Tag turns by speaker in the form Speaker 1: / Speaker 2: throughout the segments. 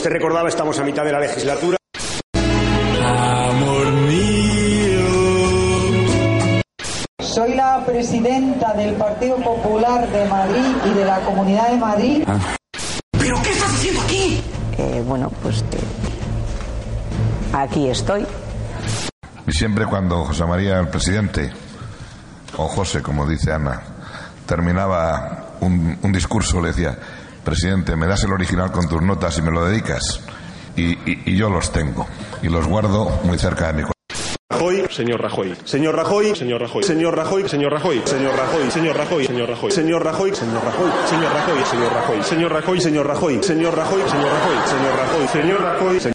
Speaker 1: Te recordaba, estamos a mitad de la legislatura.
Speaker 2: Amor mío,
Speaker 3: Soy la presidenta del Partido Popular de Madrid y de la Comunidad de Madrid.
Speaker 4: Eh, bueno, pues eh, aquí estoy.
Speaker 5: Y siempre cuando José María, el presidente, o José, como dice Ana, terminaba un, un discurso, le decía, presidente, me das el original con tus notas y me lo dedicas. Y, y- y yo los tengo. Y los guardo muy cerca de mi cuerpo.
Speaker 1: Rajoy,
Speaker 6: Señor Rajoy.
Speaker 1: señor Rajoy,
Speaker 6: Señor Rajoy.
Speaker 1: señor Rajoy,
Speaker 6: Señor Rajoy.
Speaker 1: señor Rajoy,
Speaker 6: Señor Rajoy. Señor Rajoy.
Speaker 1: señor Rajoy, señor Rajoy,
Speaker 6: Señor Rajoy. Señor Rajoy. Señor Rajoy.
Speaker 1: señor Rajoy, señor Rajoy, señor Rajoy, señor Rajoy, señor Rajoy, señor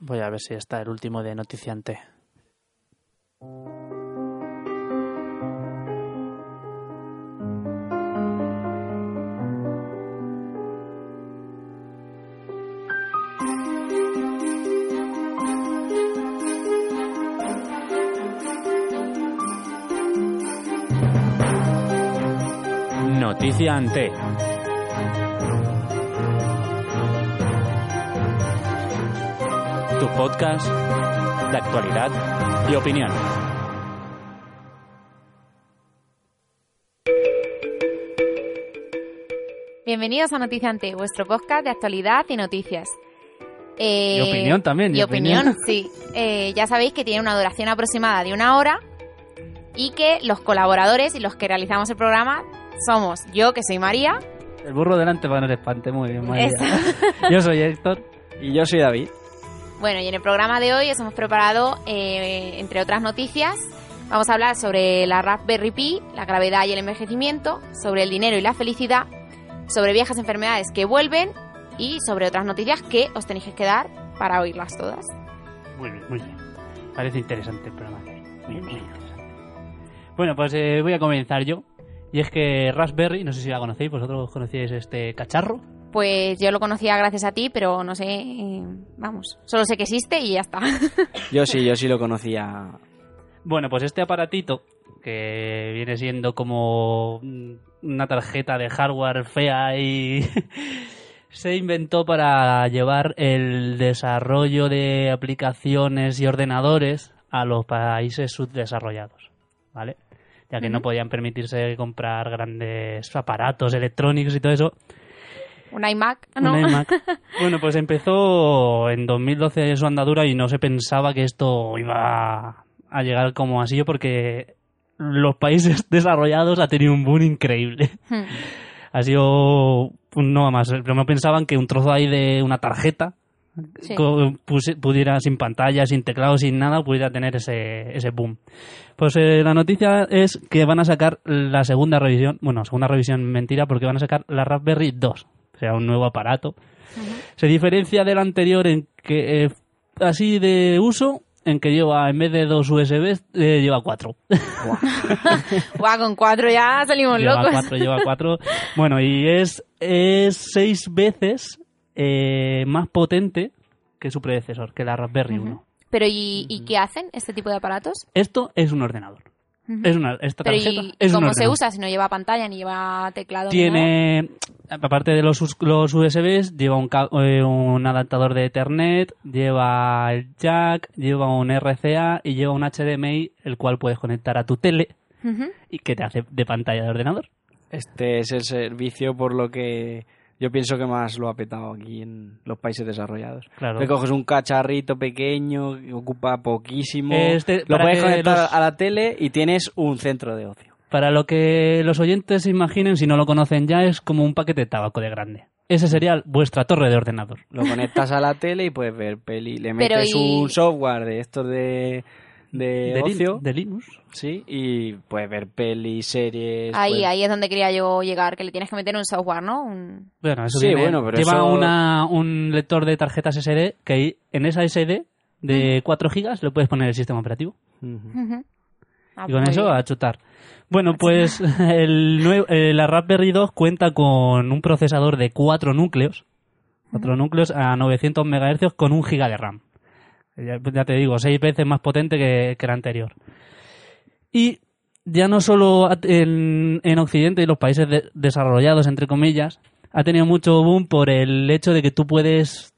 Speaker 7: Voy a ver si está el último de noticiante. Noticiante. Tu podcast de actualidad y opinión.
Speaker 8: Bienvenidos a Noticiante, vuestro podcast de actualidad y noticias. Eh,
Speaker 7: Y opinión también, y
Speaker 8: Y opinión,
Speaker 7: opinión.
Speaker 8: sí. Eh, ya sabéis que tiene una duración aproximada de una hora y que los colaboradores y los que realizamos el programa somos yo, que soy María.
Speaker 7: El burro delante para no le espante, muy bien, María.
Speaker 8: Eso.
Speaker 7: Yo soy Héctor.
Speaker 9: Y yo soy David.
Speaker 8: Bueno, y en el programa de hoy os hemos preparado, eh, entre otras noticias, vamos a hablar sobre la Raspberry Pi, la gravedad y el envejecimiento, sobre el dinero y la felicidad, sobre viejas enfermedades que vuelven y sobre otras noticias que os tenéis que quedar para oírlas todas.
Speaker 7: Muy bien, muy bien. Parece interesante el programa. que hay. Muy, muy interesante. Bueno, pues eh, voy a comenzar yo. Y es que Raspberry, no sé si la conocéis, vosotros conocíais este cacharro.
Speaker 8: Pues yo lo conocía gracias a ti, pero no sé, eh, vamos, solo sé que existe y ya está.
Speaker 9: Yo sí, yo sí lo conocía.
Speaker 7: Bueno, pues este aparatito, que viene siendo como una tarjeta de hardware fea y se inventó para llevar el desarrollo de aplicaciones y ordenadores a los países subdesarrollados, ¿vale? Ya que no podían permitirse comprar grandes aparatos electrónicos y todo eso,
Speaker 8: Un iMac, Ah, ¿no?
Speaker 7: un iMac. Bueno, pues empezó en 2012 su andadura y no se pensaba que esto iba a llegar como así, porque los países desarrollados ha tenido un boom increíble.
Speaker 8: Hmm.
Speaker 7: Ha sido un no más. Pero no pensaban que un trozo ahí de una tarjeta
Speaker 8: Sí.
Speaker 7: co- puse- pudiera sin pantalla, sin teclado, sin nada, pudiera tener ese, ese boom. Pues eh, la noticia es que van a sacar la segunda revisión, bueno, segunda revisión mentira, porque van a sacar la Raspberry 2, o sea, un nuevo aparato. Se diferencia del anterior en que, eh, así de uso, en que lleva, en vez de dos USB, eh, lleva cuatro.
Speaker 8: Guau, con cuatro ya salimos
Speaker 7: lleva
Speaker 8: locos.
Speaker 7: cuatro, lleva cuatro. Bueno, y es, es seis veces eh, más potente que su predecesor, que la Raspberry 1.
Speaker 8: Pero ¿y, y qué hacen este tipo de aparatos?
Speaker 7: Esto es un ordenador.
Speaker 8: Ujú.
Speaker 7: Es una, esta
Speaker 8: Pero
Speaker 7: tarjeta
Speaker 8: ¿y
Speaker 7: es un
Speaker 8: cómo se
Speaker 7: ordenador.
Speaker 8: usa si no lleva pantalla ni lleva teclado? ni nada?
Speaker 7: Tiene, aparte de los, us- los USBs, lleva un, ca- eh, un adaptador de Ethernet, lleva el jack, lleva un RCA y lleva un HDMI, el cual puedes conectar a tu tele
Speaker 8: Ujú.
Speaker 7: y que te hace de pantalla de ordenador.
Speaker 9: Este es el servicio por lo que yo pienso que más lo ha petado aquí en los países desarrollados.
Speaker 7: Claro.
Speaker 9: Te coges un cacharrito pequeño, que ocupa poquísimo.
Speaker 7: Este,
Speaker 9: lo
Speaker 7: para
Speaker 9: puedes
Speaker 7: que
Speaker 9: conectar
Speaker 7: los-
Speaker 9: a la tele y tienes un centro de ocio.
Speaker 7: Para lo que los oyentes se imaginen, si no lo conocen ya, es como un paquete de tabaco de grande. Ese sería vuestra torre de ordenador.
Speaker 9: Lo conectas a la tele y puedes ver peli. Le
Speaker 8: Pero
Speaker 9: metes
Speaker 8: y-
Speaker 9: un software de estos de, de,
Speaker 7: de, Lin-
Speaker 9: ocio.
Speaker 7: de Linux.
Speaker 9: Sí, y puedes ver pelis, series.
Speaker 8: Ahí,
Speaker 9: puedes-
Speaker 8: ahí es donde quería yo llegar, que le tienes que meter un software, ¿no? Un-
Speaker 7: Bueno, eso
Speaker 9: Sí,
Speaker 7: tiene-
Speaker 9: bueno, pero
Speaker 7: lleva
Speaker 9: eso-
Speaker 7: una, un lector de tarjetas SD que ahí, en esa SD de 4 GB le puedes poner el sistema operativo.
Speaker 9: Ujú.
Speaker 8: Ujú. Ah,
Speaker 7: Y con
Speaker 8: muy
Speaker 7: eso
Speaker 8: bien.
Speaker 7: a chutar. Bueno, pues el nue- eh, la Raspberry 2 cuenta con un procesador de 4 núcleos, 4 núcleos a 900 MHz con 1 GB de RAM. Ya, ya te digo, 6 veces más potente que, que la anterior. Y ya no solo at- en, en Occidente y los países de- desarrollados, entre comillas, ha tenido mucho boom por el hecho de que tú puedes...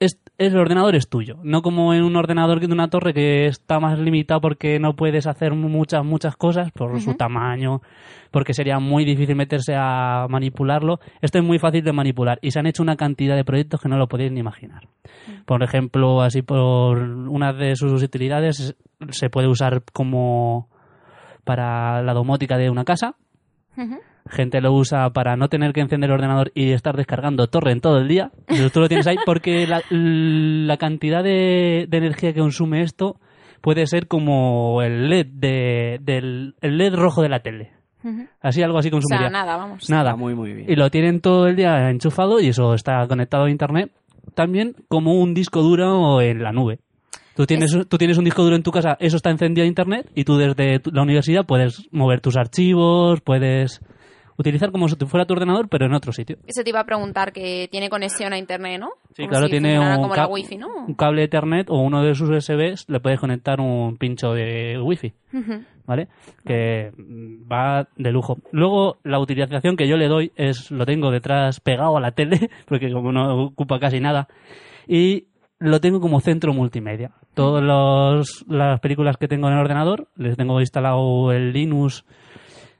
Speaker 7: es- el ordenador es tuyo, no como en un ordenador de una torre que está más limitado porque no puedes hacer muchas, muchas cosas por su
Speaker 8: Ujú.
Speaker 7: tamaño, porque sería muy difícil meterse a manipularlo. Esto es muy fácil de manipular y se han hecho una cantidad de proyectos que no lo podéis ni imaginar. Por ejemplo, así por una de sus utilidades se puede usar como para la domótica de una casa.
Speaker 8: Ujú.
Speaker 7: Gente lo usa para no tener que encender el ordenador y estar descargando torrent todo el día. Pero tú lo tienes ahí porque la, la cantidad de, de energía que consume esto puede ser como el LED de- del el LED rojo de la tele.
Speaker 8: Ujú.
Speaker 7: Así algo así
Speaker 8: O sea,
Speaker 7: consumiría.
Speaker 8: nada, vamos.
Speaker 7: Nada.
Speaker 9: Está muy, muy bien.
Speaker 7: Y lo tienen todo el día enchufado y eso está conectado a internet. También como un disco duro en la nube. Tú tienes, tú tienes un disco duro en tu casa, eso está encendido a internet y tú desde tu- la universidad puedes mover tus archivos, puedes utilizar como si tu- fuera tu ordenador, pero en otro sitio.
Speaker 8: Eso te iba a preguntar, que tiene conexión a internet, ¿no?
Speaker 7: Sí,
Speaker 8: Como
Speaker 7: claro,
Speaker 8: si
Speaker 7: tiene
Speaker 8: funcionara
Speaker 7: un,
Speaker 8: como la
Speaker 7: cab-
Speaker 8: wifi, ¿no?
Speaker 7: un cable Ethernet o uno de sus USBs, le puedes conectar un pincho de wifi.
Speaker 8: Ujú.
Speaker 7: ¿vale? Que mm, va de lujo. Luego, la utilización que yo le doy es, lo tengo detrás pegado a la tele, porque como no ocupa casi nada, y lo tengo como centro multimedia. Todas las películas que tengo en el ordenador, les tengo instalado el Linux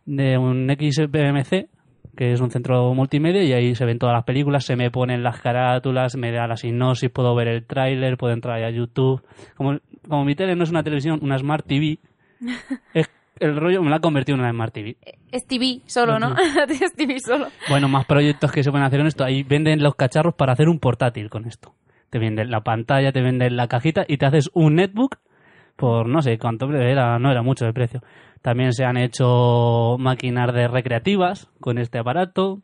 Speaker 7: de un XPMC, que es un centro multimedia, y ahí se ven todas las películas, se me ponen las carátulas, me da la sinopsis, puedo ver el tráiler, puedo entrar ahí a YouTube. Como, como mi tele no es una televisión, una Smart TV, es el rollo me la ha convertido en una Smart TV.
Speaker 8: Es TV solo, ¿no? es TV solo.
Speaker 7: Bueno, más proyectos que se pueden hacer en esto. Ahí venden los cacharros para hacer un portátil con esto. Te venden la pantalla, te venden la cajita y te haces un netbook por no sé cuánto, pero era, no era mucho de precio. También se han hecho máquinas de recreativas con este aparato.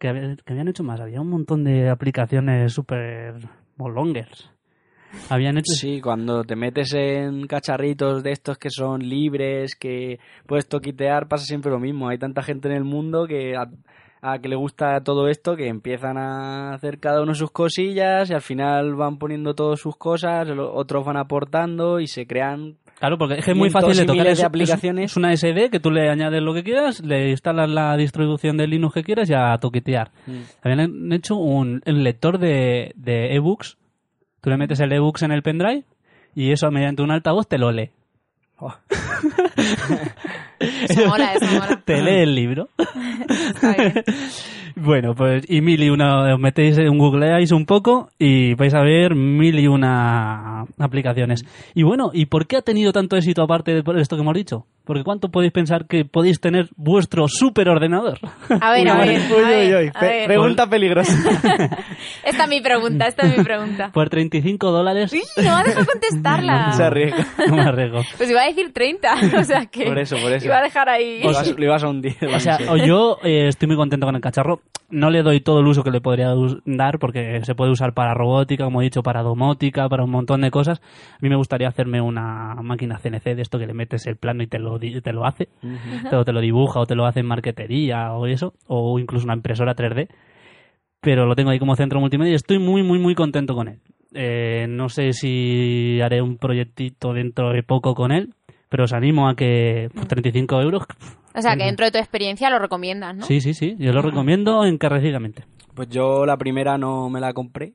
Speaker 7: Que, había- que habían hecho más, había un montón de aplicaciones súper molongers. Habían hecho
Speaker 9: Sí, cuando te metes en cacharritos de estos que son libres, que puedes toquitear, pasa siempre lo mismo. Hay tanta gente en el mundo que a, a que le gusta todo esto, que empiezan a hacer cada uno sus cosillas y al final van poniendo todas sus cosas, lo- otros van aportando y se crean.
Speaker 7: Claro, porque es que es muy
Speaker 9: cientos
Speaker 7: fácil de
Speaker 9: y
Speaker 7: tocar.
Speaker 9: miles
Speaker 7: Es,
Speaker 9: de
Speaker 7: es-
Speaker 9: aplicaciones.
Speaker 7: es una SD que tú le añades lo que quieras, le instalas la distribución de Linux que quieras y a toquetear.
Speaker 9: Mm.
Speaker 7: Habían hecho un, el lector de, de ebooks. Tú le metes el ebooks en el pendrive y eso mediante un altavoz te lo lee.
Speaker 8: Eso mola, eso mola.
Speaker 7: te lee el libro.
Speaker 8: Está bien.
Speaker 7: Bueno, pues y mil y una, os metéis en googleáis un poco y vais a ver mil y una aplicaciones. Y bueno, ¿y por qué ha tenido tanto éxito aparte de por esto que hemos dicho? Porque ¿cuánto podéis pensar que podéis tener vuestro superordenador?
Speaker 8: A ver, a ver. a ver, a
Speaker 9: Pe-
Speaker 8: ver.
Speaker 9: Pregunta peligrosa.
Speaker 8: Esta es mi pregunta, esta es mi pregunta.
Speaker 7: Por 35 dólares
Speaker 8: Uy, no me deja contestarla.
Speaker 9: se arriesga.
Speaker 7: no me arriesgo.
Speaker 8: Pues iba a decir 30, o sea que.
Speaker 9: Por eso, por eso.
Speaker 8: Iba a dejar ahí.
Speaker 9: Lo
Speaker 7: Pues
Speaker 9: ibas, lo ibas a hundir.
Speaker 7: O sea, o yo eh, estoy muy contento con el cacharro. No le doy todo el uso que le podría us- dar porque se puede usar para robótica, como he dicho, para domótica, para un montón de cosas. A mí me gustaría hacerme una máquina CNC de esto que le metes el plano y te lo, di- te lo hace. Te, o te lo dibuja o te lo hace en marquetería o eso. O incluso una impresora 3D. Pero lo tengo ahí como centro multimedia y estoy muy, muy, muy contento con él. Eh, no sé si haré un proyectito dentro de poco con él. Pero os animo a que por 35 euros
Speaker 8: O sea que dentro de tu experiencia lo recomiendas, ¿no?
Speaker 7: Sí, sí, sí. Yo
Speaker 9: Ah.
Speaker 7: lo recomiendo encarecidamente.
Speaker 9: Pues yo la primera no me la compré.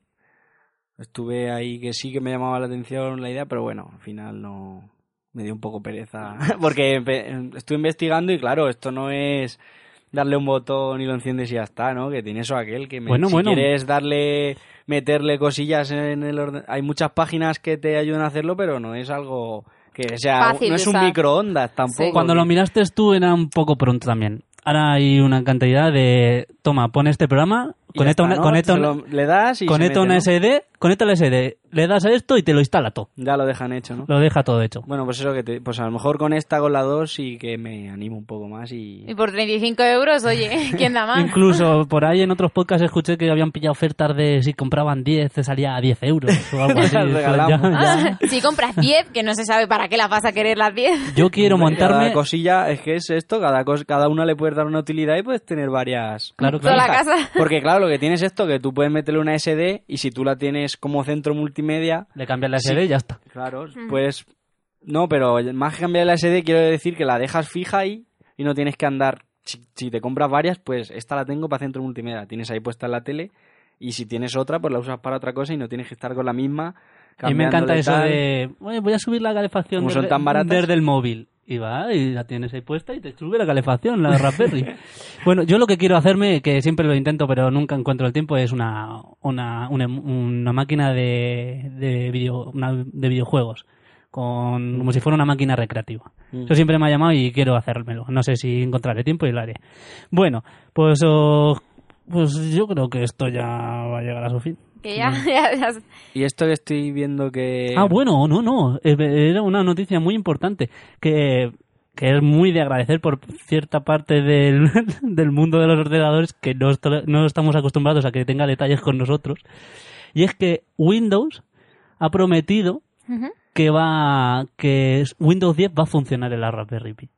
Speaker 9: Estuve ahí que sí que me llamaba la atención la idea, pero bueno, al final no me dio un poco pereza. Porque empe- estuve investigando y claro, esto no es darle un botón y lo enciendes y ya está, ¿no? Que tiene eso aquel que me,
Speaker 7: Bueno,
Speaker 9: si
Speaker 7: bueno.
Speaker 9: quieres darle meterle cosillas en el orden... Hay muchas páginas que te ayudan a hacerlo, pero no es algo que sea
Speaker 8: Fácil
Speaker 9: no
Speaker 8: de
Speaker 9: es un
Speaker 8: usar.
Speaker 9: microondas tampoco.
Speaker 8: Sí.
Speaker 7: Cuando lo miraste tú era un poco pronto también. Ahora hay una cantidad de... Toma, pon este programa,
Speaker 9: Y ya
Speaker 7: conecta
Speaker 9: está,
Speaker 7: una,
Speaker 9: ¿no?
Speaker 7: conecta
Speaker 9: Se
Speaker 7: una-
Speaker 9: lo- le das y se mete,
Speaker 7: conecta una
Speaker 9: ¿no?
Speaker 7: SD, conecta la SD, le das a esto y te lo instala todo.
Speaker 9: Ya lo dejan hecho, ¿no?
Speaker 7: Lo deja todo hecho.
Speaker 9: Bueno, pues eso que te... Pues a lo mejor con esta, con la 2, sí que me animo un poco más y...
Speaker 8: Y por 35 euros, oye, ¿quién da más?
Speaker 7: Incluso por ahí en otros podcasts escuché que habían pillado ofertas de si compraban 10, te salía a 10 euros o algo así.
Speaker 9: Las regalamos.
Speaker 7: Ya- ya-
Speaker 8: si compras 10, que no se sabe para qué las vas a querer las 10.
Speaker 7: Yo quiero
Speaker 9: Cada
Speaker 7: montarme.
Speaker 9: cosilla, es que es esto, cada, cos- cada una le puedes dar una utilidad y puedes tener varias...
Speaker 7: Claro,
Speaker 8: Toda
Speaker 7: claro.
Speaker 8: la casa.
Speaker 9: Porque claro, lo que tienes es esto, que tú puedes meterle una SD y si tú la tienes como centro multimedia,
Speaker 7: Le cambias la SD y ya está.
Speaker 9: claro, pues... No, pero más que cambiar la SD, quiero decir que la dejas fija ahí y no tienes que andar... Si, si te compras varias, pues esta la tengo para centro multimedia, la tienes ahí puesta en la tele y si tienes otra, pues la usas para otra cosa y no tienes que estar con la misma.
Speaker 7: Y me encanta
Speaker 9: cambiándole
Speaker 7: eso
Speaker 9: tal.
Speaker 7: de. "Oye, voy a subir la calefacción
Speaker 9: Como son
Speaker 7: desde,
Speaker 9: tan baratas.
Speaker 7: desde el móvil. Y va, y la tienes ahí puesta y te sube la calefacción, la Raspberry. bueno, yo lo que quiero hacerme, que siempre lo intento, pero nunca encuentro el tiempo, es una, una, una, una máquina de, de, video, una- de videojuegos. Con, como si fuera una máquina recreativa.
Speaker 9: Mm.
Speaker 7: Eso siempre me ha llamado y quiero hacérmelo. No sé si encontraré tiempo y lo haré. Bueno, pues, os- pues yo creo que esto ya va a llegar a su fin.
Speaker 8: Que ya, ya, ya-
Speaker 9: Y esto que estoy viendo que...
Speaker 7: Ah, bueno, no, no. eh, Era una noticia muy importante que, que es muy de agradecer por cierta parte del, del mundo de los ordenadores que no, estra- no estamos acostumbrados a que tenga detalles con nosotros. Y es que Windows ha prometido
Speaker 8: Ujú.
Speaker 7: que va que es- Windows 10 va a funcionar en la Raspberry Pi.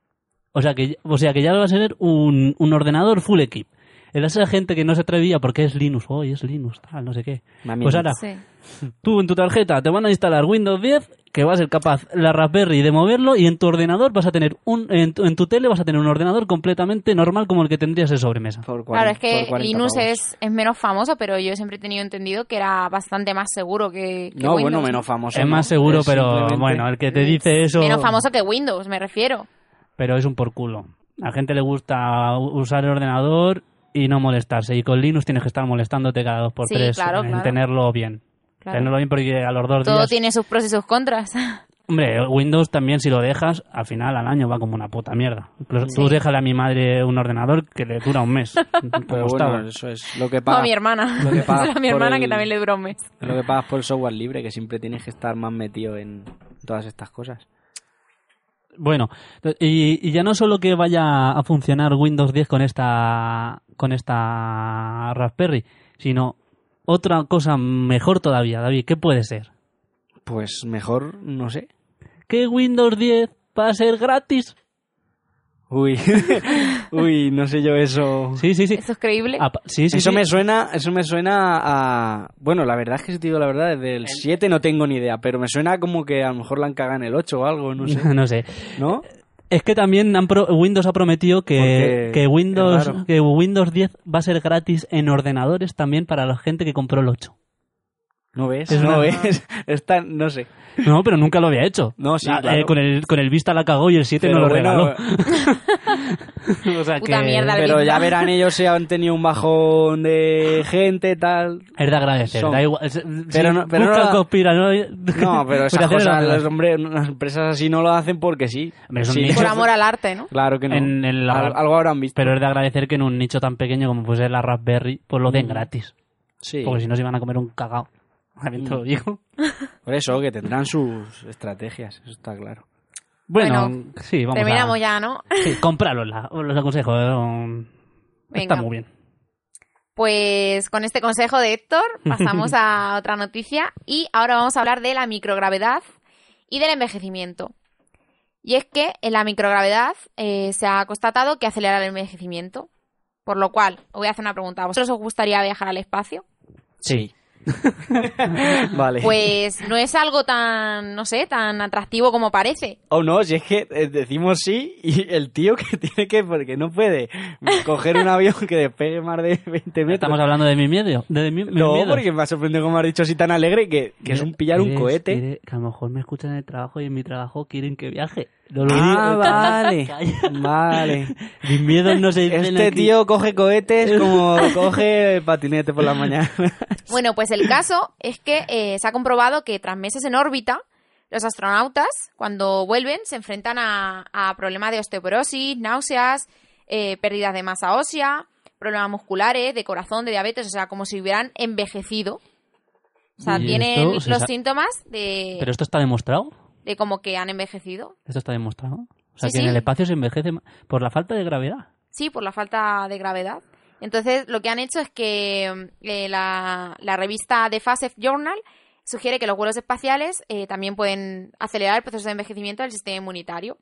Speaker 7: O sea que o sea que ya va a ser un, un ordenador full equip. Era esa gente que no se atrevía porque es Linux, hoy es Linux, tal, no sé qué.
Speaker 9: Mami,
Speaker 7: Pues ahora,
Speaker 8: Sí.
Speaker 7: Tú en tu tarjeta te van a instalar Windows 10, que va a ser capaz la Raspberry de moverlo y en tu ordenador vas a tener un en tu, en tu tele vas a tener un ordenador completamente normal como el que tendrías en sobremesa.
Speaker 9: por cuaren-
Speaker 8: Claro, es
Speaker 9: por
Speaker 8: que
Speaker 9: 40
Speaker 8: Linux
Speaker 9: pavos.
Speaker 8: es, es menos famoso, pero yo siempre he tenido entendido que era bastante más seguro que, que
Speaker 9: No,
Speaker 8: Windows.
Speaker 9: bueno, menos famoso.
Speaker 7: es
Speaker 9: ¿no?
Speaker 7: más seguro,
Speaker 9: Es
Speaker 7: pero
Speaker 9: simplemente-
Speaker 7: bueno, el que te dice eso,
Speaker 8: Menos famoso que Windows, me refiero.
Speaker 7: pero es un por culo. A la gente le gusta u- usar el ordenador y no molestarse. Y con Linux tienes que estar molestándote cada dos por
Speaker 8: Sí,
Speaker 7: tres
Speaker 8: claro,
Speaker 7: en
Speaker 8: claro.
Speaker 7: tenerlo bien.
Speaker 8: Claro.
Speaker 7: Tenerlo bien porque a los dos
Speaker 8: Todo
Speaker 7: días...
Speaker 8: tiene sus pros y sus contras.
Speaker 7: Hombre, Windows también si lo dejas, al final al año va como una puta mierda. Incluso Tú déjale a mi madre un ordenador que le dura un mes. Pues como
Speaker 9: Pero
Speaker 7: estaba.
Speaker 9: bueno, eso es lo que
Speaker 8: O
Speaker 9: paga.
Speaker 8: a mi hermana.
Speaker 9: Lo que paga
Speaker 8: Solo a mi
Speaker 9: por
Speaker 8: hermana que
Speaker 9: el-
Speaker 8: también le duró un mes.
Speaker 9: Lo que pagas por el software libre, que siempre tienes que estar más metido en todas estas cosas.
Speaker 7: Bueno, y, y ya no solo que vaya a funcionar Windows 10 con esta con esta Raspberry, sino otra cosa mejor todavía, David, ¿qué puede ser?
Speaker 9: Pues mejor, no sé.
Speaker 7: Que Windows 10 va a ser gratis.
Speaker 9: Uy, uy, no sé yo eso.
Speaker 7: Sí, sí, Ah, sí.
Speaker 8: Eso es creíble.
Speaker 7: Apa- sí, sí,
Speaker 9: eso
Speaker 7: sí.
Speaker 9: me suena, eso me suena a bueno, la verdad es que si te digo la verdad, desde el 7 no tengo ni idea, pero me suena como que a lo mejor la han cagado en el 8 o algo, no sé,
Speaker 7: No sé.
Speaker 9: ¿no?
Speaker 7: Es que también han pro- Windows ha prometido que,
Speaker 9: Porque
Speaker 7: que Windows
Speaker 9: es raro.
Speaker 7: que Windows 10 va a ser gratis en ordenadores también para la gente que compró el 8.
Speaker 9: No ves,
Speaker 7: Es
Speaker 9: no
Speaker 7: una-
Speaker 9: ves. Está no sé.
Speaker 7: No, pero nunca lo había hecho.
Speaker 9: No, sí,
Speaker 7: Ah, eh,
Speaker 9: claro. eh,
Speaker 7: con el con el Vista la cagó y el 7 no lo regaló. O sea
Speaker 8: Puta
Speaker 7: que
Speaker 8: mierda, David.
Speaker 9: Pero ya verán ellos si han tenido un bajón de gente, tal.
Speaker 7: Es de agradecer,
Speaker 9: Son.
Speaker 7: da igual. es-
Speaker 9: Pero
Speaker 7: si
Speaker 9: no- pero no
Speaker 7: busca
Speaker 9: la-
Speaker 7: conspira, ¿no?
Speaker 9: No, pero esas
Speaker 7: Conspiraciones
Speaker 9: cosas,
Speaker 7: no
Speaker 9: los hombres, las empresas así no lo hacen porque sí.
Speaker 7: Hombre, es un
Speaker 9: Sí,
Speaker 7: nicho.
Speaker 8: Por amor al arte, ¿no?
Speaker 9: Claro que no.
Speaker 7: En- en la-
Speaker 9: Al- algo habrán visto.
Speaker 7: Pero es de agradecer que en un nicho tan pequeño como fuese la Raspberry, pues lo den gratis.
Speaker 9: Mm. Sí. Mm.
Speaker 7: Porque si no se iban a comer un cagao. También te lo digo.
Speaker 9: Por eso, que tendrán sus estrategias, eso está claro.
Speaker 7: Bueno,
Speaker 8: Bueno,
Speaker 7: sí, vamos
Speaker 8: Terminamos
Speaker 7: a...
Speaker 8: ya, ¿no?
Speaker 7: Sí, comprárosla, os los aconsejo. eh, Está
Speaker 8: Venga.
Speaker 7: muy bien.
Speaker 8: Pues con este consejo de Héctor pasamos a otra noticia y ahora vamos a hablar de la microgravedad y del envejecimiento. Y es que en la microgravedad eh, se ha constatado que acelera el envejecimiento. Por lo cual, os voy a hacer una pregunta. ¿A vosotros os gustaría viajar al espacio?
Speaker 9: Sí. vale.
Speaker 8: Pues no es algo tan, no sé, tan atractivo como parece.
Speaker 9: O no, si es que eh, decimos sí y el tío que tiene que, porque no puede coger un avión que despegue más de 20 metros.
Speaker 7: Estamos hablando de mi miedo. De mi, mis
Speaker 9: no,
Speaker 7: miedos.
Speaker 9: porque me ha sorprendido como has dicho así tan alegre que, que es un pillar un
Speaker 7: Eres-
Speaker 9: cohete.
Speaker 7: eres- que a lo mejor me escuchan en el trabajo y en mi trabajo quieren que viaje. No lo
Speaker 9: Ah,
Speaker 7: digo.
Speaker 9: vale.
Speaker 7: Calla.
Speaker 9: Vale.
Speaker 7: Mis miedos no se dicen
Speaker 9: Este
Speaker 7: aquí.
Speaker 9: tío coge cohetes como coge patinete por la mañana.
Speaker 8: Bueno, pues el caso es que eh, se ha comprobado que tras meses en órbita, los astronautas, cuando vuelven, se enfrentan a, a problemas de osteoporosis, náuseas, eh, pérdidas de masa ósea, problemas musculares, de corazón, de diabetes, o sea, como si hubieran envejecido. O sea,
Speaker 7: Y
Speaker 8: tienen
Speaker 7: esto se
Speaker 8: los
Speaker 7: sa-
Speaker 8: síntomas de,
Speaker 7: Pero esto está demostrado.
Speaker 8: de como que han envejecido.
Speaker 7: Esto está demostrado. O sea,
Speaker 8: Sí,
Speaker 7: que en
Speaker 8: sí.
Speaker 7: el espacio se envejece ma- por la falta de gravedad.
Speaker 8: Sí, por la falta de gravedad. Entonces, lo que han hecho es que eh, la, la revista The Fast Journal sugiere que los vuelos espaciales eh, también pueden acelerar el proceso de envejecimiento del sistema inmunitario.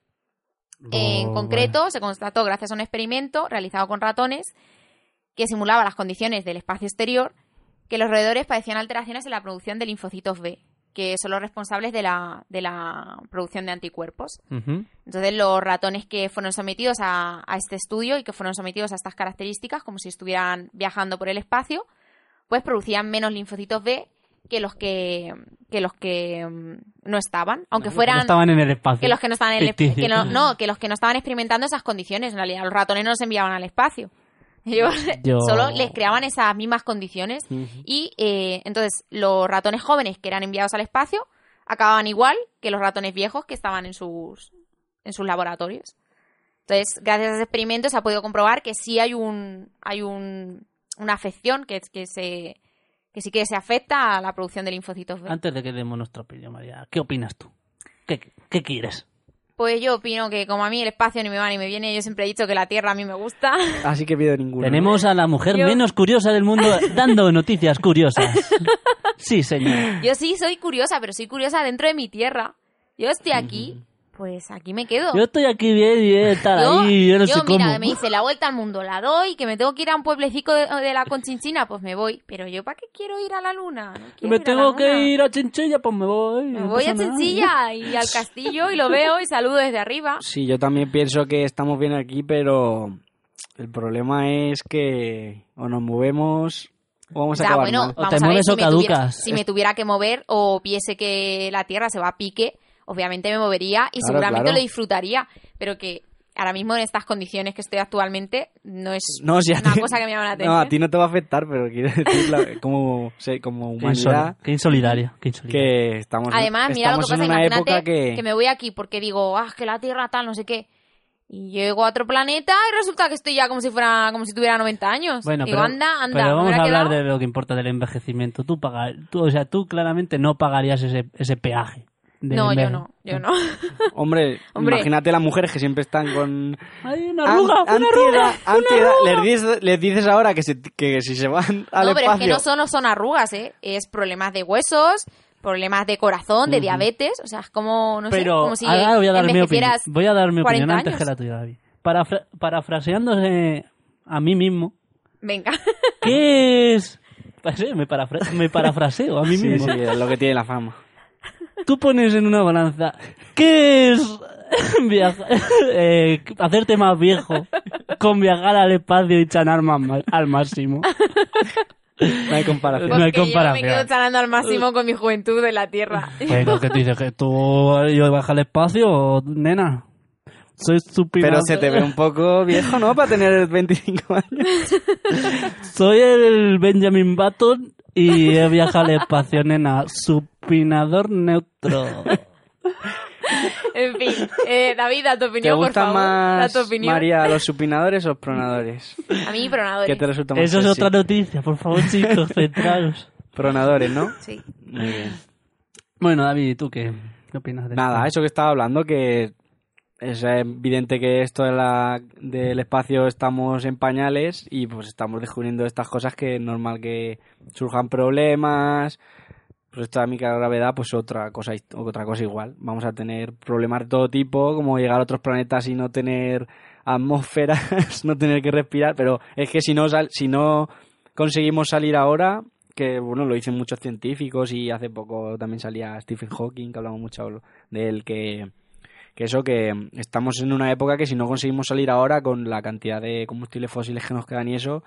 Speaker 8: En
Speaker 7: Oh,
Speaker 8: concreto, se constató gracias a un experimento realizado con ratones que simulaba las condiciones del espacio exterior que los roedores padecían alteraciones en la producción de linfocitos B, que son los responsables de la, de la producción de anticuerpos.
Speaker 7: vale. Ujú.
Speaker 8: Entonces, los ratones que fueron sometidos a, a este estudio y que fueron sometidos a estas características, como si estuvieran viajando por el espacio, pues producían menos linfocitos B que los que, que los que mm, no estaban, aunque
Speaker 7: No
Speaker 8: fueran
Speaker 7: estaban en el espacio.
Speaker 8: que los que no estaban en el
Speaker 7: Ficticio.
Speaker 8: que no, no, que los que no estaban experimentando esas condiciones, en realidad los ratones no los enviaban al espacio. Ellos
Speaker 7: Yo-
Speaker 8: solo les creaban esas mismas condiciones y eh, entonces los ratones jóvenes que eran enviados al espacio acababan igual que los ratones viejos que estaban en sus en sus laboratorios. Entonces, gracias a ese experimento se ha podido comprobar que sí hay un hay un una afección que es- que se que sí que se afecta a la producción de linfocitos B.
Speaker 7: Antes de que demos nuestro opinión, María, ¿qué opinas tú? ¿Qué, qué quieres?
Speaker 8: Pues yo opino que como a mí el espacio ni me va ni me viene, yo siempre he dicho que la Tierra a mí me gusta.
Speaker 9: Así que pido ninguno.
Speaker 7: Tenemos a la mujer
Speaker 8: Yo-
Speaker 7: menos curiosa del mundo dando noticias curiosas. Sí, señor.
Speaker 8: Yo sí soy curiosa, pero soy curiosa dentro de mi Tierra. Yo estoy aquí, pues aquí me quedo.
Speaker 7: Yo estoy aquí bien y bien, tal, ahí, yo no
Speaker 8: yo,
Speaker 7: sé
Speaker 8: mira,
Speaker 7: cómo.
Speaker 8: me dice la vuelta al mundo, la doy, que me tengo que ir a un pueblecito de, de la Conchinchina, pues me voy. Pero yo, ¿para qué quiero ir a la luna? No quiero
Speaker 7: Me
Speaker 8: ir a la
Speaker 7: tengo que
Speaker 8: luna.
Speaker 7: ir a Chinchilla, pues me voy.
Speaker 8: Me
Speaker 7: no
Speaker 8: voy
Speaker 7: pasa
Speaker 8: a
Speaker 7: nada.
Speaker 8: Chinchilla y al castillo y lo veo y saludo desde arriba.
Speaker 9: Sí, yo también pienso que estamos bien aquí, pero el problema es que o nos movemos o vamos a
Speaker 8: Ya,
Speaker 9: acabar
Speaker 8: bueno,
Speaker 9: mal.
Speaker 7: O
Speaker 8: vamos
Speaker 7: te
Speaker 8: a ver,
Speaker 7: mueves
Speaker 8: si
Speaker 7: o
Speaker 8: me tuviera-
Speaker 7: caducas.
Speaker 8: si me tuviera que mover o viese que la Tierra se va a pique, obviamente me movería y
Speaker 9: Claro,
Speaker 8: seguramente
Speaker 9: claro.
Speaker 8: lo disfrutaría. Pero que ahora mismo en estas condiciones que estoy actualmente no es
Speaker 9: No, si a
Speaker 8: una
Speaker 9: ti-
Speaker 8: cosa que me llama la
Speaker 9: No, a
Speaker 8: atención.
Speaker 9: ti no te va a afectar, pero quiero decir, la- como, se- como
Speaker 7: Qué, insol-
Speaker 9: humanidad,
Speaker 7: qué insolidaria, qué insolidaria.
Speaker 9: que estamos,
Speaker 8: Además, mira lo que
Speaker 9: estamos
Speaker 8: pasa,
Speaker 9: en una
Speaker 8: imagínate
Speaker 9: época
Speaker 8: que...
Speaker 9: que...
Speaker 8: me voy aquí porque digo, ah, que la Tierra tal, no sé qué. Y llego a otro planeta y resulta que estoy ya como si fuera, como si tuviera 90 años.
Speaker 7: Bueno,
Speaker 8: digo,
Speaker 7: pero,
Speaker 8: anda, anda.
Speaker 7: pero
Speaker 8: me
Speaker 7: vamos
Speaker 8: hubiera
Speaker 7: a hablar
Speaker 8: quedado-
Speaker 7: de lo que importa del envejecimiento. Tú, pagar, tú o sea, tú claramente no pagarías ese, ese peaje. del
Speaker 8: No, yo
Speaker 7: enveje-
Speaker 8: no, yo no.
Speaker 9: Hombre,
Speaker 8: Hombre.
Speaker 9: imagínate las mujeres que siempre están con...
Speaker 7: Hay una arruga,
Speaker 9: An-
Speaker 7: una
Speaker 9: antiedad-
Speaker 7: arruga.
Speaker 9: antiedad. Les dices, les dices ahora que, se- que si se van al
Speaker 8: no, pero es que
Speaker 9: espacio-
Speaker 8: no solo son arrugas, ¿eh? Es problemas de huesos, problemas de corazón, de diabetes. O sea, es como, no sé,
Speaker 7: pero
Speaker 8: como si
Speaker 7: ahora voy a dar mi opinión.
Speaker 8: envejecieras
Speaker 7: Voy a dar mi opinión
Speaker 8: 40
Speaker 7: antes
Speaker 8: años.
Speaker 7: que la tuya, David. Parafra- parafraseándose a mí mismo,
Speaker 8: Venga.
Speaker 7: ¿qué es? Pues, eh, Me, parafra- me parafraseo a mí
Speaker 9: Sí,
Speaker 7: mismo.
Speaker 9: sí, es lo que tiene la fama.
Speaker 7: Tú pones en una balanza, ¿qué es viajar- eh, hacerte más viejo con viajar al espacio y chanar más ma- al máximo?
Speaker 9: No hay comparación.
Speaker 7: No hay
Speaker 8: Porque yo me
Speaker 7: comparación.
Speaker 8: quedo charlando al máximo con mi juventud de la tierra.
Speaker 7: Bueno, que tú Pues, dices que tú eh, yo baja al espacio, nena. Soy estúpido.
Speaker 9: Pero se te ve un poco viejo, ¿no? Para tener 25 años.
Speaker 7: Soy el Benjamin Button y he viajado al espacio, nena. Supinador neutro.
Speaker 8: En fin, eh, David, da
Speaker 9: ¿Te
Speaker 8: tu opinión, por
Speaker 9: gusta
Speaker 8: favor. Da
Speaker 9: más,
Speaker 8: tu opinión.
Speaker 9: María, los supinadores o los pronadores?
Speaker 8: A mí,
Speaker 9: ¿Qué
Speaker 8: pronadores.
Speaker 9: te resulta más
Speaker 7: Eso es
Speaker 9: sexy?
Speaker 7: otra noticia, por favor, chicos, centraros.
Speaker 9: Pronadores, ¿no?
Speaker 8: Sí.
Speaker 9: Muy bien.
Speaker 7: Bueno, David, ¿y tú qué, qué opinas de
Speaker 9: Nada, eso que estaba hablando, que es evidente que esto de la- del espacio estamos en pañales y pues estamos descubriendo estas cosas que es normal que surjan problemas. Pues esto de la microgravedad, pues otra cosa, hist- otra cosa igual. Vamos a tener problemas de todo tipo, como llegar a otros planetas y no tener atmósferas, no tener que respirar, pero es que si no, sal- si no conseguimos salir ahora, que bueno, lo dicen muchos científicos y hace poco también salía Stephen Hawking, que hablamos mucho de él, que, que eso, que estamos en una época que si no conseguimos salir ahora con la cantidad de combustibles fósiles que nos quedan y eso,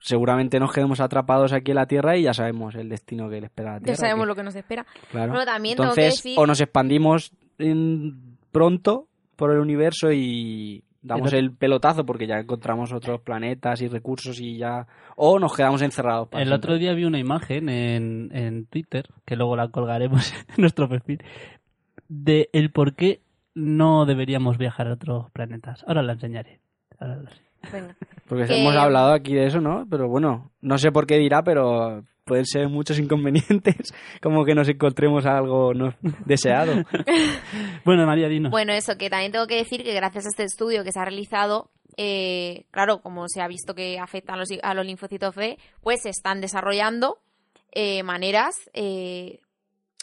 Speaker 9: seguramente nos quedemos atrapados aquí en la Tierra y ya sabemos el destino que le espera a la Tierra.
Speaker 8: Ya sabemos
Speaker 9: que-
Speaker 8: lo que nos espera.
Speaker 9: claro.
Speaker 8: Bueno, también tengo que
Speaker 9: Entonces,
Speaker 8: decir-
Speaker 9: o nos expandimos en- pronto por el universo y damos
Speaker 7: El-
Speaker 9: el pelotazo porque ya encontramos otros planetas y recursos y ya... O nos quedamos encerrados. para
Speaker 7: El
Speaker 9: siempre.
Speaker 7: otro día vi una imagen en, en Twitter, que luego la colgaremos en nuestro perfil, de el por qué no deberíamos viajar a otros planetas. Ahora la enseñaré. Ahora la-
Speaker 8: Venga.
Speaker 9: Porque
Speaker 8: Que-
Speaker 9: hemos hablado aquí de eso, ¿no? Pero bueno, no sé por qué dirá, pero pueden ser muchos inconvenientes, como que nos encontremos algo no deseado.
Speaker 7: Bueno, María, dinos.
Speaker 8: Bueno, eso, que también tengo que decir que gracias a este estudio que se ha realizado, eh, claro, como se ha visto que afectan a los, a los linfocitos B, pues se están desarrollando eh, maneras, eh,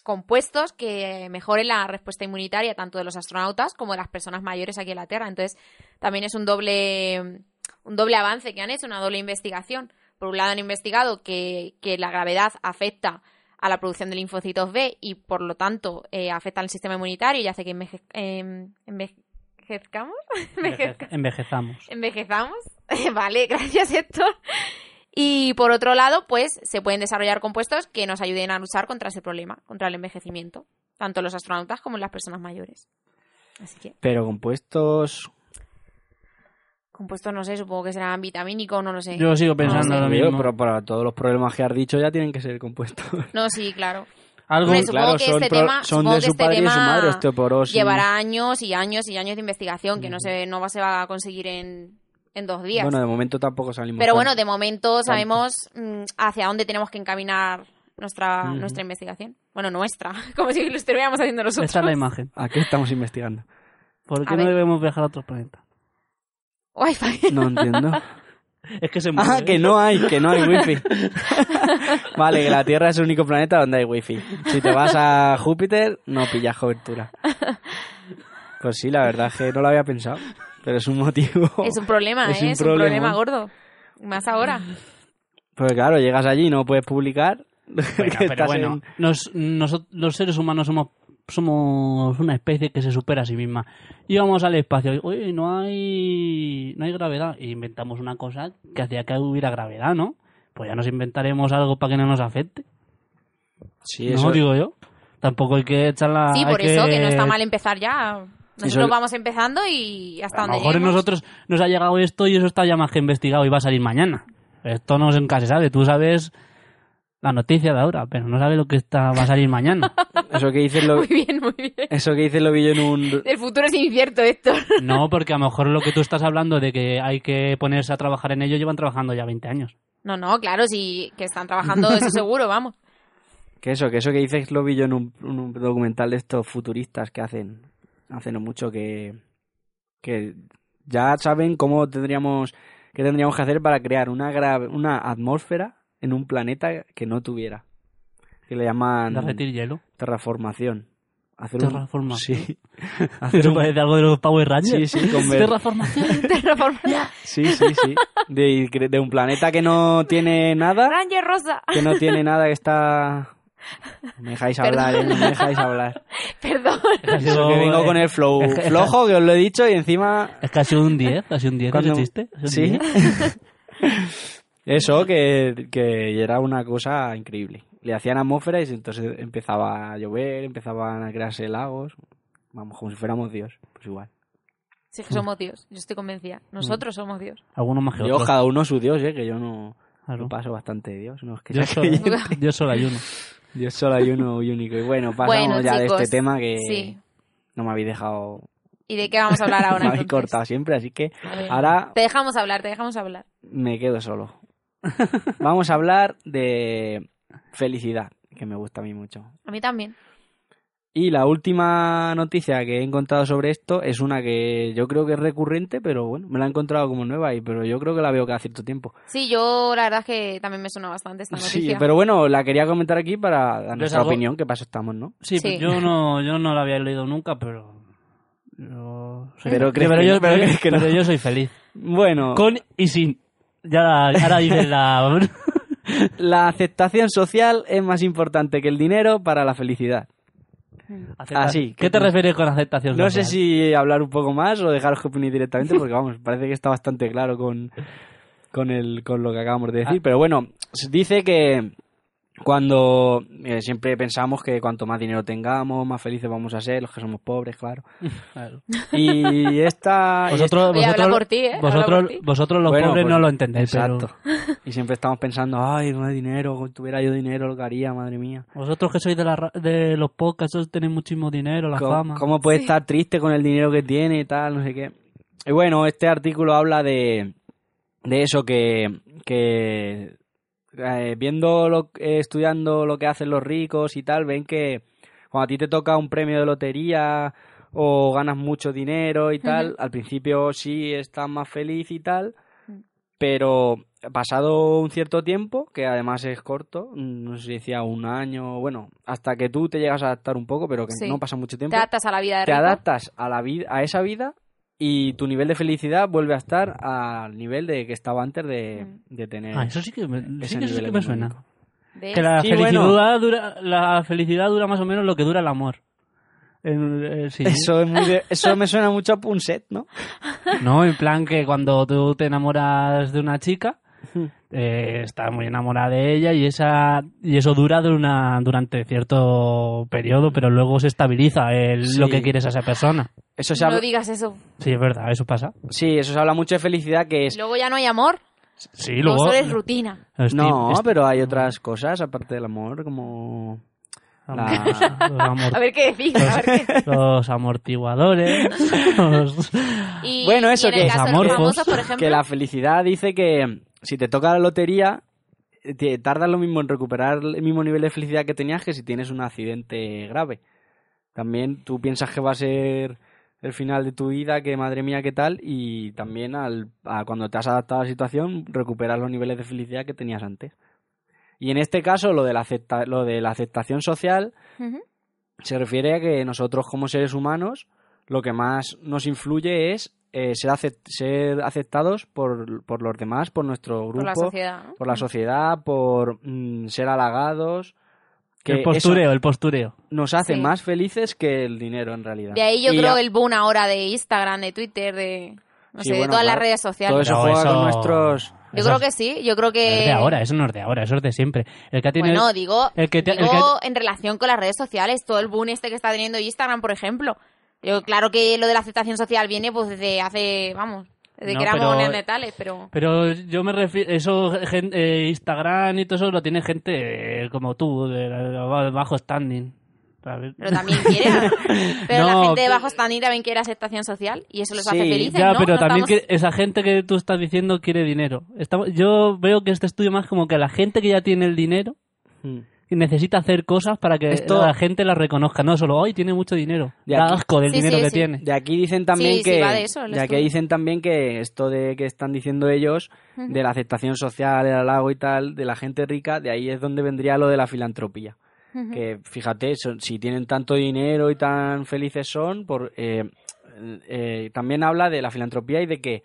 Speaker 8: compuestos que mejoren la respuesta inmunitaria tanto de los astronautas como de las personas mayores aquí en la Tierra. Entonces, también es un doble, un doble avance que han hecho, una doble investigación. Por un lado han investigado que, que la gravedad afecta a la producción de linfocitos B y por lo tanto eh, afecta al sistema inmunitario y hace que enveje- em, envejezcamos.
Speaker 7: Envejez- Envejezamos.
Speaker 8: Envejezamos. vale, gracias Héctor. Y por otro lado, pues se pueden desarrollar compuestos que nos ayuden a luchar contra ese problema, contra el envejecimiento, tanto los astronautas como las personas mayores. Así que,
Speaker 9: Pero compuestos...
Speaker 8: compuestos no sé, supongo que serán vitamínicos, no lo sé.
Speaker 7: Yo sigo
Speaker 8: No
Speaker 7: pensando
Speaker 8: sé.
Speaker 7: lo mismo.
Speaker 9: Ah, Pero para todos los problemas que has dicho ya tienen que ser compuestos.
Speaker 8: No, sí, claro.
Speaker 7: Algo,
Speaker 8: Hombre, supongo
Speaker 9: claro,
Speaker 8: que
Speaker 9: son
Speaker 8: este
Speaker 9: pro- son
Speaker 8: tema, supongo
Speaker 9: de
Speaker 8: que
Speaker 9: su
Speaker 8: este
Speaker 9: padre y de su
Speaker 8: tema
Speaker 9: madre, osteoporosis.
Speaker 8: Llevará años y años y años de investigación que no se no va- se va a conseguir en, en dos días.
Speaker 9: Bueno, de momento tampoco salimos.
Speaker 8: Pero
Speaker 9: tan-
Speaker 8: bueno, de momento sabemos mm, hacia dónde tenemos que encaminar nuestra
Speaker 9: Ujú.
Speaker 8: nuestra investigación. Bueno, nuestra, como si lo estuviéramos haciendo nosotros.
Speaker 7: esa es la imagen.
Speaker 9: ¿A qué estamos investigando?
Speaker 7: ¿Por
Speaker 8: A
Speaker 7: qué no
Speaker 8: ver.
Speaker 7: debemos viajar a otros planetas?
Speaker 8: Wi-Fi.
Speaker 9: No entiendo.
Speaker 7: Es que se mueve.
Speaker 9: Ah, que no hay, que no hay wifi. vale, que la Tierra es el único planeta donde hay wifi. Si te vas a Júpiter, no pillas cobertura. Pues sí, la verdad es que no lo había pensado. Pero es un motivo.
Speaker 8: Es un problema,
Speaker 9: Es
Speaker 8: ¿eh?
Speaker 9: un
Speaker 8: es un problema
Speaker 9: problemón.
Speaker 8: gordo. Más ahora.
Speaker 9: Pues claro, llegas allí y no puedes publicar.
Speaker 7: Venga,
Speaker 9: que
Speaker 7: pero
Speaker 9: estás
Speaker 7: bueno,
Speaker 9: en-
Speaker 7: nos- noso- los seres humanos somos somos una especie que se supera a sí misma. Y vamos al espacio. y, Oye, no hay no hay gravedad. E inventamos una cosa que hacía que hubiera gravedad, ¿no? Pues ya nos inventaremos algo para que no nos afecte.
Speaker 9: Sí,
Speaker 7: no
Speaker 9: eso-
Speaker 7: digo yo. Tampoco hay que echar la.
Speaker 8: Sí,
Speaker 7: Ah, hay
Speaker 8: por eso que no está mal empezar ya. Nosotros
Speaker 9: Eso-
Speaker 8: vamos empezando y hasta
Speaker 7: A lo
Speaker 8: donde
Speaker 7: mejor en
Speaker 8: lleguemos.
Speaker 7: nosotros nos ha llegado esto y eso está ya más que investigado y va a salir mañana. Esto no se nunca se sabe. Tú sabes la noticia de ahora, pero no sabes lo que está, va a salir mañana.
Speaker 9: Eso que dices lo,
Speaker 8: Muy bien, muy bien.
Speaker 9: eso que dices lo vi yo en un.
Speaker 8: El futuro es incierto, Héctor.
Speaker 7: No, porque a lo mejor lo que tú estás hablando de que hay que ponerse a trabajar en ello llevan trabajando ya 20 años.
Speaker 8: No, no, claro, sí que están trabajando, eso seguro, vamos.
Speaker 9: Que eso, que eso que dices lo vi yo en un, en un documental de estos futuristas que hacen hace no mucho que que ya saben cómo tendríamos qué tendríamos que hacer para crear una grave, una atmósfera en un planeta que no tuviera. Que le llaman
Speaker 7: Derretir hielo.
Speaker 9: terraformación. Hacer
Speaker 7: Terraformación.
Speaker 9: Un, sí. Hacer
Speaker 7: Eso
Speaker 9: un-
Speaker 7: parece algo de los Power
Speaker 9: sí,
Speaker 7: Rangers.
Speaker 9: sí, conver-
Speaker 7: Terraformación.
Speaker 8: Terraformar.
Speaker 9: sí, sí, sí. De, de un planeta que no tiene nada,
Speaker 8: Ranger Rosa.
Speaker 9: que no tiene nada que está no me dejáis hablar, eh, no me dejáis hablar.
Speaker 8: Perdón.
Speaker 7: Ha sido-
Speaker 9: Eso que vengo con el flow
Speaker 7: eh. es que-
Speaker 9: flojo, que os lo he dicho, y encima...
Speaker 7: Es que ha sido un 10, ha sido un 10
Speaker 9: Cuando-
Speaker 7: ese chiste. ha sido un
Speaker 9: Sí.
Speaker 7: 10.
Speaker 9: Eso, que, que era una cosa increíble. Le hacían atmósfera y entonces empezaba a llover, empezaban a crearse lagos. Vamos, como si fuéramos Dios. Pues igual.
Speaker 8: Sí, que
Speaker 9: Mm.
Speaker 8: somos Dios. Yo estoy convencida. Nosotros somos Dios.
Speaker 7: Algunos más que
Speaker 9: Dios,
Speaker 7: otros.
Speaker 9: cada uno su Dios, ¿eh? Que yo no,
Speaker 7: Claro.
Speaker 9: no paso bastante de Dios. No, es que
Speaker 7: Yo
Speaker 9: sea
Speaker 7: solo,
Speaker 9: creyente.
Speaker 7: yo solo hay uno.
Speaker 9: Dios solo hay uno y único. Y bueno, pasamos
Speaker 8: Bueno,
Speaker 9: ya
Speaker 8: chicos,
Speaker 9: de este tema que
Speaker 8: sí.
Speaker 9: no me habéis dejado...
Speaker 8: ¿Y de qué vamos a hablar ahora?
Speaker 9: me habéis
Speaker 8: entonces?
Speaker 9: cortado siempre, así que
Speaker 8: A ver.
Speaker 9: ahora
Speaker 8: Te dejamos hablar, te dejamos hablar.
Speaker 9: me quedo solo. Vamos a hablar de felicidad, que me gusta a mí mucho.
Speaker 8: A mí también.
Speaker 9: Y la última noticia que he encontrado sobre esto es una que yo creo que es recurrente, pero bueno, me la he encontrado como nueva y pero yo creo que la veo cada cierto tiempo.
Speaker 8: Sí, yo la verdad es que también me suena bastante esta noticia.
Speaker 9: Sí, pero bueno, la quería comentar aquí para dar
Speaker 7: Es
Speaker 9: nuestra
Speaker 7: algo-
Speaker 9: opinión, que paso estamos, ¿no?
Speaker 7: Sí, pues
Speaker 8: Sí.
Speaker 7: Yo, no, yo no lo había leído nunca, pero... yo soy-
Speaker 9: Pero crees que
Speaker 7: yo,
Speaker 9: no, pero crees que no.
Speaker 7: pero yo soy feliz.
Speaker 9: Bueno,
Speaker 7: Con y sin. Ya, ahora dices
Speaker 9: Ah,
Speaker 7: la...
Speaker 9: la aceptación social es más importante que el dinero para la felicidad.
Speaker 7: Acepta-
Speaker 9: sí,
Speaker 7: ¿Qué
Speaker 9: que-
Speaker 7: te refieres con aceptación
Speaker 9: No sé
Speaker 7: social?
Speaker 9: si hablar un poco más o dejaros que opinéis directamente, porque vamos, parece que está bastante claro con, con, el, con lo que acabamos de
Speaker 7: Ah.
Speaker 9: decir. Pero bueno, se dice que cuando eh, siempre pensamos que cuanto más dinero tengamos, más felices vamos a ser, los que somos pobres, claro.
Speaker 7: Claro.
Speaker 9: Y esta. y
Speaker 7: Vosotros,
Speaker 8: Ah, Oye, habla
Speaker 7: vosotros,
Speaker 8: por ti, ¿eh? Habla
Speaker 7: vosotros,
Speaker 8: por ti.
Speaker 7: vosotros los
Speaker 9: Bueno,
Speaker 7: pobres
Speaker 9: pues,
Speaker 7: no lo entendéis, pero
Speaker 9: Exacto. Y siempre estamos pensando, ay, no hay dinero, si tuviera yo dinero, lo que haría, madre mía.
Speaker 7: vosotros que sois de, la ra- de los podcasts, os tenéis muchísimo dinero, la
Speaker 9: ¿Cómo,
Speaker 7: fama.
Speaker 9: cómo puede estar triste con el dinero que tiene y tal? No sé qué. Y bueno, este artículo habla de, de eso que, que eh, viendo, lo, eh, estudiando lo que hacen los ricos y tal, ven que cuando a ti te toca un premio de lotería o ganas mucho dinero y tal, al principio sí estás más feliz y tal, pero pasado un cierto tiempo, que además es corto, mm, no sé si decía un año, bueno, hasta que tú te llegas a adaptar un poco, pero que
Speaker 8: Sí.
Speaker 9: no pasa mucho tiempo
Speaker 8: Te adaptas a la vida de
Speaker 9: te
Speaker 8: rico.
Speaker 9: adaptas a la vida a esa vida y tu nivel de felicidad vuelve a estar al nivel de que estaba antes de,
Speaker 8: Mm.
Speaker 9: de tener
Speaker 7: Ah, eso sí que me, sí
Speaker 9: ese
Speaker 7: que eso sí
Speaker 9: nivel
Speaker 7: que me suena.
Speaker 9: económico.
Speaker 8: De-
Speaker 7: Que la,
Speaker 9: Sí,
Speaker 7: felicidad
Speaker 9: bueno.
Speaker 7: dura, la felicidad dura más o menos lo que dura el amor. En- eh, sí.
Speaker 9: Eso, es muy de- eso me suena mucho a Punset, ¿no?
Speaker 7: No, en plan que cuando tú te enamoras de una chica, eh, estás muy enamorada de ella y esa y eso dura de una- durante cierto periodo, pero luego se estabiliza el-
Speaker 9: Sí.
Speaker 7: lo que quieres a esa persona.
Speaker 9: Eso se
Speaker 8: No
Speaker 9: habla,
Speaker 8: digas eso.
Speaker 7: Sí, es verdad, eso pasa.
Speaker 9: sí, eso se habla mucho de felicidad que es...
Speaker 8: Luego ya no hay amor.
Speaker 7: Sí, luego...
Speaker 8: No solo es rutina.
Speaker 7: Steve-
Speaker 9: no,
Speaker 7: Steve-
Speaker 9: pero hay otras cosas aparte del amor, como... la-
Speaker 7: Los, amor-
Speaker 8: A ver qué decís. A ver qué.
Speaker 7: los amortiguadores. los-
Speaker 8: Y-
Speaker 9: Bueno,
Speaker 8: y
Speaker 9: eso
Speaker 8: en el
Speaker 9: que- pues,
Speaker 8: caso de los
Speaker 7: Amorfos.
Speaker 8: famosos, por ejemplo,
Speaker 9: que la felicidad dice que si te toca la lotería, te tardas lo mismo en recuperar el mismo nivel de felicidad que tenías que si tienes un accidente grave. También tú piensas que va a ser el final de tu vida, que madre mía, qué tal, y también al, a cuando te has adaptado a la situación, recuperas los niveles de felicidad que tenías antes. Y en este caso, lo de la, acepta- lo de la aceptación social
Speaker 8: Ujú.
Speaker 9: se refiere a que nosotros como seres humanos lo que más nos influye es eh, ser, acep- ser aceptados por, por los demás, por nuestro grupo,
Speaker 8: por la sociedad. Mm. ¿no?
Speaker 9: por, la sociedad, por, mm, ser halagados. Que
Speaker 7: el
Speaker 9: eso
Speaker 7: postureo, el postureo.
Speaker 9: nos hace
Speaker 8: Sí.
Speaker 9: más felices que el dinero en realidad.
Speaker 8: De ahí yo
Speaker 9: Y
Speaker 8: creo
Speaker 9: a-
Speaker 8: el boom ahora de Instagram, de Twitter, de, no
Speaker 9: Sí,
Speaker 8: sé, de
Speaker 9: bueno,
Speaker 8: todas las
Speaker 9: claro.
Speaker 8: redes
Speaker 9: todo
Speaker 8: sociales.
Speaker 9: eso
Speaker 7: Pero
Speaker 9: juega
Speaker 7: eso-
Speaker 9: con nuestros...
Speaker 8: Yo
Speaker 7: eso
Speaker 8: creo
Speaker 7: es-
Speaker 8: que sí, yo creo
Speaker 7: No
Speaker 8: que...
Speaker 7: es de ahora, eso no es de ahora, eso es de siempre. El que tiene
Speaker 8: Eh, Bueno, digo,
Speaker 7: el que te- el
Speaker 8: digo en relación con las redes sociales, todo el boom este que está teniendo Instagram, por ejemplo. Yo, claro que lo de la aceptación social viene pues desde hace, vamos, desde
Speaker 7: No,
Speaker 8: que éramos
Speaker 7: pero-
Speaker 8: neandertales, pero...
Speaker 7: Pero yo me refiero, eso, gen- eh, Instagram y todo eso lo tiene gente eh, como tú, de, de- de bajo standing. ¿sabes?
Speaker 8: Pero también quiere, ¿no? pero
Speaker 7: No,
Speaker 8: la gente de
Speaker 7: que-
Speaker 8: bajo standing también quiere aceptación social y eso los hace
Speaker 9: Sí,
Speaker 8: felices,
Speaker 7: ya,
Speaker 8: ¿no?
Speaker 7: pero
Speaker 8: No
Speaker 7: también
Speaker 8: estamos-
Speaker 7: que esa gente que tú estás diciendo quiere dinero. Estamos, yo veo que este estudio más como que la gente que ya tiene el dinero
Speaker 9: Mm.
Speaker 7: necesita hacer cosas para que
Speaker 9: Esto-
Speaker 7: la gente la reconozca. No solo, hoy tiene mucho dinero.
Speaker 9: De
Speaker 7: Da
Speaker 9: aquí-
Speaker 7: asco del
Speaker 8: Sí,
Speaker 7: dinero
Speaker 8: sí,
Speaker 7: que
Speaker 8: sí.
Speaker 7: tiene.
Speaker 9: De aquí dicen también
Speaker 8: Sí, sí,
Speaker 9: que
Speaker 8: va de eso, el
Speaker 9: de aquí
Speaker 8: estudio.
Speaker 9: dicen también que esto de que están diciendo ellos de la aceptación social, el halago y tal de la gente rica, de ahí es donde vendría lo de la filantropía.
Speaker 8: Ujú.
Speaker 9: Que fíjate, son- si tienen tanto dinero y tan felices son, por, eh, eh, también habla de la filantropía y de que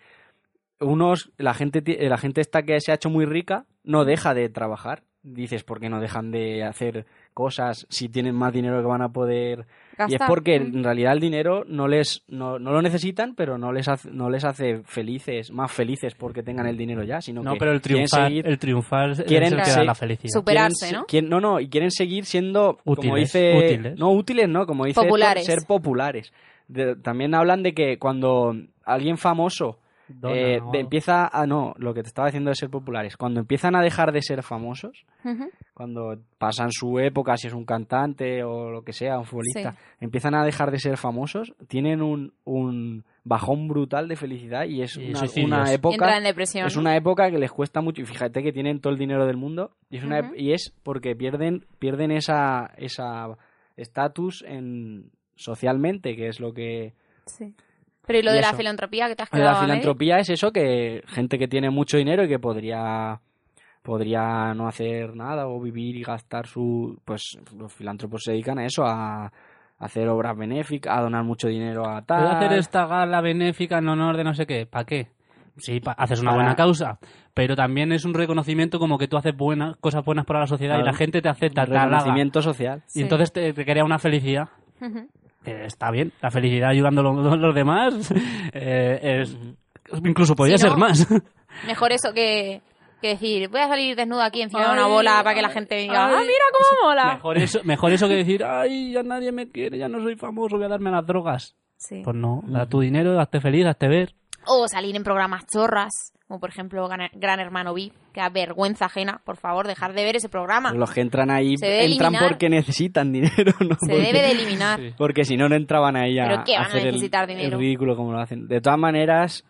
Speaker 9: unos la gente ti- eh, la gente esta que se ha hecho muy rica no deja de trabajar. Dices, ¿por qué no dejan de hacer cosas si tienen más dinero que van a poder y es
Speaker 8: Gastar.
Speaker 9: porque
Speaker 8: Ujú.
Speaker 9: en realidad el dinero no les no, no lo necesitan, pero no les hace, no les hace felices, más felices porque tengan el dinero ya, sino
Speaker 7: No,
Speaker 9: que
Speaker 7: pero el
Speaker 9: quieren
Speaker 7: triunfar,
Speaker 9: seguir-
Speaker 7: el triunfar es el
Speaker 9: quieren
Speaker 7: que da
Speaker 9: ser-
Speaker 7: la felicidad.
Speaker 8: Sup- superarse,
Speaker 9: quieren se-
Speaker 8: ¿no?
Speaker 9: quieren- no, no, y quieren seguir siendo como
Speaker 7: Útiles,
Speaker 9: dice
Speaker 7: útiles.
Speaker 9: no útiles, no, como dice
Speaker 8: Populares.
Speaker 9: Héctor, ser populares. De- también hablan de que cuando alguien famoso
Speaker 7: Dona
Speaker 9: eh,
Speaker 7: o
Speaker 9: de-
Speaker 7: algo.
Speaker 9: empieza a no, lo que te estaba diciendo de ser populares, cuando empiezan a dejar de ser famosos,
Speaker 8: Ujú.
Speaker 9: cuando pasan su época, si es un cantante o lo que sea, un futbolista,
Speaker 8: Sí.
Speaker 9: empiezan a dejar de ser famosos, tienen un, un bajón brutal de felicidad y es
Speaker 7: Y
Speaker 9: una,
Speaker 7: suicidios.
Speaker 9: una
Speaker 7: Y
Speaker 8: Y entrar
Speaker 9: época
Speaker 8: en depresión.
Speaker 9: es
Speaker 8: ¿no?
Speaker 9: una época que les cuesta mucho y fíjate que tienen todo el dinero del mundo y es una ep-
Speaker 8: Ujú.
Speaker 9: y es porque pierden pierden esa esa estatus en socialmente que es lo que
Speaker 8: Sí. Pero ¿y lo
Speaker 9: Y
Speaker 8: de la
Speaker 9: eso.
Speaker 8: filantropía que te has quedado
Speaker 9: la
Speaker 8: a medio?
Speaker 9: filantropía es eso que gente que tiene mucho dinero y que podría podría no hacer nada o vivir y gastar su pues los filántropos se dedican a eso a hacer obras benéficas a donar mucho dinero a tal
Speaker 7: Puedo hacer esta gala benéfica en honor de no sé qué. ¿Para qué? Sí, pa- haces una
Speaker 9: Para-
Speaker 7: buena causa, pero también es un reconocimiento como que tú haces buenas cosas buenas para la sociedad y
Speaker 9: Claro.
Speaker 7: la gente te acepta, te halaga. Y
Speaker 9: reconocimiento social
Speaker 8: Sí.
Speaker 7: entonces te, te crea una felicidad.
Speaker 8: Ujú.
Speaker 7: Eh, está bien, la felicidad ayudando a lo- a los demás eh, es- incluso podría
Speaker 8: Sí, ¿no?
Speaker 7: ser más.
Speaker 8: Mejor eso que, que decir, voy a salir desnudo aquí encima de una bola para que la gente diga, ¡ah, mira cómo mola!
Speaker 7: Mejor eso, mejor eso que decir, ay, ya nadie me quiere, ya no soy famoso, voy a darme a las drogas.
Speaker 8: Sí.
Speaker 7: Pues no, da tu dinero, hazte feliz, hazte ver.
Speaker 8: O salir en programas chorras, como por ejemplo Gran Gran Hermano VIP, que da vergüenza ajena, por favor, dejar de ver ese programa.
Speaker 9: Pero los que entran ahí
Speaker 8: Se debe
Speaker 9: entran
Speaker 8: eliminar.
Speaker 9: porque necesitan dinero no
Speaker 8: Se
Speaker 9: porque-
Speaker 8: debe de eliminar.
Speaker 7: Sí.
Speaker 9: porque si no no entraban ahí a
Speaker 8: ¿Pero qué van a
Speaker 9: hacer el-
Speaker 8: necesitar
Speaker 9: el
Speaker 8: dinero?
Speaker 9: ridículo como lo hacen de todas maneras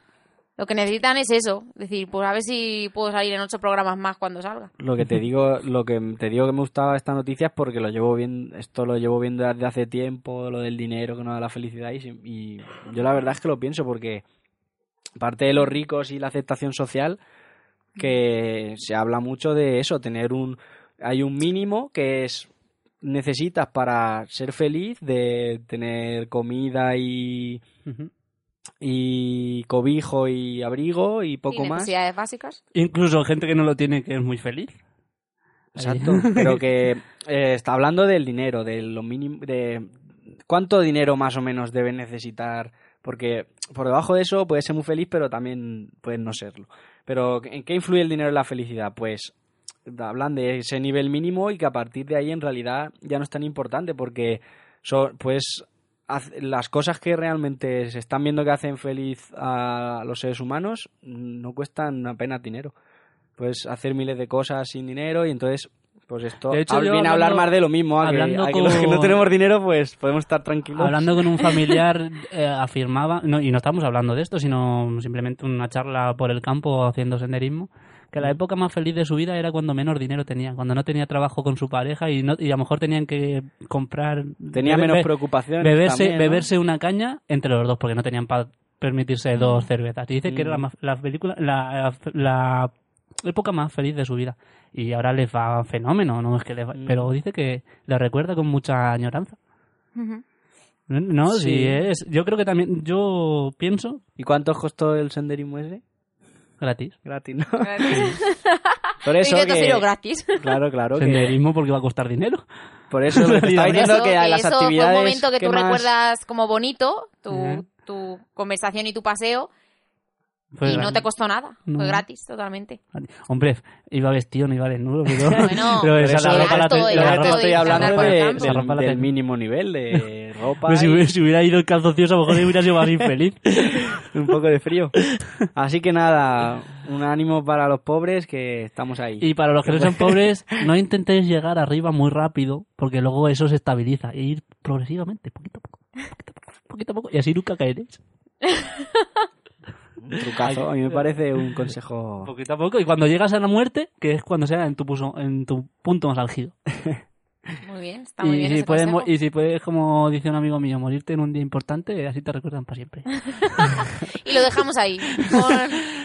Speaker 8: Lo que necesitan es eso. Decir, pues a ver si puedo salir en ocho programas más cuando salga.
Speaker 9: Lo que te digo, lo que te digo que me gustaba esta noticia es porque lo llevo viendo, esto lo llevo viendo desde hace tiempo, lo del dinero que nos da la felicidad y, si- y yo la verdad es que lo pienso porque parte de los ricos y la aceptación social que se habla mucho de eso, tener un hay un mínimo que es necesitas para ser feliz de tener comida y
Speaker 7: Ujú.
Speaker 9: y cobijo y abrigo y poco
Speaker 8: y
Speaker 9: más.
Speaker 8: necesidades básicas.
Speaker 7: Incluso gente que no lo tiene que es muy feliz.
Speaker 9: Exacto. Pero que eh, está hablando del dinero, de lo mínimo, de cuánto dinero más o menos debe necesitar, porque por debajo de eso puedes ser muy feliz, pero también puedes no serlo. Pero ¿en qué influye el dinero en la felicidad? Pues hablan de ese nivel mínimo y que a partir de ahí en realidad ya no es tan importante, porque so- pues haz- las cosas que realmente se están viendo que hacen feliz a los seres humanos mm, no cuestan apenas dinero puedes hacer miles de cosas sin dinero y entonces pues esto
Speaker 7: De hecho,
Speaker 9: hab-
Speaker 7: yo
Speaker 9: viene a hablar
Speaker 7: hablando-
Speaker 9: más de lo mismo a que-
Speaker 7: hablando
Speaker 9: a que, los que
Speaker 7: con-
Speaker 9: no tenemos dinero pues podemos estar tranquilos
Speaker 7: Hablando con un familiar, eh, afirmaba, no, y no estamos hablando de esto, sino simplemente una charla por el campo haciendo senderismo, que
Speaker 9: Mm.
Speaker 7: la época más feliz de su vida era cuando menos dinero tenía, cuando no tenía trabajo con su pareja y, no, y a lo mejor tenían que comprar.
Speaker 9: tenía
Speaker 7: bebe-
Speaker 9: menos
Speaker 7: be-
Speaker 9: preocupaciones
Speaker 7: Beberse,
Speaker 9: también, ¿no?
Speaker 7: beberse una caña entre los dos, porque no tenían para
Speaker 9: Mm.
Speaker 7: permitirse dos cervezas. Y dice que era la, más- la película, la, la época más feliz de su vida. Y ahora les va fenómeno, no es que les va-
Speaker 9: Mm.
Speaker 7: pero dice que le recuerda con mucha añoranza.
Speaker 8: Ujú.
Speaker 7: No, sí.
Speaker 9: Sí.
Speaker 7: es. Yo creo que también. Yo pienso
Speaker 9: y cuánto costó el senderismo ese
Speaker 7: gratis.
Speaker 9: gratis no
Speaker 8: Gratis.
Speaker 9: por eso
Speaker 8: Intento
Speaker 9: que-
Speaker 8: hacerlo gratis.
Speaker 9: claro claro que-
Speaker 7: Senderismo porque va a costar dinero.
Speaker 9: por eso lo que estaba
Speaker 8: Por
Speaker 9: diciendo
Speaker 8: eso,
Speaker 9: que a
Speaker 8: que
Speaker 9: las
Speaker 8: eso
Speaker 9: actividades
Speaker 8: fue un momento que, tú
Speaker 9: más-
Speaker 8: recuerdas como bonito, tu,
Speaker 7: Ujú.
Speaker 8: tu conversación y tu paseo,
Speaker 7: Fue
Speaker 8: y no
Speaker 7: gratis.
Speaker 8: te costó nada.
Speaker 7: Pues No.
Speaker 8: Fue gratis, totalmente.
Speaker 7: Hombre, iba vestido, no iba desnudo. Pero,
Speaker 8: Bueno,
Speaker 7: pero
Speaker 9: Por
Speaker 7: esa
Speaker 9: eso
Speaker 7: la
Speaker 9: lo
Speaker 7: ropa la
Speaker 8: alto,
Speaker 7: te-
Speaker 8: el
Speaker 7: la
Speaker 8: alto
Speaker 9: que te
Speaker 7: ropa-
Speaker 9: estoy
Speaker 8: y
Speaker 9: hablando
Speaker 8: andar por el
Speaker 9: de-
Speaker 8: campo.
Speaker 9: del,
Speaker 7: Zarrapala
Speaker 9: del
Speaker 7: te-
Speaker 9: mínimo nivel de ropa
Speaker 7: Pero si,
Speaker 9: y-
Speaker 7: hubiera, si hubiera ido el calzoncillo, a lo mejor hubiera sido más infeliz.
Speaker 9: un poco de frío. Así que nada, un ánimo para los pobres que estamos ahí.
Speaker 7: Y para los que no son pobres, no intentéis llegar arriba muy rápido, porque luego eso se estabiliza. E ir progresivamente, poquito a poco, poquito a poco, poquito a poco, y así nunca caeréis.
Speaker 9: Un trucazo, a mí me parece un consejo.
Speaker 7: Poquito a poco, y cuando llegas a la muerte, que es cuando sea en tu, puso- en tu punto más álgido.
Speaker 8: Muy bien, está muy
Speaker 7: y,
Speaker 8: bien.
Speaker 7: si
Speaker 8: ese
Speaker 7: puedes, mo-
Speaker 8: consejo.
Speaker 7: y si puedes, como dice un amigo mío, morirte en un día importante, así te recuerdan para siempre.
Speaker 8: Y lo dejamos ahí. Con,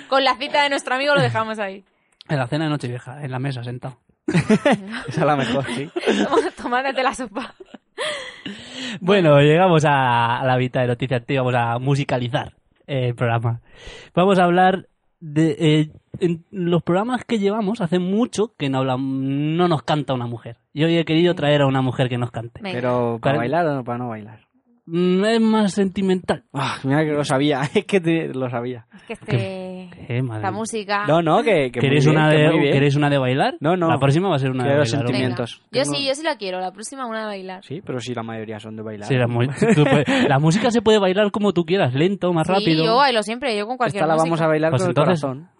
Speaker 8: con la cita de nuestro amigo lo dejamos ahí.
Speaker 7: En la cena de Nochevieja, en la mesa, sentado.
Speaker 9: Esa es la mejor, sí.
Speaker 8: Toma- Tomándote la sopa.
Speaker 7: Bueno, llegamos a, a la vita de noticias, tío. Vamos a musicalizar eh, el programa. Vamos a hablar de... eh, en los programas que llevamos hace mucho que no, hablam- no nos canta una mujer. Yo hoy he querido
Speaker 8: Mm.
Speaker 7: traer a una mujer que nos cante.
Speaker 8: Venga.
Speaker 9: Pero,
Speaker 7: Para-
Speaker 9: ¿para bailar o no- para no bailar?
Speaker 7: Mm, Es más sentimental.
Speaker 9: Ah, mira que lo sabía, es que te- lo sabía.
Speaker 8: Es que este...
Speaker 7: Eh, madre
Speaker 8: La
Speaker 7: mía.
Speaker 8: música...
Speaker 9: No, no, que. que muy
Speaker 7: ¿Queréis,
Speaker 9: bien,
Speaker 7: una
Speaker 9: que
Speaker 7: de,
Speaker 9: muy bien.
Speaker 7: ¿Queréis una de bailar?
Speaker 9: No, no.
Speaker 7: La próxima va a ser una
Speaker 9: Quiero
Speaker 7: de bailar.
Speaker 8: Venga.
Speaker 7: hombre.
Speaker 9: sentimientos.
Speaker 8: Yo
Speaker 9: Tengo-
Speaker 8: sí, yo sí la quiero. La próxima una de bailar.
Speaker 9: Sí, pero sí, la mayoría son de bailar.
Speaker 7: Sí, la, mu- tú puedes- la música se puede bailar como tú quieras, lento, más rápido.
Speaker 8: Sí, yo bailo siempre. Yo con cualquier
Speaker 9: Esta la vamos
Speaker 8: música.
Speaker 9: a bailar
Speaker 7: Pues
Speaker 9: con
Speaker 7: entonces-
Speaker 9: el corazón.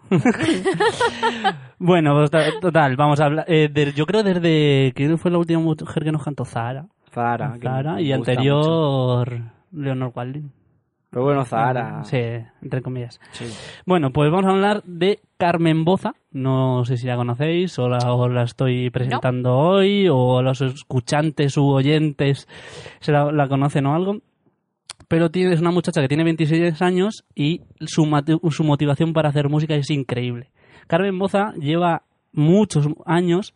Speaker 7: Bueno, pues, ta- total, vamos a hablar. eh, de- yo creo desde. ¿Quién fue la última mujer que nos cantó? Zahara.
Speaker 9: Zahara. que
Speaker 7: Zahara
Speaker 9: me
Speaker 7: y
Speaker 9: gusta mucho.
Speaker 7: anterior. Leonor Walding.
Speaker 9: Pero bueno, Zahara.
Speaker 7: Sí, entre comillas.
Speaker 9: sí.
Speaker 7: Bueno, pues vamos a hablar de Carmen Boza. No sé si la conocéis o la, o la estoy presentando hoy o los escuchantes u oyentes se la, la conocen o algo. Pero tiene, es una muchacha que tiene 26 años y su, mati- su motivación para hacer música es increíble. Carmen Boza lleva muchos años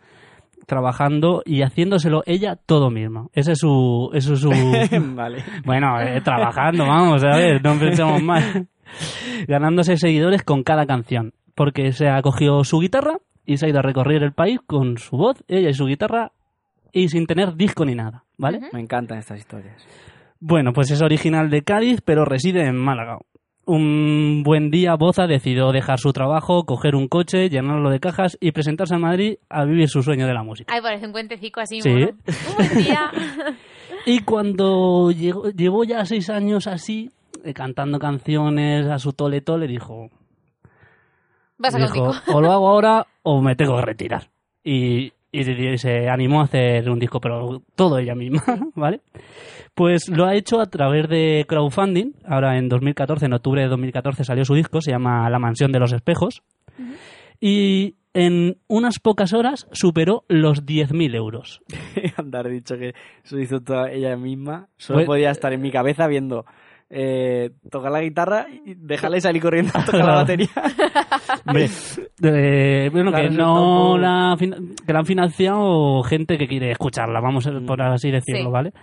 Speaker 7: trabajando y haciéndoselo ella todo mismo. Ese es su... Eso es su
Speaker 9: vale.
Speaker 7: bueno, eh, trabajando, vamos, a ver, no pensemos mal. Ganándose seguidores con cada canción. Porque se ha cogido su guitarra y se ha ido a recorrer el país con su voz, ella y su guitarra, y sin tener disco ni nada, ¿vale?
Speaker 8: Ujú.
Speaker 9: Me encantan estas historias.
Speaker 7: Bueno, pues es original de Cádiz, pero reside en Málaga. Un buen día, Boza decidió dejar su trabajo, coger un coche, llenarlo de cajas y presentarse a Madrid a vivir su sueño de la música.
Speaker 8: Ay, parece un cuentecico así.
Speaker 7: Sí.
Speaker 8: mono. Un buen día.
Speaker 7: Y cuando llegó, llevó ya seis años así, eh, cantando canciones a su tole tole, dijo,
Speaker 8: Vas a
Speaker 7: dijo
Speaker 8: contigo.
Speaker 7: o lo hago ahora o me tengo que retirar. Y y se- se animó a hacer un disco, pero todo ella misma, ¿vale? Pues lo ha hecho a través de crowdfunding. Ahora en 2014, en octubre de 2014, salió su disco, se llama La Mansión de los Espejos. Y en unas pocas horas superó los 10.000 euros.
Speaker 9: Andar dicho que se lo hizo toda ella misma. Solo
Speaker 7: Pues-
Speaker 9: podía estar en mi cabeza viendo eh, tocar la guitarra y dejarle salir corriendo a tocar la
Speaker 7: Claro.
Speaker 9: batería.
Speaker 7: Hombre, eh, bueno,
Speaker 9: Claro,
Speaker 7: que
Speaker 9: eso
Speaker 7: no
Speaker 9: tampoco-
Speaker 7: la, fin- que la han financiado gente que quiere escucharla, vamos a- por así decirlo,
Speaker 8: Mm. Sí.
Speaker 7: ¿vale?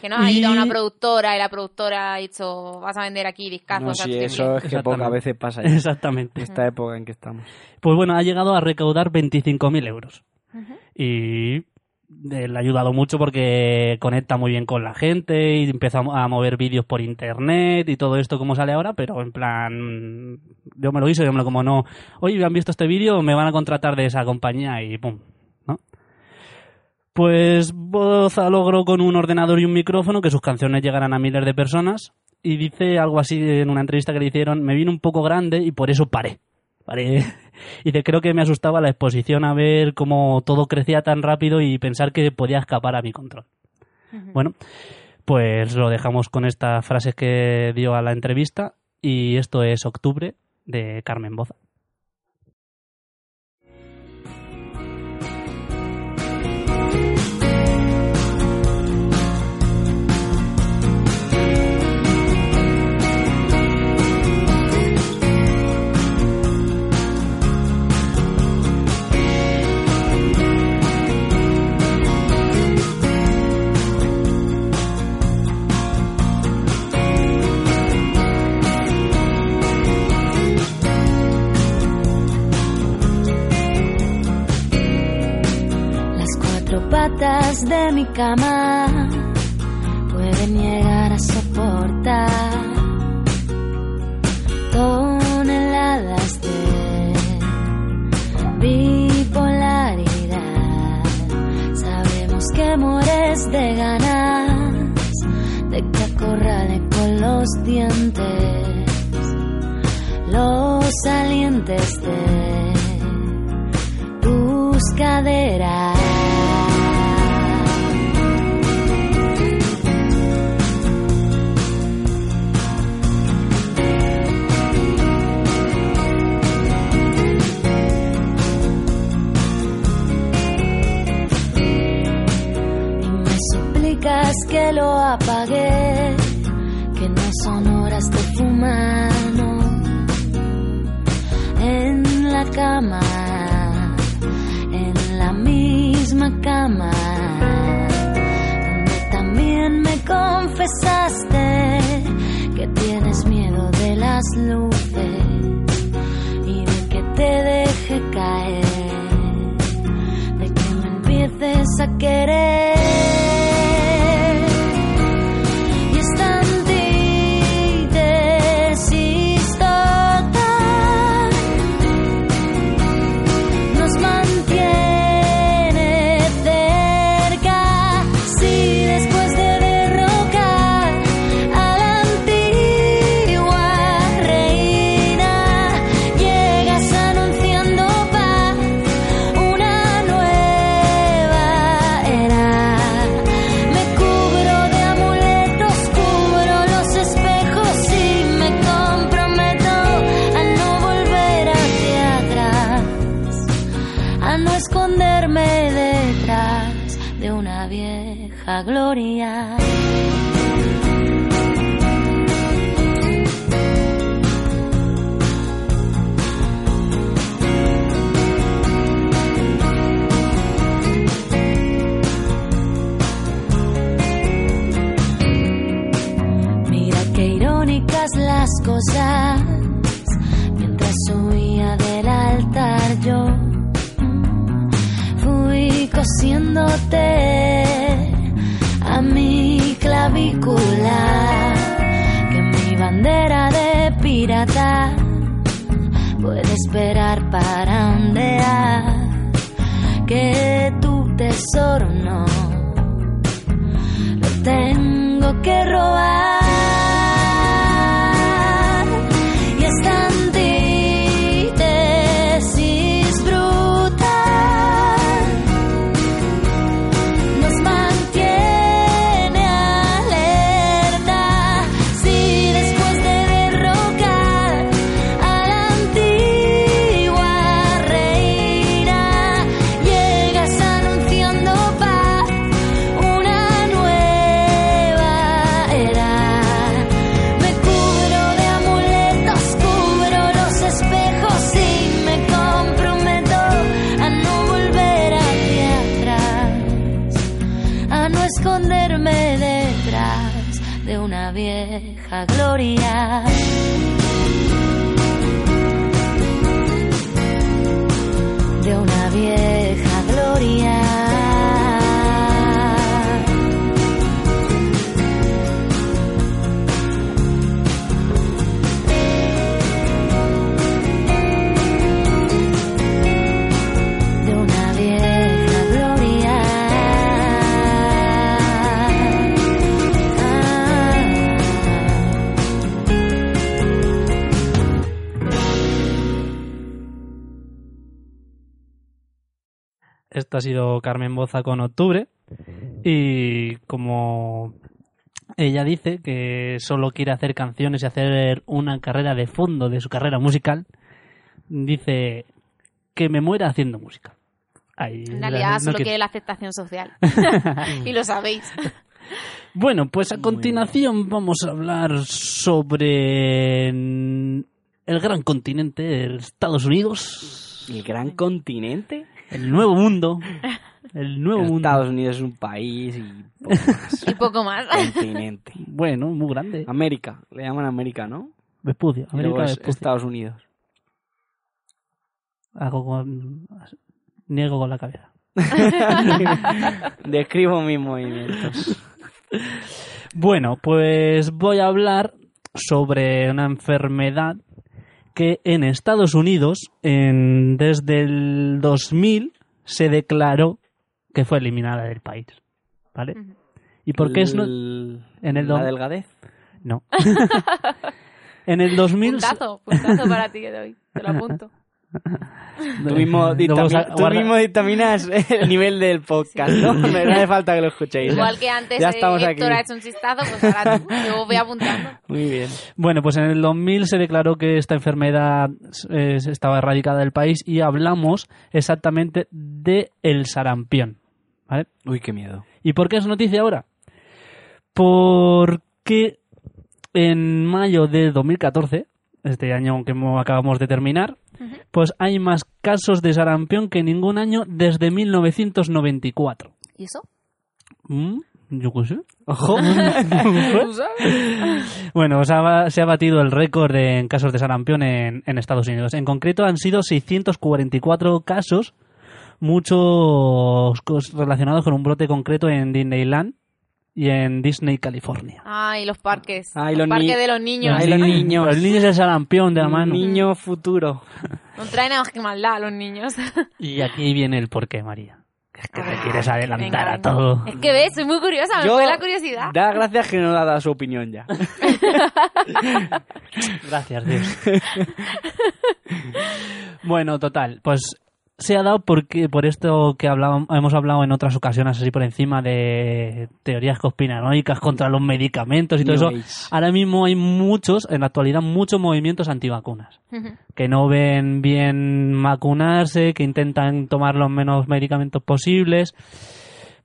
Speaker 8: Que no ha ido a una
Speaker 7: Y-
Speaker 8: productora y la productora ha dicho, vas a vender aquí discazos.
Speaker 9: No,
Speaker 8: a tu
Speaker 9: sí,
Speaker 8: cliente".
Speaker 9: eso es que
Speaker 7: Exactamente.
Speaker 9: pocas veces pasa ya, en
Speaker 7: Exactamente.
Speaker 9: esta época en que estamos.
Speaker 7: Pues bueno, ha llegado a recaudar 25.000 euros.
Speaker 8: Ujú.
Speaker 7: Y eh, le ha ayudado mucho porque conecta muy bien con la gente y empieza a mo- a mover vídeos por internet y todo esto como sale ahora, pero en plan, yo me lo hice, yo me lo como no, oye, ¿han visto este vídeo? Me van a contratar de esa compañía y pum, ¿no? Pues Boza logró con un ordenador y un micrófono que sus canciones llegaran a miles de personas y dice algo así en una entrevista que le hicieron, me vino un poco grande y por eso paré. Paré y te creo que me asustaba la exposición a ver cómo todo crecía tan rápido y pensar que podía escapar a mi control.
Speaker 8: Ujú.
Speaker 7: Bueno, pues lo dejamos con estas frases que dio a la entrevista y esto es Octubre de Carmen Boza.
Speaker 2: Las cuatro patas de mi cama pueden llegar a soportar toneladas de bipolaridad. Sabemos que mueres de ganas de que acorralen con los dientes los salientes de tus caderas. Y me suplicas que lo apague, que no son horas de fumar, no. En la cama en la misma cama, donde también me confesaste que tienes miedo de las luces y de que te deje caer, de que me empieces a querer y esta antítesis total nos mantiene cerca. Si después de derrocar a la antigua reina, llegas anunciando paz, una nueva era. Me cubro de amuletos, cubro los espejos y me comprometo a no volver hacia atrás a no esconderme detrás de una vieja gloria. Mira qué irónicas las cosas. Mientras subía del altar yo fui cosiéndote a mi clavícula, que mi bandera de pirata puede esperar para ondear, que tu tesoro no lo tengo que robar. Y esta antítesis brutal de una vieja gloria. De una vieja gloria. De una vieja gloria. Ah.
Speaker 7: Esto ha sido Carmen Boza con Octubre. Y como ella dice que solo quiere hacer canciones y hacer una carrera de fondo de su carrera musical, dice que me muera haciendo música. Ahí,
Speaker 8: En
Speaker 7: la-
Speaker 8: realidad
Speaker 7: no
Speaker 8: solo
Speaker 7: quiere-
Speaker 8: quiere la aceptación social. y lo sabéis.
Speaker 7: Bueno, pues a continuación vamos a hablar sobre mm, el gran continente de Estados Unidos,
Speaker 9: ¿El gran continente?
Speaker 7: el nuevo mundo, el nuevo mundo.
Speaker 9: Estados Unidos es un país y poco más.
Speaker 8: Y poco más.
Speaker 9: continente.
Speaker 7: Bueno, muy grande.
Speaker 9: América, le llaman América, ¿no?
Speaker 7: Vespucio,
Speaker 9: Y luego
Speaker 7: América
Speaker 9: es
Speaker 7: Vespucio.
Speaker 9: Estados Unidos.
Speaker 7: Hago con... Niego con la cabeza.
Speaker 9: Describo mis movimientos.
Speaker 7: Bueno, pues voy a hablar sobre una enfermedad que en Estados Unidos, en- desde el 2000, se declaró que fue eliminada del país. ¿Vale?
Speaker 8: Ujú.
Speaker 7: ¿Y por qué es no-
Speaker 9: El-
Speaker 7: en el
Speaker 9: la
Speaker 7: don-
Speaker 9: delgadez?
Speaker 7: No. en el 2000... se-
Speaker 8: Puntazo, puntazo para ti que doy. Te lo apunto.
Speaker 9: Tú mismo,
Speaker 7: Lo vamos a
Speaker 9: dictami- tú
Speaker 7: guardar-
Speaker 9: mismo dictaminas el nivel del podcast, ¿no? No hace falta que lo escuchéis.
Speaker 8: Igual que antes
Speaker 9: Ya
Speaker 8: eh,
Speaker 9: estamos aquí.
Speaker 8: Héctor ha hecho un chistazo, pues ahora tú. yo voy apuntando.
Speaker 9: Muy bien.
Speaker 7: Bueno, pues en el 2000 se declaró que esta enfermedad eh, estaba erradicada del país y hablamos exactamente de el sarampión. ¿Vale?
Speaker 9: Uy, qué miedo.
Speaker 7: ¿Y por qué es noticia ahora? Porque en mayo de 2014, este año que mo- acabamos de terminar, pues hay más casos de sarampión que ningún año desde 1994.
Speaker 8: ¿Y eso?
Speaker 7: ¿Mm? Yo qué sé.
Speaker 9: Ojo.
Speaker 8: ¿Tú sabes?
Speaker 7: Bueno, se ha, ba- se ha batido el récord de- en casos de sarampión en, en Estados Unidos. En concreto han sido 644 casos, muchos cos- relacionados con un brote concreto en Disneyland y en Disney, California.
Speaker 8: Ay, los parques.
Speaker 9: Ay,
Speaker 8: los
Speaker 9: los
Speaker 8: parques
Speaker 9: ni-
Speaker 8: de los niños.
Speaker 9: Ay, los
Speaker 7: Ni-
Speaker 9: niños.
Speaker 7: Los niños del sarampión de la
Speaker 9: Ah,
Speaker 7: mano.
Speaker 9: Niño futuro.
Speaker 8: No traen nada más que maldad a los niños.
Speaker 7: Y aquí viene el porqué, María. Es que te
Speaker 8: Ay,
Speaker 7: quieres adelantar
Speaker 8: Ah, venga,
Speaker 7: a
Speaker 8: venga.
Speaker 7: todo.
Speaker 8: Es que ves, soy muy curiosa, Ah, me
Speaker 9: Yo-
Speaker 8: fue la curiosidad.
Speaker 9: Da gracias que no ha dado su opinión ya.
Speaker 7: Gracias, Dios. bueno, total, pues se ha dado porque por esto que hablábamos, hemos hablado en otras ocasiones así por encima de teorías conspiranoicas contra los medicamentos y todo
Speaker 9: New
Speaker 7: eso.
Speaker 9: Age.
Speaker 7: Ahora mismo hay muchos, en la actualidad, muchos movimientos antivacunas que no ven bien vacunarse, que intentan tomar los menos medicamentos posibles,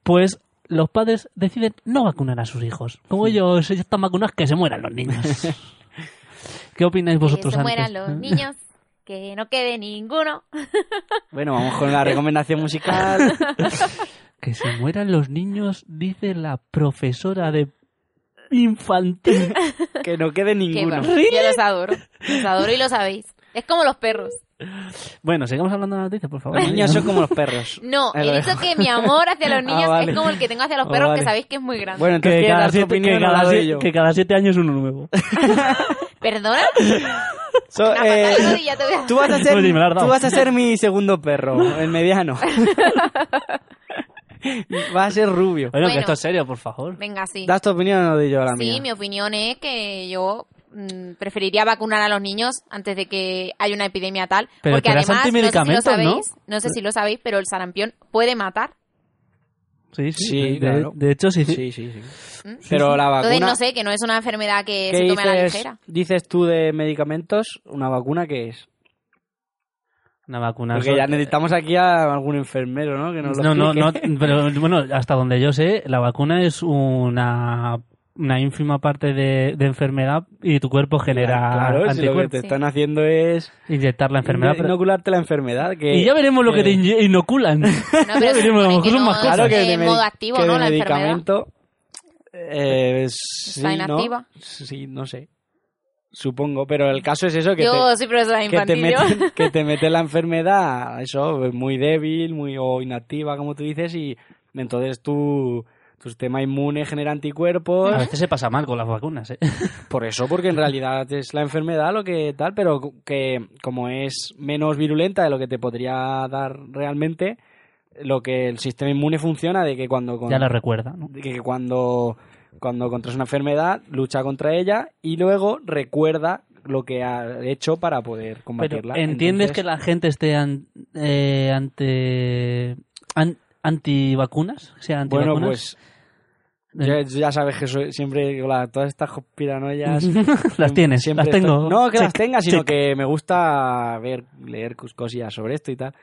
Speaker 7: pues los padres deciden no vacunar a sus hijos. Como ellos ya están vacunados, que se mueran los niños. ¿Qué opináis vosotros
Speaker 8: que se mueran
Speaker 7: antes?
Speaker 8: los niños, que no quede ninguno.
Speaker 9: Bueno, vamos con la recomendación musical.
Speaker 7: Que se mueran los niños, dice la profesora de infantil.
Speaker 9: Que no quede
Speaker 8: Que
Speaker 9: ninguno.
Speaker 8: vamos, yo los adoro. Los adoro y lo sabéis. Es como los perros.
Speaker 7: Bueno, sigamos hablando de la noticia, por favor.
Speaker 9: Los niños son como los perros.
Speaker 8: No,
Speaker 9: Ahí lo
Speaker 8: he dicho
Speaker 9: dejo. Ah,
Speaker 8: que mi amor hacia los niños
Speaker 9: vale.
Speaker 8: es como el que tengo hacia los
Speaker 9: Ah,
Speaker 8: perros,
Speaker 9: vale.
Speaker 8: que sabéis que es muy grande.
Speaker 9: Bueno, entonces
Speaker 7: Que
Speaker 9: ¿quieres
Speaker 7: cada,
Speaker 9: dar tu
Speaker 7: siete,
Speaker 9: opinión
Speaker 7: que
Speaker 9: o la
Speaker 7: cada
Speaker 9: doy
Speaker 7: siete-
Speaker 9: yo?
Speaker 7: que cada siete años uno nuevo.
Speaker 8: ¿Perdona?
Speaker 9: So,
Speaker 8: Una
Speaker 9: eh,
Speaker 8: patada y ya te voy a-
Speaker 9: tú, vas a ser,
Speaker 7: Oye, me la has dado.
Speaker 9: tú vas a ser mi segundo perro, el mediano. Va a ser rubio.
Speaker 7: Bueno, que
Speaker 8: Bueno.
Speaker 7: esto es serio, por favor.
Speaker 8: Venga, sí.
Speaker 9: ¿Das tu opinión o no doy yo la mía?
Speaker 8: Sí, mi opinión es que yo mm, preferiría vacunar a los niños antes de que haya una epidemia tal.
Speaker 7: Pero
Speaker 8: porque
Speaker 7: te das
Speaker 8: además, no sé si lo
Speaker 7: antimedicamentos, ¿no?
Speaker 8: sabéis, no sé si lo sabéis, pero el sarampión puede matar.
Speaker 7: Sí, sí.
Speaker 9: Sí,
Speaker 7: de,
Speaker 9: claro.
Speaker 7: de hecho, sí, sí.
Speaker 9: Sí, sí, sí.
Speaker 8: ¿m?
Speaker 9: Pero la vacuna...
Speaker 8: Entonces, no sé, que no es una enfermedad que
Speaker 9: ¿qué
Speaker 8: se tome a la
Speaker 9: dices-
Speaker 8: ligera.
Speaker 9: dices tú de medicamentos? ¿Una vacuna qué es?
Speaker 7: Una vacuna.
Speaker 9: Porque ya necesitamos aquí a algún enfermero, ¿no? Que nos lo
Speaker 7: No, no, no,
Speaker 9: explique.
Speaker 7: pero bueno, hasta donde yo sé, la vacuna es una, una ínfima parte de, de enfermedad y tu cuerpo genera
Speaker 9: Claro, si lo que
Speaker 7: anticuerpos.
Speaker 9: te
Speaker 8: Sí.
Speaker 9: están haciendo es
Speaker 7: Inyectar la enfermedad. pero-
Speaker 9: inocularte la enfermedad. Que...
Speaker 7: Y ya veremos lo que
Speaker 9: eh,
Speaker 7: te inye- inoculan.
Speaker 8: No, pero
Speaker 7: Ya veremos, a lo
Speaker 8: supone
Speaker 7: mejor
Speaker 8: que
Speaker 7: son más
Speaker 8: no-
Speaker 7: cosas.
Speaker 8: Claro que- en
Speaker 9: Ah, de
Speaker 8: modo
Speaker 9: medi-
Speaker 8: activo,
Speaker 9: que
Speaker 8: ¿no?
Speaker 9: de
Speaker 8: La enfermedad.
Speaker 9: medicamento Eh, sí,
Speaker 8: ¿Está
Speaker 9: ¿no?
Speaker 8: inactiva?
Speaker 9: Sí, no sé. Supongo, pero el caso es eso, que
Speaker 8: Yo
Speaker 9: te,
Speaker 8: soy profesora
Speaker 9: que, te
Speaker 8: infantil. yo.
Speaker 9: mete, que te mete la enfermedad, eso, pues, muy débil, muy o inactiva, como tú dices, y entonces tu, tu sistema inmune genera anticuerpos.
Speaker 7: A veces se pasa mal con las vacunas, ¿eh?
Speaker 9: Por eso, porque en realidad es la enfermedad lo que tal, pero que como es menos virulenta de lo que te podría dar realmente, lo que el sistema inmune funciona de que cuando con-
Speaker 7: Ya la recuerda, ¿no?
Speaker 9: de que cuando cuando contraes una enfermedad lucha contra ella y luego recuerda lo que ha hecho para poder
Speaker 7: Pero
Speaker 9: combatirla. Entonces,
Speaker 7: ¿entiendes que la gente esté an- eh, ante... an- antivacunas? O sea, antivacunas.
Speaker 9: bueno pues ya, ya sabes que soy- siempre digo, la- todas estas paranoias
Speaker 7: las tienes,
Speaker 9: Siempre
Speaker 7: las tengo.
Speaker 9: estoy- No que las
Speaker 7: Check,
Speaker 9: tenga, sino
Speaker 7: check.
Speaker 9: que me gusta ver, leer cos- cosillas sobre esto y tal.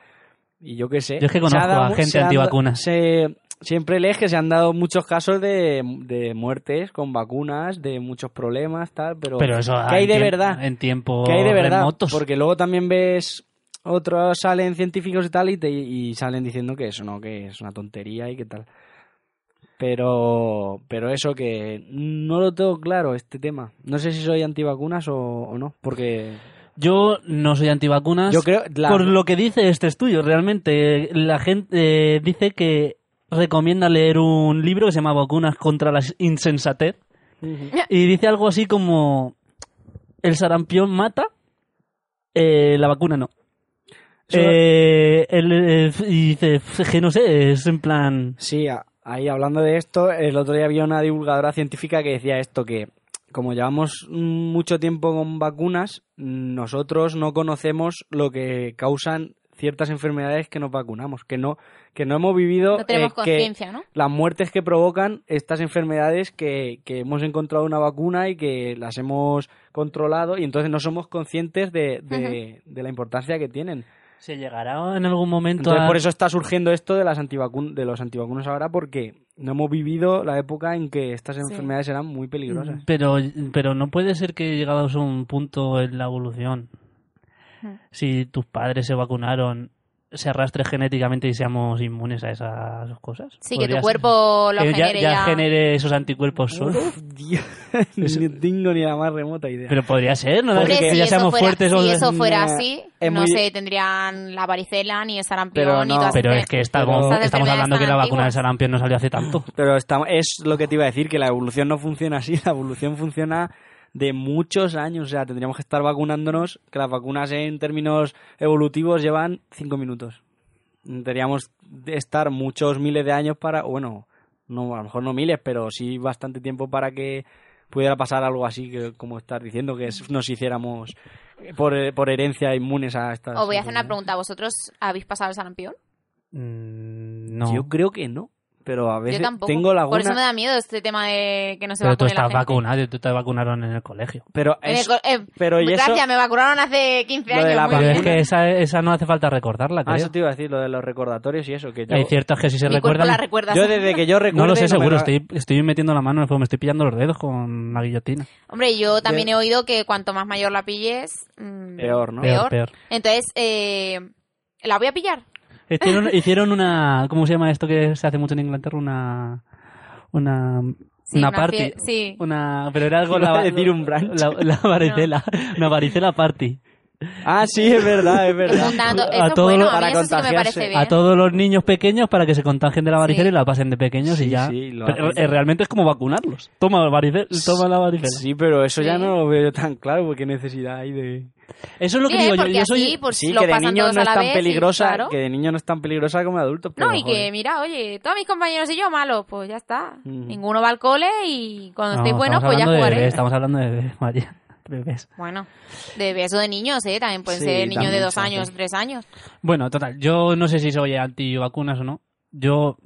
Speaker 9: Y yo qué sé.
Speaker 7: Yo es que
Speaker 9: Se ha
Speaker 7: conozco
Speaker 9: dado
Speaker 7: a
Speaker 9: mu-
Speaker 7: gente
Speaker 9: se han da-
Speaker 7: antivacuna.
Speaker 9: se- siempre lees que se han dado muchos casos de, de muertes con vacunas, de muchos problemas, tal, pero,
Speaker 7: Pero eso
Speaker 9: ¿qué hay
Speaker 7: en
Speaker 9: de
Speaker 7: tiemp-
Speaker 9: verdad?
Speaker 7: En tiempo
Speaker 9: que hay de verdad.
Speaker 7: remotos.
Speaker 9: Porque luego también ves otros salen científicos y tal y, te- y salen diciendo que eso no, que es una tontería y que tal. Pero, pero eso que no lo tengo claro este tema. No sé si soy antivacunas o, o no, porque
Speaker 7: Yo no soy antivacunas.
Speaker 9: yo creo la-
Speaker 7: Por lo que dice este estudio, realmente, la gente eh, dice que recomienda leer un libro que se llama Vacunas contra la insensatez. Y dice algo así como: El sarampión mata, eh, la vacuna no.
Speaker 9: Eso-
Speaker 7: Eh, el- el- y dice: "Pf, que no sé, es en plan.
Speaker 9: Sí, a- ahí hablando de esto, el otro día había una divulgadora científica que decía esto, que como llevamos mucho tiempo con vacunas, nosotros no conocemos lo que causan ciertas enfermedades que nos vacunamos, que no, que no hemos vivido
Speaker 8: No tenemos
Speaker 9: eh, que
Speaker 8: conciencia, ¿no?
Speaker 9: las muertes que provocan estas enfermedades que, que hemos encontrado una vacuna y que las hemos controlado y entonces no somos conscientes de, de- de la importancia que tienen.
Speaker 7: ¿Se llegará en algún momento
Speaker 9: Entonces,
Speaker 7: a.?
Speaker 9: por eso está surgiendo esto de, las antivacu- de los antivacunas ahora, porque no hemos vivido la época en que estas enfermedades eran muy peligrosas.
Speaker 7: Mm, Pero, pero no puede ser que llegados a un punto en la evolución,
Speaker 8: Ujú.
Speaker 7: si tus padres se vacunaron, se arrastre genéticamente y seamos inmunes a esas cosas.
Speaker 8: Sí, que
Speaker 7: Podría
Speaker 8: tu
Speaker 7: ser.
Speaker 8: cuerpo lo
Speaker 7: Que ya,
Speaker 8: genere
Speaker 7: ya
Speaker 8: ya.
Speaker 7: genere esos anticuerpos solo.
Speaker 9: Uf, Dios, ni tengo ni la más remota idea.
Speaker 7: Pero podría ser, ¿no?
Speaker 8: Hombre,
Speaker 7: que
Speaker 8: si
Speaker 7: ya
Speaker 8: eso
Speaker 7: seamos
Speaker 8: fuera-
Speaker 7: fuertes. o-
Speaker 8: Si eso fuera
Speaker 9: Nah,
Speaker 8: así,
Speaker 9: es
Speaker 8: no
Speaker 9: muy-
Speaker 8: sé, tendrían la varicela, ni el sarampión,
Speaker 9: Pero
Speaker 8: ni
Speaker 9: no.
Speaker 8: todas
Speaker 7: Pero
Speaker 8: esas-
Speaker 7: es que estamos,
Speaker 9: Esas
Speaker 7: estamos
Speaker 8: enfermedades
Speaker 7: hablando que
Speaker 8: tan
Speaker 7: la vacuna del
Speaker 8: antiguas.
Speaker 7: sarampión no salió hace tanto.
Speaker 9: Pero está- es lo que te iba a decir, que la evolución no funciona así, la evolución funciona de muchos años, o sea, tendríamos que estar vacunándonos, que las vacunas en términos evolutivos llevan cinco minutos. Tendríamos de estar muchos miles de años para, bueno, no, a lo mejor no miles, pero sí bastante tiempo para que pudiera pasar algo así, que, como estás diciendo, que es- nos hiciéramos por, por herencia inmunes a estas...
Speaker 8: Os voy a hacer una
Speaker 9: enfermedades.
Speaker 8: pregunta. ¿Vosotros habéis pasado el sarampión?
Speaker 7: Mm, No.
Speaker 9: Yo creo que no, pero a veces
Speaker 8: Yo tampoco.
Speaker 9: tengo la
Speaker 8: Por eso me da miedo este tema de que no se
Speaker 7: Pero tú
Speaker 8: vacune la
Speaker 7: estás
Speaker 8: gente.
Speaker 7: vacunado, tú te vacunaron en el colegio.
Speaker 9: Pero
Speaker 8: En el
Speaker 9: es-
Speaker 8: co- eh,
Speaker 9: pero y eso-
Speaker 8: gracias, me vacunaron hace 15
Speaker 9: Lo de
Speaker 8: años.
Speaker 9: la
Speaker 8: muy
Speaker 7: Pero
Speaker 8: bien.
Speaker 7: es que esa, esa no hace falta recordarla,
Speaker 9: Ah,
Speaker 7: creo.
Speaker 9: eso te iba a decir, lo de los recordatorios y eso. Que yo,
Speaker 7: Hay ciertas que si se
Speaker 8: Mi cuerpo
Speaker 7: recuerdan...
Speaker 8: la recuerda.
Speaker 9: yo desde que yo recuerdo.
Speaker 7: No lo sé seguro, estoy, estoy metiendo la mano en el fuego, me estoy pillando los dedos con la guillotina.
Speaker 8: Hombre, yo también he oído que cuanto más mayor la pilles... mm,
Speaker 9: Peor, ¿no?
Speaker 7: Peor, peor.
Speaker 8: Entonces, eh, ¿la voy a pillar?
Speaker 7: Hicieron, hicieron una... ¿Cómo se llama esto que se hace mucho en Inglaterra? Una... Una...
Speaker 8: Sí,
Speaker 7: una
Speaker 8: una
Speaker 7: party.
Speaker 8: fie- sí.
Speaker 7: Una, pero era algo...
Speaker 9: Iba
Speaker 7: La,
Speaker 9: a decir un brunch.
Speaker 7: La, la varicela. Una varicela party.
Speaker 9: Ah, sí, es verdad, es
Speaker 8: Que
Speaker 9: verdad.
Speaker 8: juntando-
Speaker 7: A
Speaker 8: eso es
Speaker 7: todo
Speaker 8: bueno,
Speaker 7: lo-
Speaker 8: a mí
Speaker 9: para
Speaker 8: eso sí que me
Speaker 9: contagiarse.
Speaker 8: parece bien.
Speaker 7: A todos los niños pequeños para que se contagien de la varicela
Speaker 8: Sí.
Speaker 7: y la pasen de pequeños
Speaker 9: Sí,
Speaker 7: y ya...
Speaker 9: sí, lo
Speaker 7: Pero,
Speaker 9: hacen.
Speaker 7: eh, realmente es como vacunarlos. Toma, varicela, toma la varicela.
Speaker 9: Sí, pero eso ya
Speaker 8: Sí.
Speaker 9: no lo veo tan claro, porque necesidad hay de.
Speaker 7: Eso es lo que
Speaker 8: Bien,
Speaker 7: digo yo.
Speaker 8: porque
Speaker 7: yo soy...
Speaker 8: así pues,
Speaker 9: sí,
Speaker 8: lo
Speaker 9: que de
Speaker 8: pasan
Speaker 9: niño
Speaker 8: todos
Speaker 9: no
Speaker 8: a
Speaker 9: es
Speaker 8: la
Speaker 9: tan
Speaker 8: vez y,
Speaker 9: peligrosa,
Speaker 8: claro.
Speaker 9: que de niño no es tan peligrosa como de adultos. Pero,
Speaker 8: No, y que
Speaker 9: joder.
Speaker 8: mira, oye, todos mis compañeros y yo malos, pues ya está.
Speaker 9: Mm.
Speaker 8: Ninguno va al cole y cuando estéis
Speaker 7: No,
Speaker 8: buenos,
Speaker 7: estamos
Speaker 8: pues ya
Speaker 7: hablando de
Speaker 8: jugaré.
Speaker 7: bebés, estamos hablando de bebés, María. Bebés.
Speaker 8: Bueno, de beso de niños, ¿eh? También pueden
Speaker 9: Sí,
Speaker 8: ser niños de
Speaker 9: también
Speaker 8: dos
Speaker 9: se hace.
Speaker 8: años, tres años.
Speaker 7: Bueno, total, yo no sé si soy antivacunas o no. Yo,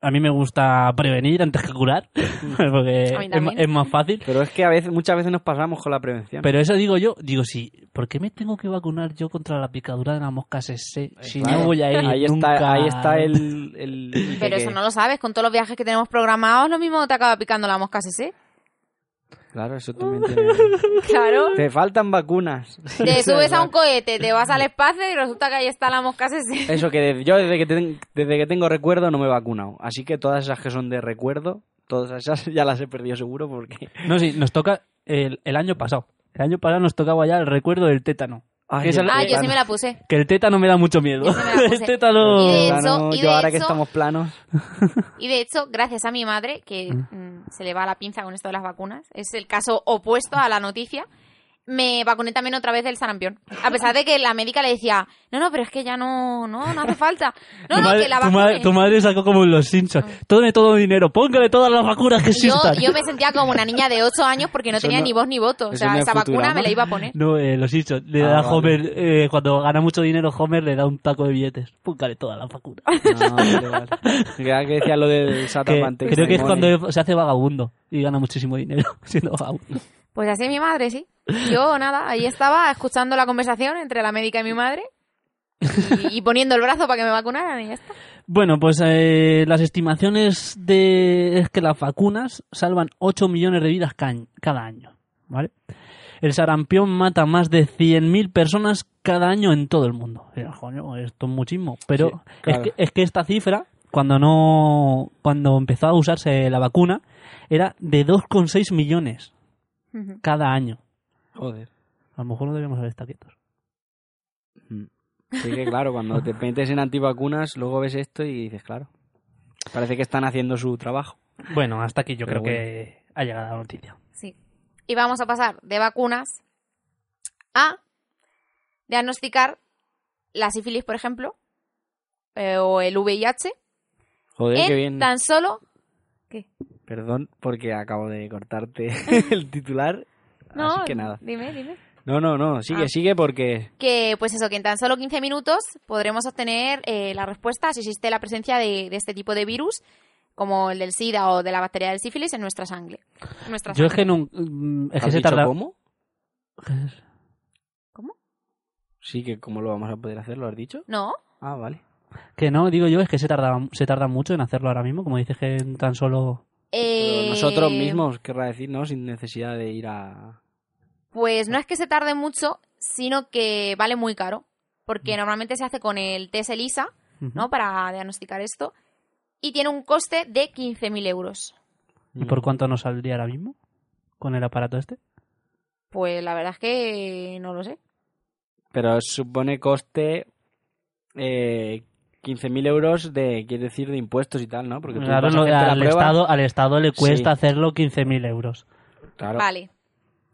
Speaker 7: a mí me gusta prevenir antes que curar, porque
Speaker 8: Mm. A mí
Speaker 7: es, ma-
Speaker 8: también.
Speaker 7: es más fácil.
Speaker 9: Pero es que a veces, muchas veces nos pasamos con la prevención.
Speaker 7: Pero eso digo yo, digo sí, ¿por qué me tengo que vacunar yo contra la picadura de la mosca ese? Si
Speaker 9: Claro.
Speaker 7: no voy a ir
Speaker 9: ahí
Speaker 7: nunca.
Speaker 9: Está, ahí está el. el- el
Speaker 8: Pero
Speaker 9: que-
Speaker 8: eso no lo sabes, con todos los viajes que tenemos programados, lo mismo te acaba picando la mosca CC.
Speaker 9: Claro, eso también tiene.
Speaker 8: Claro.
Speaker 9: Te faltan vacunas.
Speaker 8: Te
Speaker 9: Eso es
Speaker 8: subes a un
Speaker 9: verdad.
Speaker 8: cohete, te vas al espacio y resulta que ahí está la mosca CC.
Speaker 9: Eso que de- yo desde que, ten- desde que tengo recuerdo no me he vacunado. Así que todas esas que son de recuerdo, Todas esas ya las he perdido seguro porque...
Speaker 7: No, sí, nos toca el, el año pasado. El año pasado nos tocaba ya el recuerdo del tétano.
Speaker 9: Ay,
Speaker 7: Que esa
Speaker 9: el
Speaker 7: la-
Speaker 8: Ah, yo sí
Speaker 9: tétano.
Speaker 8: me la puse.
Speaker 7: Que el tétano me da mucho miedo.
Speaker 8: Yo me la puse.
Speaker 7: el tétano...
Speaker 8: Y de
Speaker 9: Plano,
Speaker 8: eso- y
Speaker 9: yo
Speaker 8: de
Speaker 9: ahora que
Speaker 8: eso-
Speaker 9: estamos planos...
Speaker 8: Y de hecho, gracias a mi madre, que mm, se le va la pinza con esto de las vacunas, es el caso opuesto a la noticia, me vacuné también otra vez del sarampión. A pesar de que la médica le decía, no, no, pero es que ya no, no, no hace falta. No,
Speaker 7: tu,
Speaker 8: no,
Speaker 7: madre,
Speaker 8: que la
Speaker 7: tu
Speaker 8: vacuna...
Speaker 7: madre- tu madre sacó como en los Simpsons. Tómame todo mi dinero, póngale todas las vacunas que
Speaker 8: yo,
Speaker 7: existan.
Speaker 8: yo me sentía como una niña de 8 años porque no
Speaker 9: Eso
Speaker 8: tenía
Speaker 9: no-
Speaker 8: ni voz ni voto. O
Speaker 9: eso
Speaker 8: sea,
Speaker 9: no es
Speaker 8: esa vacuna
Speaker 9: Futurama.
Speaker 8: me la iba a poner.
Speaker 7: No, eh, los Simpsons. Le
Speaker 9: Ah,
Speaker 7: da
Speaker 9: vale.
Speaker 7: Homer, eh, cuando gana mucho dinero, Homer le da un taco de billetes. Póngale todas las vacunas.
Speaker 9: No, vale, vale. Ya que decía lo del
Speaker 7: Que-
Speaker 9: Satamante.
Speaker 7: creo que es cuando se hace vagabundo y gana muchísimo dinero siendo vagabundo.
Speaker 8: Pues así mi madre, sí. Yo nada, ahí estaba escuchando la conversación entre la médica y mi madre y, y poniendo el brazo para que me vacunaran y ya está.
Speaker 7: Bueno, pues eh, las estimaciones de es que las vacunas salvan 8 millones de vidas ca- cada año, ¿vale? El sarampión mata más de 100.000 personas cada año en todo el mundo. Eh, Coño, esto es muchísimo, pero
Speaker 9: Sí, claro.
Speaker 7: es, que, es que esta cifra cuando no cuando empezó a usarse la vacuna era de 2,6 millones
Speaker 8: Ujú.
Speaker 7: cada año.
Speaker 9: Joder.
Speaker 7: A lo mejor no debíamos haber estado quietos.
Speaker 9: Sí que claro, cuando te metes en antivacunas, luego ves esto y dices, claro. Parece que están haciendo su trabajo.
Speaker 7: Bueno, hasta aquí yo
Speaker 9: Pero
Speaker 7: creo que ha llegado la noticia.
Speaker 8: Sí. Y vamos a pasar de vacunas a diagnosticar la sífilis, por ejemplo, eh, o el VIH
Speaker 9: Joder, qué
Speaker 8: en
Speaker 9: bien.
Speaker 8: tan solo
Speaker 9: Perdón porque acabo de cortarte el titular.
Speaker 8: no,
Speaker 9: Así que nada.
Speaker 8: dime, dime.
Speaker 9: No, no, no, sigue,
Speaker 8: Ah.
Speaker 9: sigue porque...
Speaker 8: Que pues eso, que en tan solo 15 minutos podremos obtener eh, la respuesta si existe la presencia de, de este tipo de virus como el del SIDA o de la bacteria del sífilis en nuestra sangre. En nuestra
Speaker 7: Yo es
Speaker 8: sangre.
Speaker 7: que no mm, es que
Speaker 9: ¿Has
Speaker 7: se
Speaker 9: dicho
Speaker 7: tarda
Speaker 9: cómo?
Speaker 8: ¿Cómo?
Speaker 9: Sí, que cómo lo vamos a poder hacer, ¿lo has dicho?
Speaker 8: No,
Speaker 9: Ah, vale.
Speaker 7: Que no, digo yo, es que se tarda, se tarda mucho en hacerlo ahora mismo, como dices que en tan solo...
Speaker 8: eh,
Speaker 9: Pero nosotros mismos, querrá decir, ¿no? Sin necesidad de ir a...
Speaker 8: Pues no es que se tarde mucho, sino que vale muy caro. Porque normalmente se hace con el test ELISA, ¿no? Para diagnosticar esto. Y tiene un coste de 15.000 euros.
Speaker 7: ¿Y
Speaker 9: Mm.
Speaker 7: por cuánto nos saldría ahora mismo con el aparato este?
Speaker 8: Pues la verdad es que no lo sé.
Speaker 9: Pero supone coste eh, 15.000 euros de, quiere decir, de impuestos y tal, ¿no? Porque tú
Speaker 7: Claro,
Speaker 9: vas a
Speaker 7: no,
Speaker 9: hacerte la
Speaker 7: al,
Speaker 9: prueba-
Speaker 7: estado, al Estado le cuesta
Speaker 9: Sí.
Speaker 7: hacerlo 15.000 euros.
Speaker 9: Claro.
Speaker 8: Vale.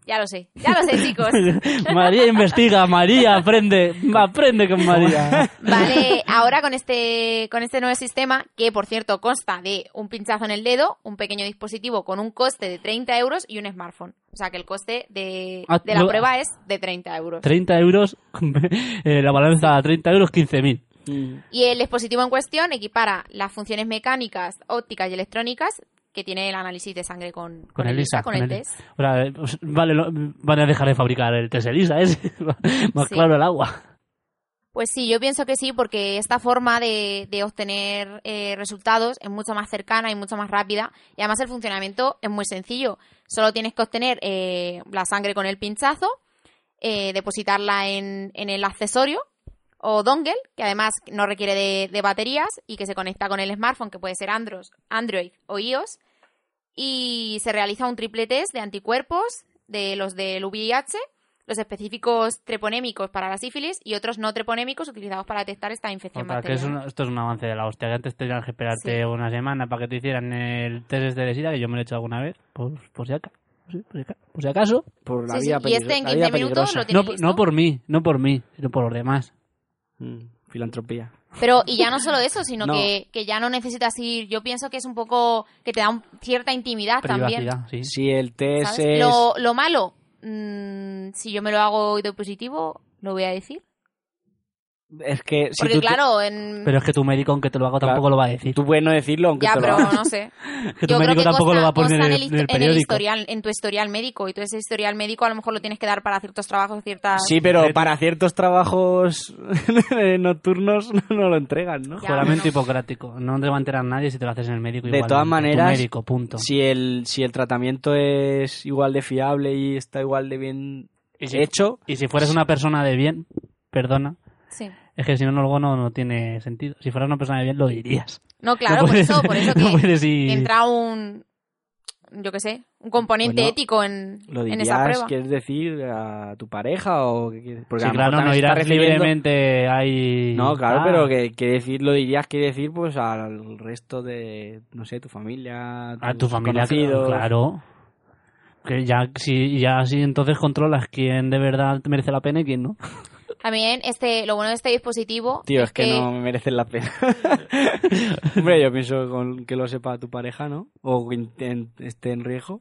Speaker 8: Ya lo sé. Ya lo sé, chicos.
Speaker 7: María investiga, María aprende, aprende con María.
Speaker 8: Vale, ahora con este, con este nuevo sistema, que por cierto consta de un pinchazo en el dedo, un pequeño dispositivo con un coste de 30 euros y un smartphone. O sea que el coste de,
Speaker 7: Ah,
Speaker 8: de la
Speaker 7: lo-
Speaker 8: prueba es de 30 euros.
Speaker 7: 30 euros, eh, la balanza 30 euros, 15.000.
Speaker 9: Mm.
Speaker 8: Y el dispositivo en cuestión equipara las funciones mecánicas, ópticas y electrónicas que tiene el análisis de sangre con, con, el ISA, con el test.
Speaker 7: O sea, eh, pues, vale, lo- van a dejar de fabricar el test ELISA, es más
Speaker 8: Sí.
Speaker 7: claro el agua.
Speaker 8: Pues sí, yo pienso que sí, porque esta forma de, de obtener eh, resultados es mucho más cercana y mucho más rápida. Y además el funcionamiento es muy sencillo. Solo tienes que obtener eh, la sangre con el pinchazo, eh, depositarla en, en el accesorio o dongle, que además no requiere de, de baterías y que se conecta con el smartphone, que puede ser Andros- Android o iOS. Y se realiza un triple test de anticuerpos, de los del VIH los específicos treponémicos para la sífilis y otros no treponémicos utilizados para detectar esta infección
Speaker 7: Otra, que es
Speaker 8: bacteriana.
Speaker 7: un- esto es un avance de la hostia, que antes tenías que esperarte una semana para que te hicieran el test este de SIDA, que yo me lo he hecho alguna vez, por, por, si, aca- sí, por si aca- por si acaso.
Speaker 9: Por la
Speaker 8: Sí, sí,
Speaker 9: vía
Speaker 8: y este
Speaker 9: peligro-
Speaker 8: en
Speaker 9: la vía
Speaker 8: 15 minutos lo
Speaker 9: peligrosa.
Speaker 8: tiene
Speaker 7: No,
Speaker 8: listo.
Speaker 7: no por mí, no por mí, sino por los demás.
Speaker 9: Mm, Filantropía.
Speaker 8: Pero, y ya no solo eso, sino
Speaker 9: No.
Speaker 8: que, que ya no necesitas ir. Yo pienso que es un poco. que te da un- cierta intimidad Ah, también.
Speaker 7: Privacidad, sí.
Speaker 9: Si el test
Speaker 8: ¿sabes?
Speaker 9: es...
Speaker 8: Lo, lo malo, mm, si yo me lo hago y doy positivo, lo voy a decir.
Speaker 9: Es que si
Speaker 8: Porque,
Speaker 9: tú,
Speaker 8: claro, en.
Speaker 7: Pero es que tu médico, aunque te lo haga, tampoco
Speaker 9: Claro.
Speaker 7: lo va a decir.
Speaker 9: tú puedes no decirlo, aunque
Speaker 8: ya,
Speaker 9: te lo
Speaker 8: pero
Speaker 9: hagas.
Speaker 8: no sé.
Speaker 7: que tu médico tampoco lo va a poner
Speaker 8: consta
Speaker 7: en el,
Speaker 8: en
Speaker 7: en el
Speaker 8: histo- en
Speaker 7: periódico.
Speaker 8: historial, en tu historial médico. Y tú ese historial médico a lo mejor lo tienes que dar para ciertos trabajos, ciertas.
Speaker 9: Sí, pero para ciertos trabajos nocturnos no, no lo entregan, ¿no?
Speaker 8: Ya.
Speaker 7: Juramento
Speaker 8: no.
Speaker 7: hipocrático. No te va a enterar nadie si te lo haces en el médico.
Speaker 9: De
Speaker 7: igualmente,
Speaker 9: todas
Speaker 7: tu
Speaker 9: maneras,
Speaker 7: médico, punto.
Speaker 9: Si el, si el tratamiento es igual de fiable y está igual de bien
Speaker 7: Y si-
Speaker 9: hecho,
Speaker 7: Y si fueras una persona de bien, perdona,
Speaker 8: Sí.
Speaker 7: es que si no, luego no, no tiene sentido. Si fueras una persona de bien, lo dirías.
Speaker 8: No,
Speaker 7: No
Speaker 8: claro, por
Speaker 7: puedes-
Speaker 8: eso, por eso
Speaker 7: no
Speaker 8: que,
Speaker 7: puedes ir-
Speaker 8: que entra un, yo qué sé, un componente
Speaker 9: Bueno,
Speaker 8: ético en,
Speaker 9: ¿Lo
Speaker 8: en
Speaker 9: dirías,
Speaker 8: esa prueba.
Speaker 9: quieres decir, a tu pareja o qué quieres? Porque
Speaker 7: Sí,
Speaker 9: a lo mejor
Speaker 7: claro, no
Speaker 9: también se está
Speaker 7: irás
Speaker 9: refiriendo-
Speaker 7: libremente ahí.
Speaker 9: No, claro,
Speaker 7: Ah,
Speaker 9: pero que, que decir, lo dirías, quiere decir, pues al resto de, no sé, tu familia,
Speaker 7: A tu
Speaker 9: tus
Speaker 7: familia,
Speaker 9: conocidos.
Speaker 7: claro. Que ya si, ya si entonces controlas quién de verdad merece la pena y quién no.
Speaker 8: También este, lo bueno de este dispositivo
Speaker 9: Tío, es que
Speaker 8: que-
Speaker 9: no me merecen la pena. Hombre, yo pienso que con, que lo sepa tu pareja, ¿no? O que in- en- esté en riesgo.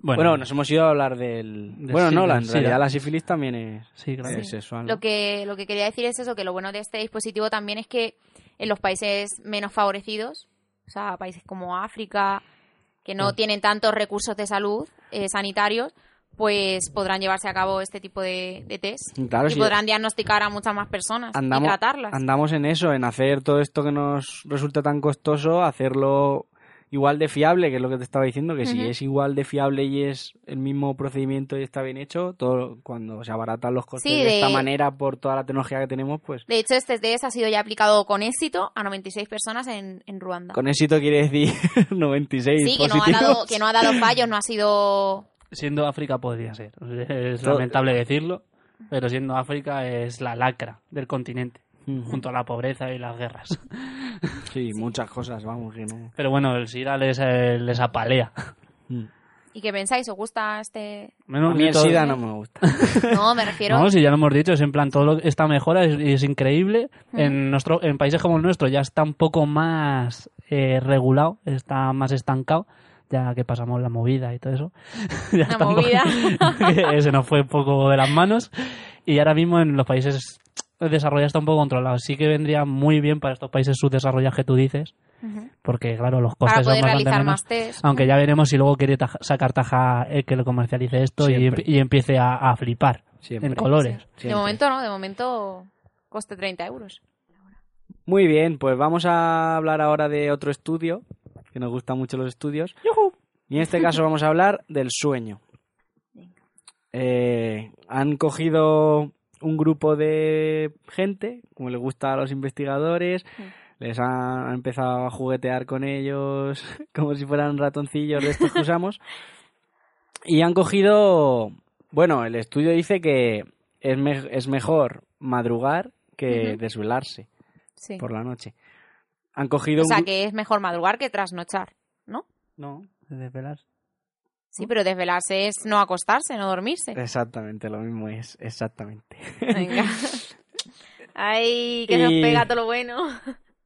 Speaker 9: Bueno, nos hemos ido a hablar del...
Speaker 7: Del
Speaker 9: bueno, no,
Speaker 7: SIDA,
Speaker 9: la, en
Speaker 7: SIDA.
Speaker 9: realidad la sífilis también es,
Speaker 7: Sí, claro.
Speaker 9: es sexual. ¿no?
Speaker 8: Lo que, lo que quería decir es eso, que lo bueno de este dispositivo también es que en los países menos favorecidos, o sea, países como África, que no tienen tantos recursos de salud eh, sanitarios, pues podrán llevarse a cabo este tipo de, de test.
Speaker 9: Claro,
Speaker 8: y
Speaker 9: sí.
Speaker 8: podrán diagnosticar a muchas más personas y
Speaker 9: andamos,
Speaker 8: tratarlas.
Speaker 9: andamos en eso, en hacer todo esto que nos resulta tan costoso, hacerlo igual de fiable, que es lo que te estaba diciendo, que si
Speaker 8: Ujú.
Speaker 9: es igual de fiable y es el mismo procedimiento y está bien hecho, todo cuando se abaratan los costes
Speaker 8: Sí,
Speaker 9: de,
Speaker 8: de-
Speaker 9: esta manera por toda la tecnología que tenemos, pues
Speaker 8: De hecho, este test ha sido ya aplicado con éxito a 96 personas en, en Ruanda.
Speaker 9: con éxito quiere decir 96
Speaker 8: Sí, que no, ha dado,
Speaker 9: positivos.
Speaker 8: que no ha dado fallos, no ha sido...
Speaker 7: Siendo África podría ser. Es
Speaker 9: Todo-
Speaker 7: lamentable decirlo, pero siendo África es la lacra del continente,
Speaker 9: Ujú.
Speaker 7: junto a la pobreza y las guerras.
Speaker 9: Sí, muchas cosas, vamos, que no.
Speaker 7: Pero bueno, el SIDA les, eh, les apalea.
Speaker 9: Mm.
Speaker 8: ¿Y qué pensáis? ¿Os gusta este...?
Speaker 9: A
Speaker 7: Menos
Speaker 9: mí el
Speaker 7: todo-
Speaker 9: SIDA no me gusta.
Speaker 8: No, me refiero...
Speaker 7: No, si ya lo hemos dicho, es en plan, todo lo- esta mejora es, es increíble.
Speaker 8: Ujú.
Speaker 7: En nuestro en países como el nuestro ya está un poco más eh, regulado, está más estancado, ya que pasamos la movida y todo eso. Ya
Speaker 8: La
Speaker 7: está un poco- que se nos fue un poco de las manos. Y ahora mismo en los países desarrollados está un poco controlado. Sí que vendría muy bien para estos países subdesarrollados que tú dices,
Speaker 8: Ujú.
Speaker 7: porque claro, los costes
Speaker 8: para poder
Speaker 7: son bastante
Speaker 8: realizar
Speaker 7: menos.
Speaker 8: más test.
Speaker 7: Aunque ya veremos si luego quiere taja- sacar taja el que lo comercialice esto y,
Speaker 9: Siempre.
Speaker 7: emp- y empiece a, a flipar en
Speaker 9: Siempre.
Speaker 7: colores.
Speaker 8: De
Speaker 9: Siempre.
Speaker 8: momento no, de momento coste 30 euros.
Speaker 9: Muy bien, pues vamos a hablar ahora de otro estudio, que nos gustan mucho los estudios. Y en este caso vamos a hablar del sueño. Eh, han cogido un grupo de gente, como les gusta a los investigadores,
Speaker 8: Sí.
Speaker 9: les han, han empezado a juguetear con ellos, como si fueran ratoncillos de estos que usamos. Y han cogido, bueno, el estudio dice que es, me- es mejor madrugar que
Speaker 8: Ujú.
Speaker 9: desvelarse
Speaker 8: Sí.
Speaker 9: por la noche. Han cogido
Speaker 8: O sea
Speaker 9: un...
Speaker 8: que es mejor madrugar que trasnochar.
Speaker 7: No, desvelar.
Speaker 8: Sí, pero desvelarse es no acostarse, no dormirse.
Speaker 9: Exactamente, lo mismo es, exactamente.
Speaker 8: Venga. Ay, que nos
Speaker 9: Y-
Speaker 8: pega todo lo bueno.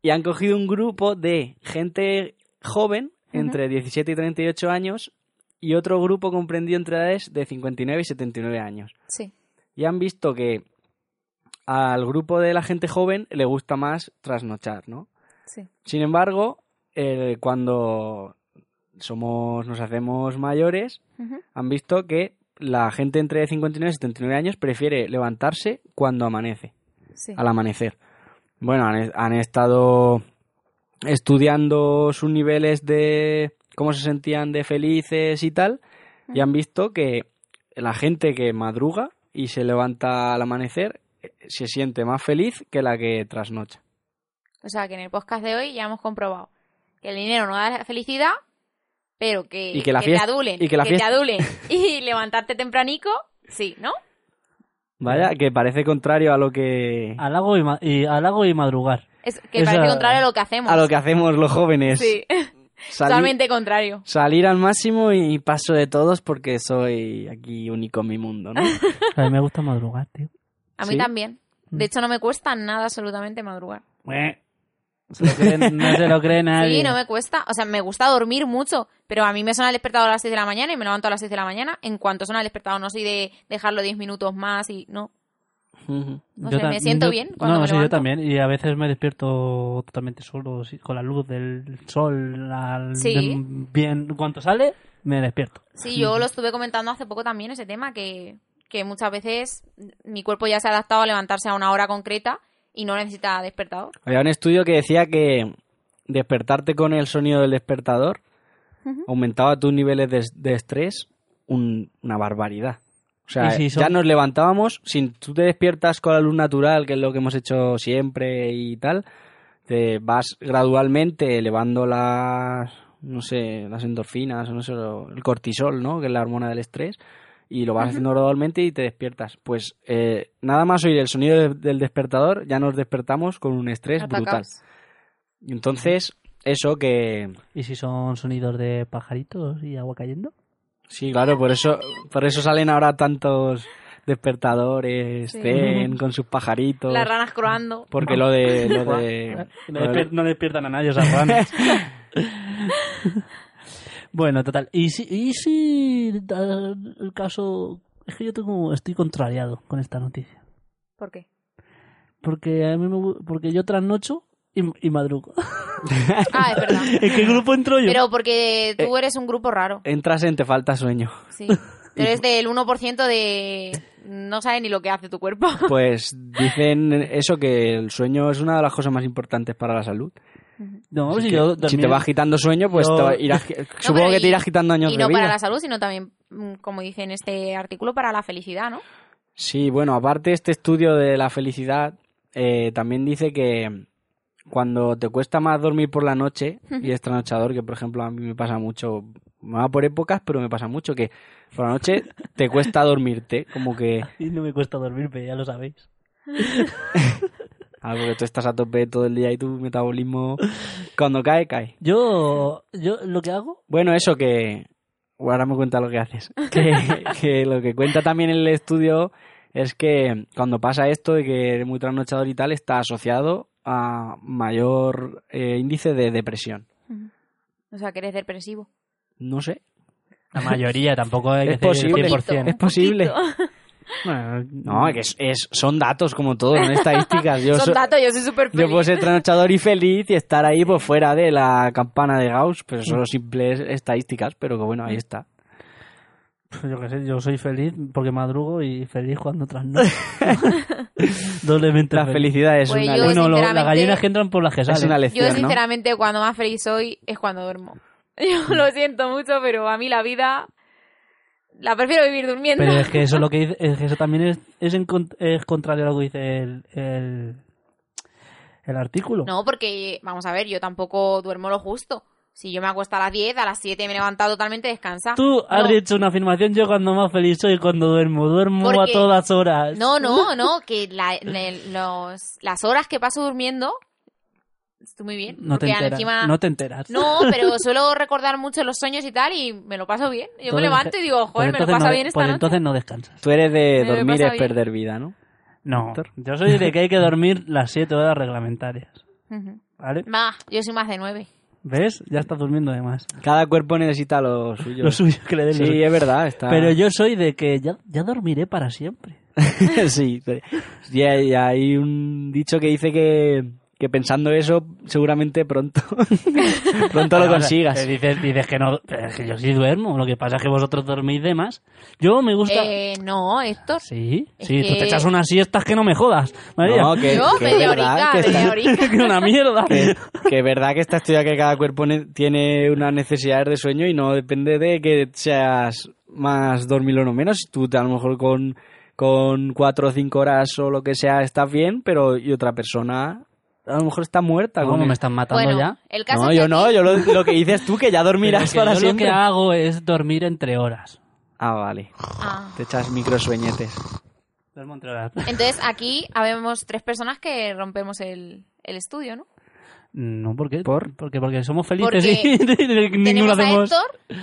Speaker 9: y han cogido un grupo de gente joven, entre 17 y 38 años, y otro grupo comprendido entre edades de 59 y 79 años.
Speaker 8: Sí.
Speaker 9: Y han visto que al grupo de la gente joven le gusta más trasnochar, ¿no?
Speaker 8: Sí.
Speaker 9: Sin embargo, eh, cuando somos, nos hacemos mayores,
Speaker 8: Ujú.
Speaker 9: han visto que la gente entre 59 y 79 años prefiere levantarse cuando amanece,
Speaker 8: Sí.
Speaker 9: al amanecer. Bueno, han, han estado estudiando sus niveles de cómo se sentían de felices y tal, y han visto que la gente que madruga y se levanta al amanecer eh, se siente más feliz que la que trasnocha.
Speaker 8: O sea que en el podcast de hoy ya hemos comprobado que el dinero no da felicidad, pero que,
Speaker 9: Y que la fiesta-
Speaker 8: te adulen.
Speaker 9: y que la fiesta-
Speaker 8: te adulen. Y levantarte tempranico, sí, ¿no?
Speaker 9: Vaya, que parece contrario a lo que
Speaker 7: Halago y, ma- y, halago y madrugar.
Speaker 8: Es que
Speaker 7: Esa-
Speaker 8: parece contrario a lo que hacemos.
Speaker 9: a lo que hacemos los jóvenes.
Speaker 8: Sí,
Speaker 9: Salir-
Speaker 8: totalmente contrario.
Speaker 9: Salir al máximo y paso de todos porque soy aquí único en mi mundo, ¿no?
Speaker 7: A mí me gusta madrugar, tío.
Speaker 8: A mí
Speaker 9: ¿Sí?
Speaker 8: también.
Speaker 7: Mm.
Speaker 8: De hecho, no me cuesta nada absolutamente madrugar.
Speaker 7: Se lo cree- no se lo cree nadie.
Speaker 8: Sí, no me cuesta. O sea, me gusta dormir mucho, pero a mí me suena el despertador a las 6 de la mañana y me levanto a las 6 de la mañana. En cuanto suena el despertador, no soy de dejarlo 10 minutos más y no.
Speaker 9: Ujú.
Speaker 8: No
Speaker 7: Yo
Speaker 8: sé,
Speaker 7: ta-
Speaker 8: me siento
Speaker 7: yo-
Speaker 8: bien
Speaker 7: No,
Speaker 8: cuando
Speaker 7: no,
Speaker 8: me
Speaker 7: sí, yo
Speaker 8: levanto.
Speaker 7: también. Y a veces me despierto totalmente solo, sí, con la luz del sol. al-
Speaker 8: Sí.
Speaker 7: de- bien, cuanto sale, me despierto.
Speaker 8: Sí, yo lo estuve comentando hace poco también ese tema, que, que muchas veces mi cuerpo ya se ha adaptado a levantarse a una hora concreta y no necesita despertador.
Speaker 9: Había un estudio que decía que despertarte con el sonido del despertador aumentaba tus niveles de, de estrés un- una barbaridad. O sea,
Speaker 7: Y si son-
Speaker 9: ya nos levantábamos, si tú te despiertas con la luz natural, que es lo que hemos hecho siempre y tal, te vas gradualmente elevando las no sé, las endorfinas, o no sé, lo- el cortisol, ¿no? Que es la hormona del estrés. Y lo vas haciendo gradualmente y te despiertas. Pues eh, nada más oír el sonido de- del despertador, ya nos despertamos con un estrés brutal.
Speaker 8: Atacaos.
Speaker 9: Y Entonces, eso que...
Speaker 7: ¿Y si son sonidos de pajaritos y agua cayendo?
Speaker 9: Sí, claro, por eso, por eso salen ahora tantos despertadores,
Speaker 8: Sí.
Speaker 9: zen, con sus pajaritos.
Speaker 8: Las ranas croando.
Speaker 9: Porque lo de... Lo
Speaker 7: Buah,
Speaker 9: de
Speaker 7: No,
Speaker 9: lo de-
Speaker 7: despier- no despiertan a nadie esas ranas. bueno, total. ¿Y si, y si da el caso... Es que yo tengo, estoy contrariado con esta noticia.
Speaker 8: ¿Por qué?
Speaker 7: Porque a mí me, gu- porque yo trasnocho y, y madrugo.
Speaker 8: Ah, es verdad.
Speaker 7: ¿En qué grupo entro yo?
Speaker 8: Pero porque
Speaker 7: Eh,
Speaker 8: tú eres un grupo raro.
Speaker 9: Entras en te falta sueño.
Speaker 8: Sí. Tú eres del 1% de... No sabe ni lo que hace tu cuerpo.
Speaker 9: Pues dicen eso que el sueño es una de las cosas más importantes para la salud.
Speaker 7: no,
Speaker 9: Así
Speaker 7: si
Speaker 9: que si
Speaker 7: yo
Speaker 9: te
Speaker 7: dormir-
Speaker 9: vas quitando sueño, pues
Speaker 7: Yo-
Speaker 9: te irás- supongo
Speaker 8: pero
Speaker 9: que te
Speaker 8: y-
Speaker 9: irás quitando años
Speaker 8: Y no
Speaker 9: de
Speaker 8: para
Speaker 9: vida.
Speaker 8: la salud, sino también, mm, como dice en este artículo, para la felicidad, ¿no?
Speaker 9: Sí, bueno, aparte este estudio de la felicidad eh, también dice que cuando te cuesta más dormir por la noche y es trasnochador, que por ejemplo a mí me pasa mucho, me va por épocas, pero me pasa mucho que por la noche te cuesta dormirte, como que
Speaker 7: Y no me cuesta dormir, pero ya lo sabéis.
Speaker 9: algo que tú estás a tope todo el día y tu metabolismo cuando cae, cae.
Speaker 7: Yo, yo lo que hago,
Speaker 9: Bueno, eso que. bueno, Ahora me cuenta lo que haces. Que, que lo que cuenta también el estudio es que cuando pasa esto de que eres muy trasnochador y tal, está asociado a mayor eh, índice de depresión.
Speaker 8: O sea, que eres depresivo.
Speaker 9: No sé.
Speaker 7: la mayoría tampoco hay que
Speaker 9: Es
Speaker 7: decir
Speaker 9: posible.
Speaker 7: el
Speaker 9: Es
Speaker 7: 100%.
Speaker 9: posible.
Speaker 7: Bueno,
Speaker 9: No, que es, es- son datos como todo, son estadísticas. Yo, so-
Speaker 8: Son datos, yo soy súper
Speaker 9: yo
Speaker 8: feliz.
Speaker 9: puedo ser trasnochador y feliz y estar ahí por fuera de la campana de Gauss, pero
Speaker 8: Mm.
Speaker 9: solo simples estadísticas, pero que bueno, ahí está.
Speaker 7: Pues Yo qué sé, yo soy feliz porque madrugo y feliz cuando no Doblemente
Speaker 9: La
Speaker 7: feliz.
Speaker 9: felicidad es
Speaker 8: Pues
Speaker 9: una
Speaker 8: yo-
Speaker 9: le-
Speaker 7: Bueno, lo- las
Speaker 8: sinceramente-
Speaker 7: gallinas que entran por las que
Speaker 9: es una
Speaker 7: salen.
Speaker 8: Yo,
Speaker 9: lección, ¿no?
Speaker 8: sinceramente, cuando más feliz soy es cuando duermo.
Speaker 9: Mm.
Speaker 8: Yo lo siento mucho, pero a mí la vida la prefiero vivir durmiendo.
Speaker 7: Pero es que eso lo que dice- es que eso también es, es, en con- es contrario a lo que dice el, el, el artículo.
Speaker 8: No, porque, vamos a ver, yo tampoco duermo lo justo. Si yo me acuesto a las 10, a las 7 me he levantado totalmente descansa.
Speaker 7: Tú has
Speaker 8: No.
Speaker 7: dicho una afirmación, yo cuando más feliz soy cuando duermo, duermo a
Speaker 8: Porque-
Speaker 7: todas horas.
Speaker 8: No, no, no, que la- le- los- las horas que paso durmiendo, estoy muy bien.
Speaker 7: No te
Speaker 8: porque
Speaker 7: enteras.
Speaker 8: encima...
Speaker 7: No te enteras.
Speaker 8: No, pero suelo recordar mucho los sueños y tal y me lo paso bien. Yo me
Speaker 7: Entonces,
Speaker 8: levanto y digo,
Speaker 7: Pues
Speaker 8: joder, me lo
Speaker 7: entonces
Speaker 8: pasa
Speaker 7: no-
Speaker 8: bien esta
Speaker 7: pues
Speaker 8: noche.
Speaker 7: entonces no descansas.
Speaker 9: Tú eres de
Speaker 8: Me
Speaker 9: dormir
Speaker 8: pasa
Speaker 9: es
Speaker 8: bien.
Speaker 9: perder vida, ¿no?
Speaker 7: No,
Speaker 9: Víctor.
Speaker 7: yo soy de que hay que dormir las 7 horas reglamentarias.
Speaker 8: Ujú.
Speaker 7: ¿Vale?
Speaker 8: Más, yo soy más de nueve.
Speaker 7: ¿Ves? Ya estás durmiendo de más.
Speaker 9: Cada cuerpo necesita lo suyo.
Speaker 7: Lo suyo que le den lo
Speaker 9: Sí,
Speaker 7: suyo.
Speaker 9: es verdad. Está...
Speaker 7: Pero yo soy de que ya, ya dormiré para siempre.
Speaker 9: sí, pero- sí, hay, hay un dicho que dice que, que pensando eso, seguramente pronto, pronto lo
Speaker 7: Ahora, eh,
Speaker 9: consigas.
Speaker 7: Dices, dices que no, pero es que yo sí duermo. Lo que pasa es que vosotros dormís de más. Yo me gusta.
Speaker 8: Eh, no, Héctor.
Speaker 7: sí,
Speaker 8: es
Speaker 7: sí, tú
Speaker 8: que-
Speaker 7: te echas unas siestas que no me jodas, María.
Speaker 9: No, que,
Speaker 8: yo,
Speaker 9: que es
Speaker 8: media
Speaker 9: verdad
Speaker 8: horita,
Speaker 9: que
Speaker 8: media
Speaker 9: está,
Speaker 8: horita.
Speaker 7: que una mierda.
Speaker 9: que- que es verdad que está estudiado que cada cuerpo ne- tiene unas necesidades de sueño y no depende de que seas más dormilón o menos. Tú te- a lo mejor con, con cuatro o cinco horas o lo que sea estás bien, pero y otra persona a lo mejor está muerta.
Speaker 7: ¿Cómo
Speaker 9: con-
Speaker 7: me están matando
Speaker 8: Bueno,
Speaker 7: ya?
Speaker 8: el caso
Speaker 9: No,
Speaker 8: es que
Speaker 9: yo
Speaker 8: aquí-
Speaker 9: no, yo lo, lo que dices tú que ya
Speaker 7: Pero es
Speaker 9: dormirás
Speaker 7: que
Speaker 9: para
Speaker 7: yo
Speaker 9: siempre.
Speaker 7: lo que hago es dormir entre horas.
Speaker 9: Ah, vale.
Speaker 8: Ah.
Speaker 9: Te echas microsueñetes.
Speaker 7: Duermo entre horas.
Speaker 8: Entonces aquí habemos tres personas que rompemos el, el estudio, ¿no?
Speaker 7: No, ¿por qué? ¿Por? Porque, porque somos felices
Speaker 8: Porque
Speaker 7: y ninguno
Speaker 8: Tenemos a
Speaker 7: hacemos.
Speaker 8: Héctor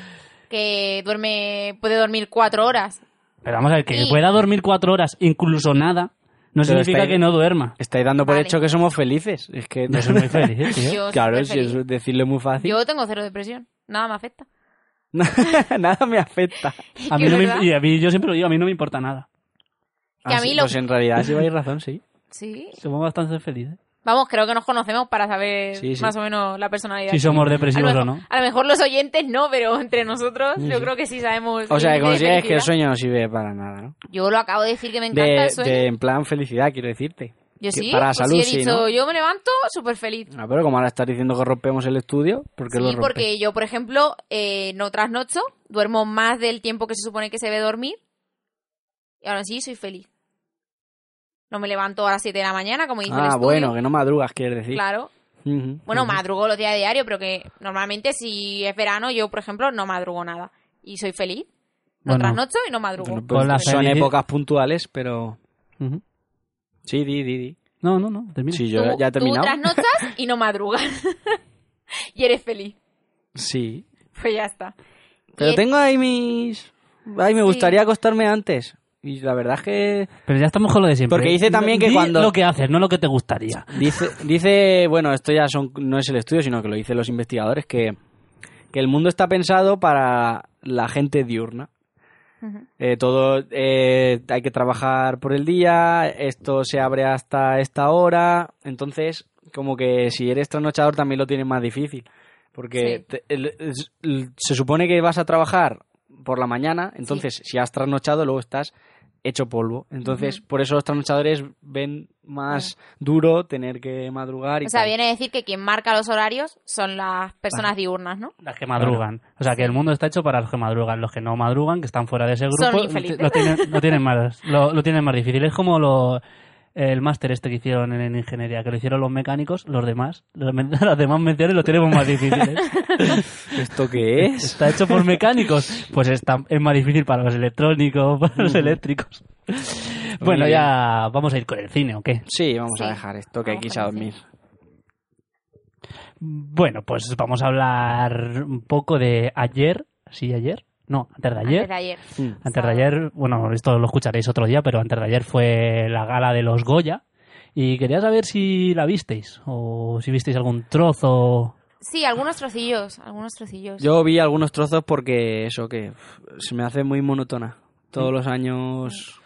Speaker 8: que duerme, puede dormir cuatro horas.
Speaker 7: Pero vamos a ver, que
Speaker 8: Sí.
Speaker 7: pueda dormir cuatro horas, incluso nada, no
Speaker 9: Pero
Speaker 7: significa
Speaker 9: estáis-
Speaker 7: que no duerma.
Speaker 9: Estáis dando por
Speaker 8: Vale.
Speaker 9: hecho que somos felices. Es que
Speaker 7: Yo soy muy feliz, tío.
Speaker 8: Yo, soy
Speaker 9: Claro,
Speaker 8: súper
Speaker 9: si
Speaker 8: feliz.
Speaker 9: eso es decirlo muy fácil.
Speaker 8: yo tengo cero depresión, nada me afecta.
Speaker 9: Nada me afecta.
Speaker 7: A mí
Speaker 8: Que
Speaker 7: no me-
Speaker 8: verdad.
Speaker 7: y a mí, yo siempre lo digo, a mí no me importa nada.
Speaker 8: Que a
Speaker 9: Ah, sí,
Speaker 8: mí lo-
Speaker 9: Pues en realidad sí vais razón, sí.
Speaker 8: Sí.
Speaker 7: Somos bastante ¿eh? felices.
Speaker 8: Vamos, creo que nos conocemos para saber
Speaker 9: Sí, sí.
Speaker 8: más o menos la personalidad.
Speaker 7: Si somos
Speaker 8: a lo,
Speaker 7: depresivos o
Speaker 8: mejor,
Speaker 7: no.
Speaker 8: a lo mejor los oyentes no, pero entre nosotros yo creo que sí sabemos.
Speaker 9: O sea, que
Speaker 8: de
Speaker 9: como si es que el
Speaker 8: felicidad.
Speaker 9: sueño no sirve para nada, ¿no?
Speaker 8: Yo lo acabo de decir que me encanta
Speaker 9: De,
Speaker 8: el sueño.
Speaker 9: de en plan felicidad, quiero decirte.
Speaker 8: Yo
Speaker 9: que
Speaker 8: sí,
Speaker 9: para la
Speaker 8: pues
Speaker 9: salud
Speaker 8: sí,
Speaker 9: sí,
Speaker 8: he dicho,
Speaker 9: ¿no?
Speaker 8: yo me levanto súper feliz.
Speaker 9: Ah, pero como ahora estás diciendo que rompemos el estudio, ¿por qué lo
Speaker 8: Sí,
Speaker 9: rompes?
Speaker 8: porque yo, por ejemplo, eh, no trasnocho, duermo más del tiempo que se supone que se debe dormir y ahora sí soy feliz. No me levanto a las 7 de la mañana, como dice el
Speaker 9: Ah,
Speaker 8: estudio.
Speaker 9: bueno, que no madrugas, quieres decir.
Speaker 8: Claro.
Speaker 9: Ujú,
Speaker 8: Bueno,
Speaker 9: ujú.
Speaker 8: madrugo los días a diario, pero que normalmente si es verano, yo, por ejemplo, no madrugo nada. Y soy feliz. No
Speaker 7: Bueno.
Speaker 8: trasnocho y no madrugo.
Speaker 9: Pues
Speaker 7: Con la
Speaker 9: son
Speaker 7: felici-
Speaker 9: épocas puntuales, pero...
Speaker 7: Ujú.
Speaker 9: Sí, di, di, di.
Speaker 7: No, no, no, termina.
Speaker 9: Sí, yo
Speaker 8: Tú-
Speaker 9: ya he
Speaker 8: tú
Speaker 9: terminado.
Speaker 8: trasnochas y no madrugas. y eres feliz.
Speaker 9: Sí.
Speaker 8: Pues ya está.
Speaker 9: Pero
Speaker 8: Y-
Speaker 9: tengo ahí mis... Ay, me
Speaker 8: Sí.
Speaker 9: gustaría acostarme antes. Y la verdad es que
Speaker 7: Pero ya estamos con lo de siempre. ¿eh?
Speaker 9: Porque dice también que
Speaker 7: Di
Speaker 9: cuando-
Speaker 7: lo que haces, no lo que te gustaría.
Speaker 9: Dice, dice, bueno, esto ya son, no es el estudio, sino que lo dicen los investigadores, que, que el mundo está pensado para la gente diurna.
Speaker 8: Ujú.
Speaker 9: Eh, todo eh, hay que trabajar por el día, esto se abre hasta esta hora, entonces como que si eres trasnochador también lo tienes más difícil, porque
Speaker 8: Sí.
Speaker 9: te- el- es- el- se supone que vas a trabajar por la mañana, entonces si has trasnochado luego estás hecho polvo, entonces por eso los trasnochadores ven más duro tener que madrugar y
Speaker 8: O sea,
Speaker 9: tal.
Speaker 8: viene a decir que quien marca los horarios son las
Speaker 7: Ah.
Speaker 8: personas diurnas, ¿no?
Speaker 7: Las que madrugan. O sea, que el mundo está hecho para los que madrugan. Los que no madrugan, que están fuera de ese
Speaker 8: Son
Speaker 7: grupo,
Speaker 8: infelices.
Speaker 7: lo tienen, lo tienen más, lo, lo tienen más difícil. Es como lo, el máster este que hicieron en, en ingeniería, que lo hicieron los mecánicos, los demás, los men- las demás menciones lo tenemos más difíciles.
Speaker 9: ¿Esto qué es?
Speaker 7: está hecho por mecánicos, pues está, es más difícil para los electrónicos, para los eléctricos. Bueno,
Speaker 9: bien.
Speaker 7: ya vamos a ir con el cine, ¿o qué?
Speaker 9: Sí, vamos a
Speaker 8: Sí.
Speaker 9: dejar esto que hay
Speaker 8: Vamos
Speaker 9: que irse
Speaker 8: con
Speaker 9: a
Speaker 8: el
Speaker 9: dormir.
Speaker 7: Bueno, pues vamos a hablar un poco de ayer. ¿Sí, ayer? No, antes de ayer.
Speaker 8: Antes de ayer.
Speaker 9: Mm.
Speaker 7: Antes de ayer, bueno, esto lo escucharéis otro día, pero antes de ayer fue la gala de los Goya. Y quería saber si la visteis o si visteis algún trozo.
Speaker 8: Sí, algunos trocillos, algunos trocillos.
Speaker 9: Yo vi algunos trozos porque eso que uf, se me hace muy monótona. Todos
Speaker 8: Mm.
Speaker 9: los años.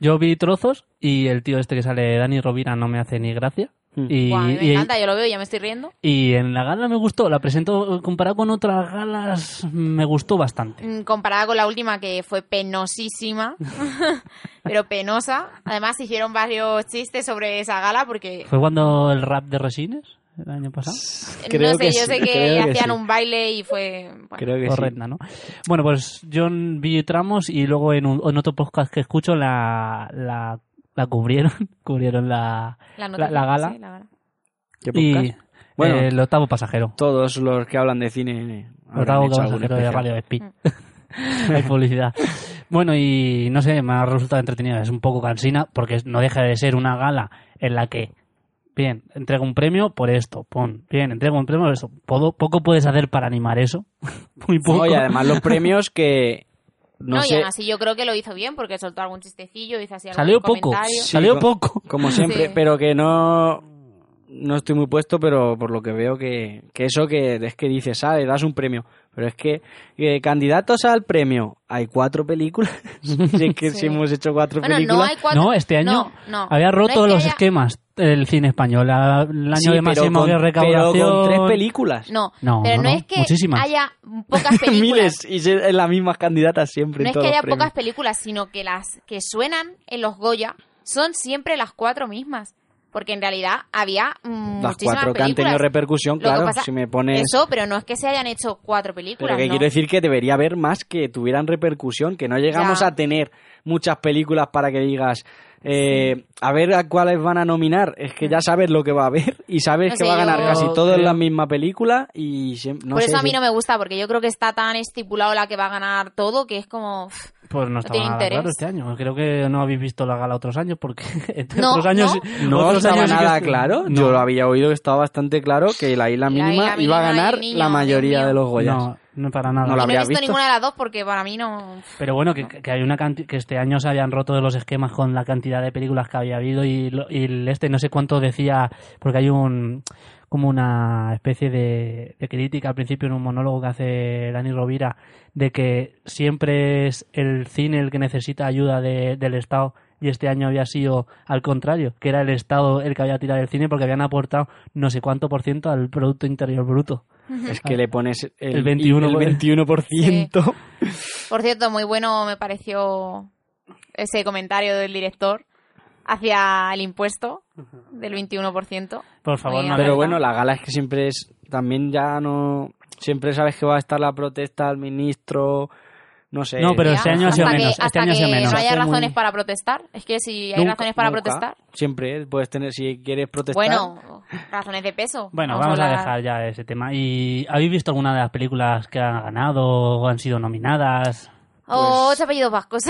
Speaker 7: Yo vi trozos y el tío este que sale, Dani Rovira, no me hace ni gracia.
Speaker 9: Hmm.
Speaker 7: Y,
Speaker 8: Mm. Buah, a mí me
Speaker 7: y-
Speaker 8: encanta, yo lo veo y ya me estoy riendo.
Speaker 7: y en la gala me gustó, la presento comparado con otras galas, me gustó bastante.
Speaker 8: Mm, Comparada con la última que fue penosísima, pero penosa. Además hicieron varios chistes sobre esa gala porque
Speaker 7: ¿Fue cuando el rap de Resines? El año pasado.
Speaker 9: Creo
Speaker 8: no sé,
Speaker 9: que
Speaker 8: yo
Speaker 9: sí,
Speaker 8: sé que,
Speaker 9: creo que
Speaker 8: hacían
Speaker 9: sí.
Speaker 8: un baile y fue bueno,
Speaker 9: Creo que sí.
Speaker 7: horrenda, ¿no? Bueno, pues yo vi tramos y luego en, un- en otro podcast que escucho la, la, la cubrieron, cubrieron la...
Speaker 8: la, noticia,
Speaker 7: la gala.
Speaker 8: sí, la gala.
Speaker 9: ¿Qué podcast?
Speaker 7: Y
Speaker 9: Bueno.
Speaker 7: eh, el octavo pasajero.
Speaker 9: Todos los que hablan de cine. eh,
Speaker 7: El
Speaker 9: habrán
Speaker 7: octavo
Speaker 9: hecho algún
Speaker 7: pasajero de
Speaker 9: especial.
Speaker 7: Radio Speed. Hay publicidad. Bueno, y no sé, me ha resultado entretenida. Es un poco cansina porque no deja de ser una gala en la que... Bien, entrega un premio por esto, pon. Bien, entrega un premio por esto. Podo- poco puedes hacer para animar eso. Muy poco.
Speaker 9: No, y además los premios que. No,
Speaker 8: No, y
Speaker 9: sé.
Speaker 8: aún así yo creo que lo hizo bien porque soltó algún chistecillo, hizo así algún
Speaker 7: Salió poco.
Speaker 8: comentario.
Speaker 9: Sí,
Speaker 7: Salió
Speaker 9: co-
Speaker 7: poco.
Speaker 9: Como siempre,
Speaker 8: Sí.
Speaker 9: pero que no. No estoy muy puesto, pero por lo que veo que, que eso que es que dices, ah, le das un premio. Pero es que eh, candidatos al premio, hay cuatro películas. sí, que sí
Speaker 8: Sí.
Speaker 9: hemos hecho cuatro
Speaker 8: Bueno,
Speaker 9: películas.
Speaker 8: no hay cuatro.
Speaker 7: No, este año
Speaker 8: no, no.
Speaker 7: había
Speaker 8: No es
Speaker 7: roto
Speaker 8: que
Speaker 7: los
Speaker 8: haya-
Speaker 7: esquemas el cine español. La- El año
Speaker 9: Sí,
Speaker 7: de máxima
Speaker 9: pero con-
Speaker 7: recaudación.
Speaker 9: Pero con tres películas.
Speaker 8: No,
Speaker 7: No,
Speaker 8: pero
Speaker 7: no,
Speaker 8: no,
Speaker 7: no,
Speaker 8: es que
Speaker 7: muchísimas.
Speaker 8: haya pocas películas.
Speaker 9: Miles y ser- las mismas candidatas siempre.
Speaker 8: no
Speaker 9: en
Speaker 8: es
Speaker 9: todos
Speaker 8: que haya
Speaker 9: los premios.
Speaker 8: pocas películas, sino que las que suenan en los Goya son siempre las cuatro mismas. Porque en realidad había mm,
Speaker 9: Las
Speaker 8: muchísimas
Speaker 9: cuatro que han
Speaker 8: películas.
Speaker 9: tenido repercusión,
Speaker 8: Lo que
Speaker 9: claro.
Speaker 8: pasa-
Speaker 9: si me pones.
Speaker 8: Eso, pero no es que se hayan hecho cuatro películas.
Speaker 9: pero que
Speaker 8: no.
Speaker 9: quiero decir que debería haber más que tuvieran repercusión, que no llegamos
Speaker 8: Ya.
Speaker 9: a tener muchas películas para que digas. eh, A ver a cuáles van a nominar. Es que ya sabes lo que va a haber y sabes
Speaker 8: Mm. No
Speaker 9: que
Speaker 8: sé,
Speaker 9: va a ganar
Speaker 8: yo
Speaker 9: casi todo en
Speaker 7: creo-
Speaker 9: la misma película. Y siem- no
Speaker 8: Por
Speaker 9: sé
Speaker 8: eso a
Speaker 9: si-
Speaker 8: mí no me gusta, porque yo creo que está tan estipulado la que va a ganar todo que es como. pff,
Speaker 7: Pues no estaba
Speaker 8: tiene
Speaker 7: nada
Speaker 8: interés.
Speaker 7: claro este año. Creo que no habéis visto la gala otros años porque entre
Speaker 8: No,
Speaker 7: otros años
Speaker 9: No
Speaker 7: otros
Speaker 9: estaba
Speaker 7: años sí que
Speaker 9: nada
Speaker 7: estu-
Speaker 9: claro.
Speaker 7: No,
Speaker 9: Yo lo había oído que estaba bastante claro que la isla
Speaker 8: La Isla
Speaker 9: mínima iba
Speaker 8: Mínima
Speaker 9: a
Speaker 8: y El
Speaker 9: ganar
Speaker 8: Niño,
Speaker 9: la mayoría
Speaker 8: Dios
Speaker 9: de
Speaker 8: mío.
Speaker 9: los Goyas.
Speaker 7: No, no para nada.
Speaker 9: No la
Speaker 8: y no he
Speaker 9: habría
Speaker 8: visto,
Speaker 9: visto.
Speaker 8: ninguna de las dos porque para mí no.
Speaker 7: Pero bueno, que, que hay una canti- que este año se habían roto los esquemas con la cantidad de películas que había habido y, lo- y el este no sé cuánto decía, porque hay un como una especie de, de crítica al principio en un monólogo que hace Dani Rovira de que siempre es el cine el que necesita ayuda de- del Estado y este año había sido al contrario, que era el Estado el que había tirado el cine porque habían aportado no sé cuánto por ciento al Producto Interior Bruto.
Speaker 9: Es que le pones el,
Speaker 7: El 21,
Speaker 9: el
Speaker 7: por-
Speaker 9: 21%.
Speaker 8: Por cierto, muy bueno me pareció ese comentario del director hacia el impuesto del 21%.
Speaker 7: Por favor,
Speaker 8: Muy
Speaker 9: Pues
Speaker 7: no
Speaker 8: bien.
Speaker 9: Pero
Speaker 7: hagáis-
Speaker 9: bueno, la gala es que siempre es. También ya no. Siempre sabes que va a estar la protesta al ministro. No sé.
Speaker 7: No, pero ese año ha sido
Speaker 8: hasta que-
Speaker 7: menos, este
Speaker 8: hasta
Speaker 7: año ha sido
Speaker 8: que
Speaker 7: menos.
Speaker 8: no haya
Speaker 9: Hace muy-
Speaker 8: razones para protestar. Es que si hay
Speaker 9: Nunca-
Speaker 8: razones para
Speaker 9: nunca.
Speaker 8: protestar,
Speaker 9: Siempre eh, puedes tener, si quieres protestar.
Speaker 8: bueno, razones de peso.
Speaker 7: Bueno, vamos, a,
Speaker 8: hablar-
Speaker 7: dejar ya ese tema. ¿Y habéis visto alguna de las películas que han ganado o han sido nominadas?
Speaker 9: Pues,
Speaker 8: Oh, ocho apellidos vascos.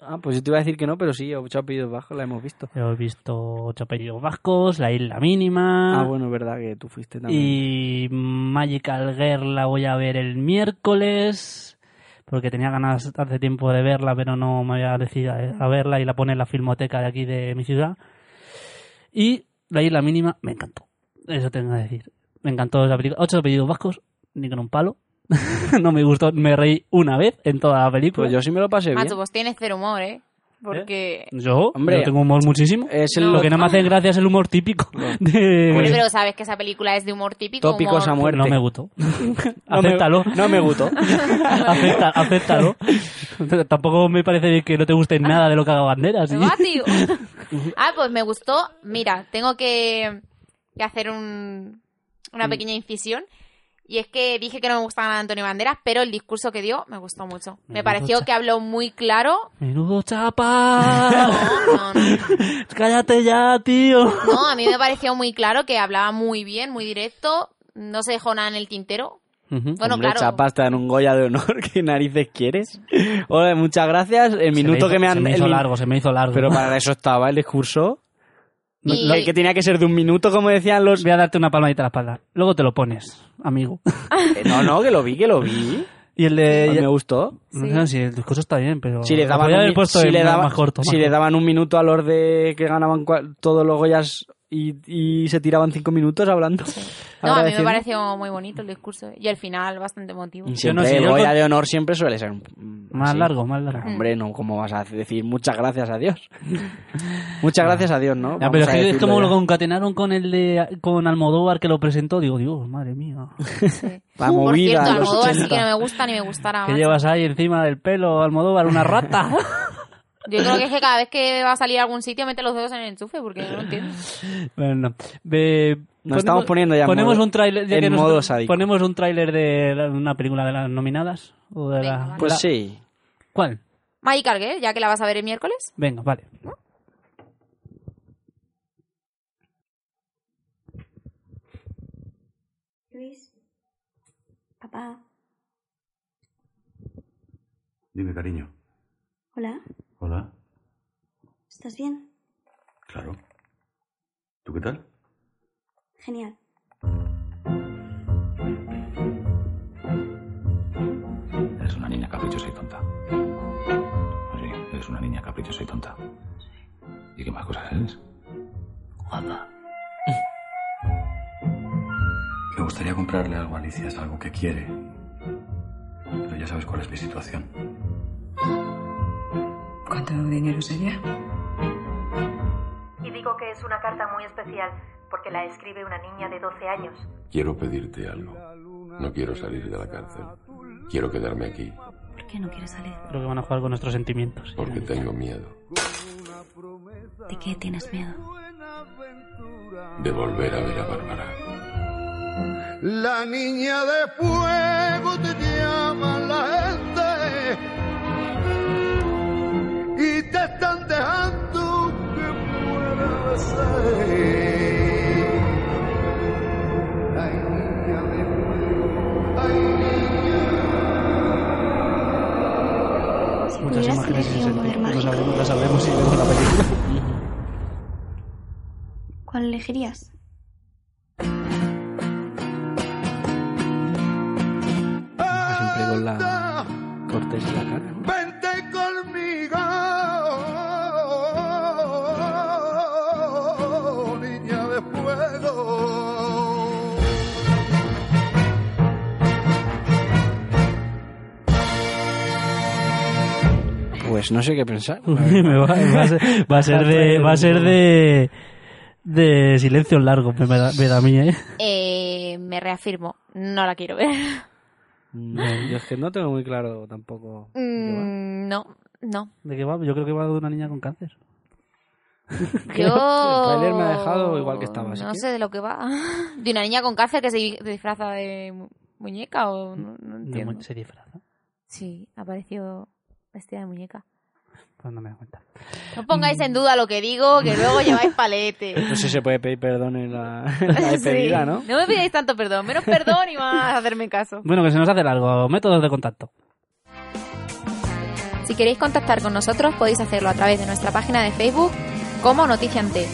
Speaker 9: Ah, pues yo te iba a decir que no, pero sí, ocho apellidos bajos, la hemos visto.
Speaker 7: Hemos visto Ocho Apellidos Vascos, La Isla Mínima
Speaker 9: Ah, bueno, es verdad que tú fuiste también.
Speaker 7: y Magical Girl la voy a ver el miércoles porque tenía ganas hace tiempo de verla pero no me había decidido a verla y la pone en la filmoteca de aquí de mi ciudad. Y La Isla Mínima me encantó, eso tengo que decir. Me encantó esa película. Ocho Apellidos Vascos, ni con un palo. no me gustó, me reí una vez en toda la película.
Speaker 9: Pues yo sí me lo pasé bien.
Speaker 8: Macho, pues tienes cero humor, ¿eh? Porque...
Speaker 7: Yo,
Speaker 9: Hombre,
Speaker 7: yo tengo humor muchísimo.
Speaker 9: Es el- Pues
Speaker 8: No.
Speaker 7: Lo que no me hace gracia es el humor típico. De...
Speaker 8: Hombre, pero sabes que esa película es de humor típico.
Speaker 9: Tópicos
Speaker 8: humor-
Speaker 9: a muerte.
Speaker 7: No me gustó.
Speaker 9: No me-
Speaker 7: Ah, acéptalo.
Speaker 9: No me gustó.
Speaker 7: Acepta- acéptalo. Tampoco me parece bien que no te guste nada de lo que haga Banderas. ¿sí?
Speaker 8: Ah, tío. ah, pues me gustó. Mira, tengo que, que hacer un- una
Speaker 9: Mm.
Speaker 8: pequeña incisión. Y es que dije que no me gustaba nada Antonio Banderas, pero el discurso que dio me gustó mucho. Me
Speaker 7: Menudo
Speaker 8: pareció
Speaker 7: cha-
Speaker 8: que habló muy claro.
Speaker 7: Menudo chapa.
Speaker 8: No, no, no.
Speaker 7: Cállate ya, tío.
Speaker 8: No, a mí me pareció muy claro que hablaba muy bien, muy directo. No se dejó nada en el tintero.
Speaker 7: Ujú.
Speaker 8: Bueno,
Speaker 9: Hombre,
Speaker 8: claro.
Speaker 9: chapas, te dan un Goya de honor. ¿Qué narices quieres? Hola, muchas gracias. El
Speaker 7: Se me
Speaker 9: minuto
Speaker 7: hizo-
Speaker 9: que me han...
Speaker 7: Se me
Speaker 9: el
Speaker 7: hizo
Speaker 9: min-
Speaker 7: largo, se me hizo largo.
Speaker 9: Pero para eso estaba el discurso.
Speaker 8: Y-
Speaker 9: Lo que tenía que ser de un minuto, como decían los...
Speaker 7: Voy a darte una palmadita a la espalda. Luego te lo pones, amigo.
Speaker 9: Eh, No, no, que lo vi, que lo vi.
Speaker 7: Y el
Speaker 9: Ah, Me
Speaker 7: de...
Speaker 9: gustó.
Speaker 7: No sé si el discurso está bien, pero...
Speaker 9: Si le
Speaker 7: lo
Speaker 9: daban,
Speaker 7: podía
Speaker 9: un,
Speaker 7: haber
Speaker 9: mi-
Speaker 7: puesto
Speaker 9: si
Speaker 7: en
Speaker 9: le
Speaker 7: plan
Speaker 9: daban-
Speaker 7: más corto.
Speaker 9: si
Speaker 7: más
Speaker 9: le
Speaker 7: corto.
Speaker 9: daban un minuto a los de que ganaban cua- todos los Goyas y, y se tiraban cinco minutos hablando.
Speaker 8: No, a mí me
Speaker 9: agradeciendo.
Speaker 8: pareció muy bonito el discurso. Y al final, bastante emotivo.
Speaker 9: Y
Speaker 7: Yo no
Speaker 9: Siempre,
Speaker 7: sé,
Speaker 9: el
Speaker 7: yo
Speaker 9: Goya
Speaker 7: con-
Speaker 9: de honor siempre suele ser mm,
Speaker 7: Más
Speaker 9: así.
Speaker 7: largo, más largo.
Speaker 9: Hombre, no, ¿cómo vas a decir muchas gracias a Dios? muchas gracias a Dios, ¿no?
Speaker 7: Ya,
Speaker 9: Vamos
Speaker 7: pero es
Speaker 9: a
Speaker 7: que es
Speaker 9: decirlo
Speaker 7: como lo
Speaker 9: ya.
Speaker 7: concatenaron con el de con Almodóvar que lo presentó, digo, Dios, madre mía.
Speaker 8: Sí.
Speaker 9: La
Speaker 8: Por
Speaker 9: movida
Speaker 8: cierto,
Speaker 9: de los
Speaker 8: Almodóvar sí
Speaker 9: 80.
Speaker 8: que no me gusta ni me gustará.
Speaker 7: ¿Qué
Speaker 8: macho.
Speaker 7: llevas ahí encima del pelo, Almodóvar? Una rata.
Speaker 8: Yo creo que es que cada vez que va a salir a algún sitio mete los dedos en el enchufe porque no lo entiendo.
Speaker 7: bueno, ve-
Speaker 9: Nos estamos poniendo ya en
Speaker 7: ponemos
Speaker 9: modo-
Speaker 7: un tráiler ya
Speaker 9: en
Speaker 7: que nos-
Speaker 9: modo sádico.
Speaker 7: ponemos un tráiler de la- una película de las nominadas o de
Speaker 8: Venga,
Speaker 7: la-
Speaker 8: vale.
Speaker 9: Pues
Speaker 7: la-
Speaker 9: sí.
Speaker 7: ¿Cuál?
Speaker 8: Magical Girl, ya que la vas a ver el miércoles.
Speaker 7: Venga, vale.
Speaker 2: Luis, papá,
Speaker 6: Dime, cariño.
Speaker 2: hola,
Speaker 6: Hola.
Speaker 2: ¿estás bien?
Speaker 6: Claro. ¿Tú qué tal?
Speaker 2: Genial.
Speaker 6: Eres una niña caprichosa y tonta. Sí, eres una niña caprichosa y tonta. ¿Y qué más cosas eres? Guapa. Me gustaría comprarle algo a Alicia, es algo que quiere. Pero ya sabes cuál es mi situación.
Speaker 10: ¿Cuánto dinero sería?
Speaker 2: Y digo que es una carta muy especial porque la escribe una niña de 12 años.
Speaker 6: Quiero pedirte algo. No quiero salir de la cárcel. Quiero quedarme aquí
Speaker 10: ¿Por qué no quieres salir?
Speaker 7: Creo que van a jugar con nuestros sentimientos.
Speaker 6: porque tengo miedo
Speaker 10: ¿De qué tienes miedo?
Speaker 6: de volver a ver a Bárbara.
Speaker 1: La niña de fuego te llama la gente y te están dejando que puedas ser. Ay, niña de fuego, ay,
Speaker 7: Muchas imágenes sin sentido. Lo sabremos, lo sabremos si vemos la película.
Speaker 2: ¿Cuál elegirías?
Speaker 9: Siempre con la cortes en la cara. ¿no?
Speaker 1: vente conmigo, niña de fuego.
Speaker 9: Pues no sé qué pensar.
Speaker 7: Me va, va a ser, va a ser de va a ser de de silencio largo me da, me da a mí, ¿eh?
Speaker 8: Eh, me reafirmo, no la quiero ver.
Speaker 9: No, Mm, yo es que no tengo muy claro tampoco. de qué va.
Speaker 8: Mm, no, no.
Speaker 7: ¿De qué va? Yo creo que va de una niña con cáncer.
Speaker 8: Yo...
Speaker 9: el tráiler me ha dejado igual que estaba, así
Speaker 8: No
Speaker 9: que-
Speaker 8: sé de lo que va. De una niña con cáncer que se disfraza de mu- muñeca o no,
Speaker 7: De
Speaker 8: no
Speaker 7: mu-
Speaker 8: entiendo.
Speaker 7: Se disfraza.
Speaker 8: Sí, apareció vestida de muñeca.
Speaker 9: Mm.
Speaker 7: Pues no me da cuenta.
Speaker 8: No pongáis en duda lo que digo, que luego lleváis palete.
Speaker 9: No sé si se puede pedir perdón en la, en la despedida,
Speaker 8: Sí.
Speaker 9: ¿no?
Speaker 8: me pidáis tanto perdón, menos perdón y más hacerme caso.
Speaker 7: Bueno, que se nos hace largo. Métodos de contacto.
Speaker 8: Si queréis contactar con nosotros podéis hacerlo a través de nuestra página de Facebook como Noticiante.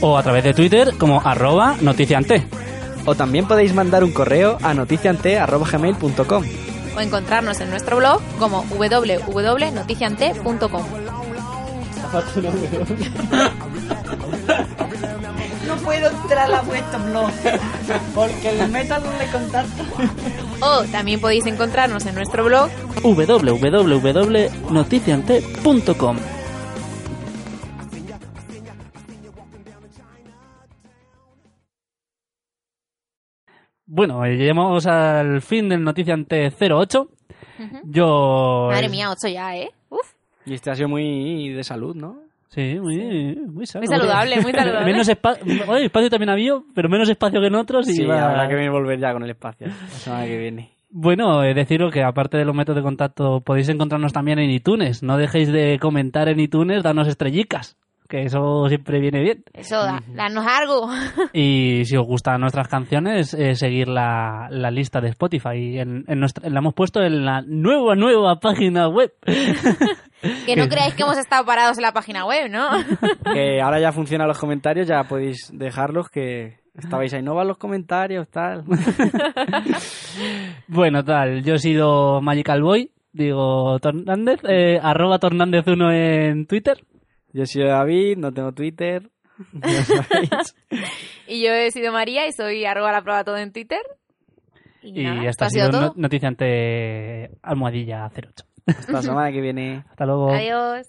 Speaker 7: O a través de Twitter como arroba noticiante.
Speaker 9: O también podéis mandar un correo a noticiante.gmail.com.
Speaker 8: o encontrarnos en nuestro blog como www.noticiante.com.
Speaker 3: No puedo entrar a vuestro blog porque el metal no le contacta.
Speaker 8: O también podéis encontrarnos en nuestro blog
Speaker 7: www.noticiante.com Bueno, eh, llegamos al fin del Noticiante 08. Yo...
Speaker 8: Madre mía, 8 ya, ¿eh? Uf,
Speaker 9: Y este ha sido muy de salud, ¿no?
Speaker 7: Sí, muy, muy, sano.
Speaker 8: muy saludable, muy saludable.
Speaker 7: Menos espacio, espacio también había, pero menos espacio que en otros. Y
Speaker 9: Sí,
Speaker 7: va-
Speaker 9: habrá que volver ya con el espacio la semana que viene.
Speaker 7: Bueno, eh, deciros que aparte de los métodos de contacto, podéis encontrarnos también en iTunes. No dejéis de comentar en iTunes, danos estrellicas, que eso siempre viene bien.
Speaker 8: Eso, da, danos algo.
Speaker 7: Y si os gustan nuestras canciones, eh, seguir la, la lista de Spotify. En, en nuestra- la hemos puesto en la nueva, nueva página web.
Speaker 8: Que no creáis que hemos estado parados en la página web, ¿no?
Speaker 9: Que ahora ya funcionan los comentarios, ya podéis dejarlos que estabais ahí. No van los comentarios, tal.
Speaker 7: Bueno, tal, yo he sido Magical Boy, digo Tornández, eh, arroba Tornández1 en Twitter.
Speaker 9: Yo soy David, no tengo Twitter. ya sabéis.
Speaker 8: Y yo he sido María y soy arroba la prueba todo en Twitter. Y,
Speaker 7: Y
Speaker 8: nada, esto
Speaker 7: hasta
Speaker 8: ha sido
Speaker 7: no-
Speaker 8: todo.
Speaker 7: noticia ante Almohadilla 08.
Speaker 9: Hasta la semana que viene.
Speaker 7: Hasta luego.
Speaker 8: Adiós.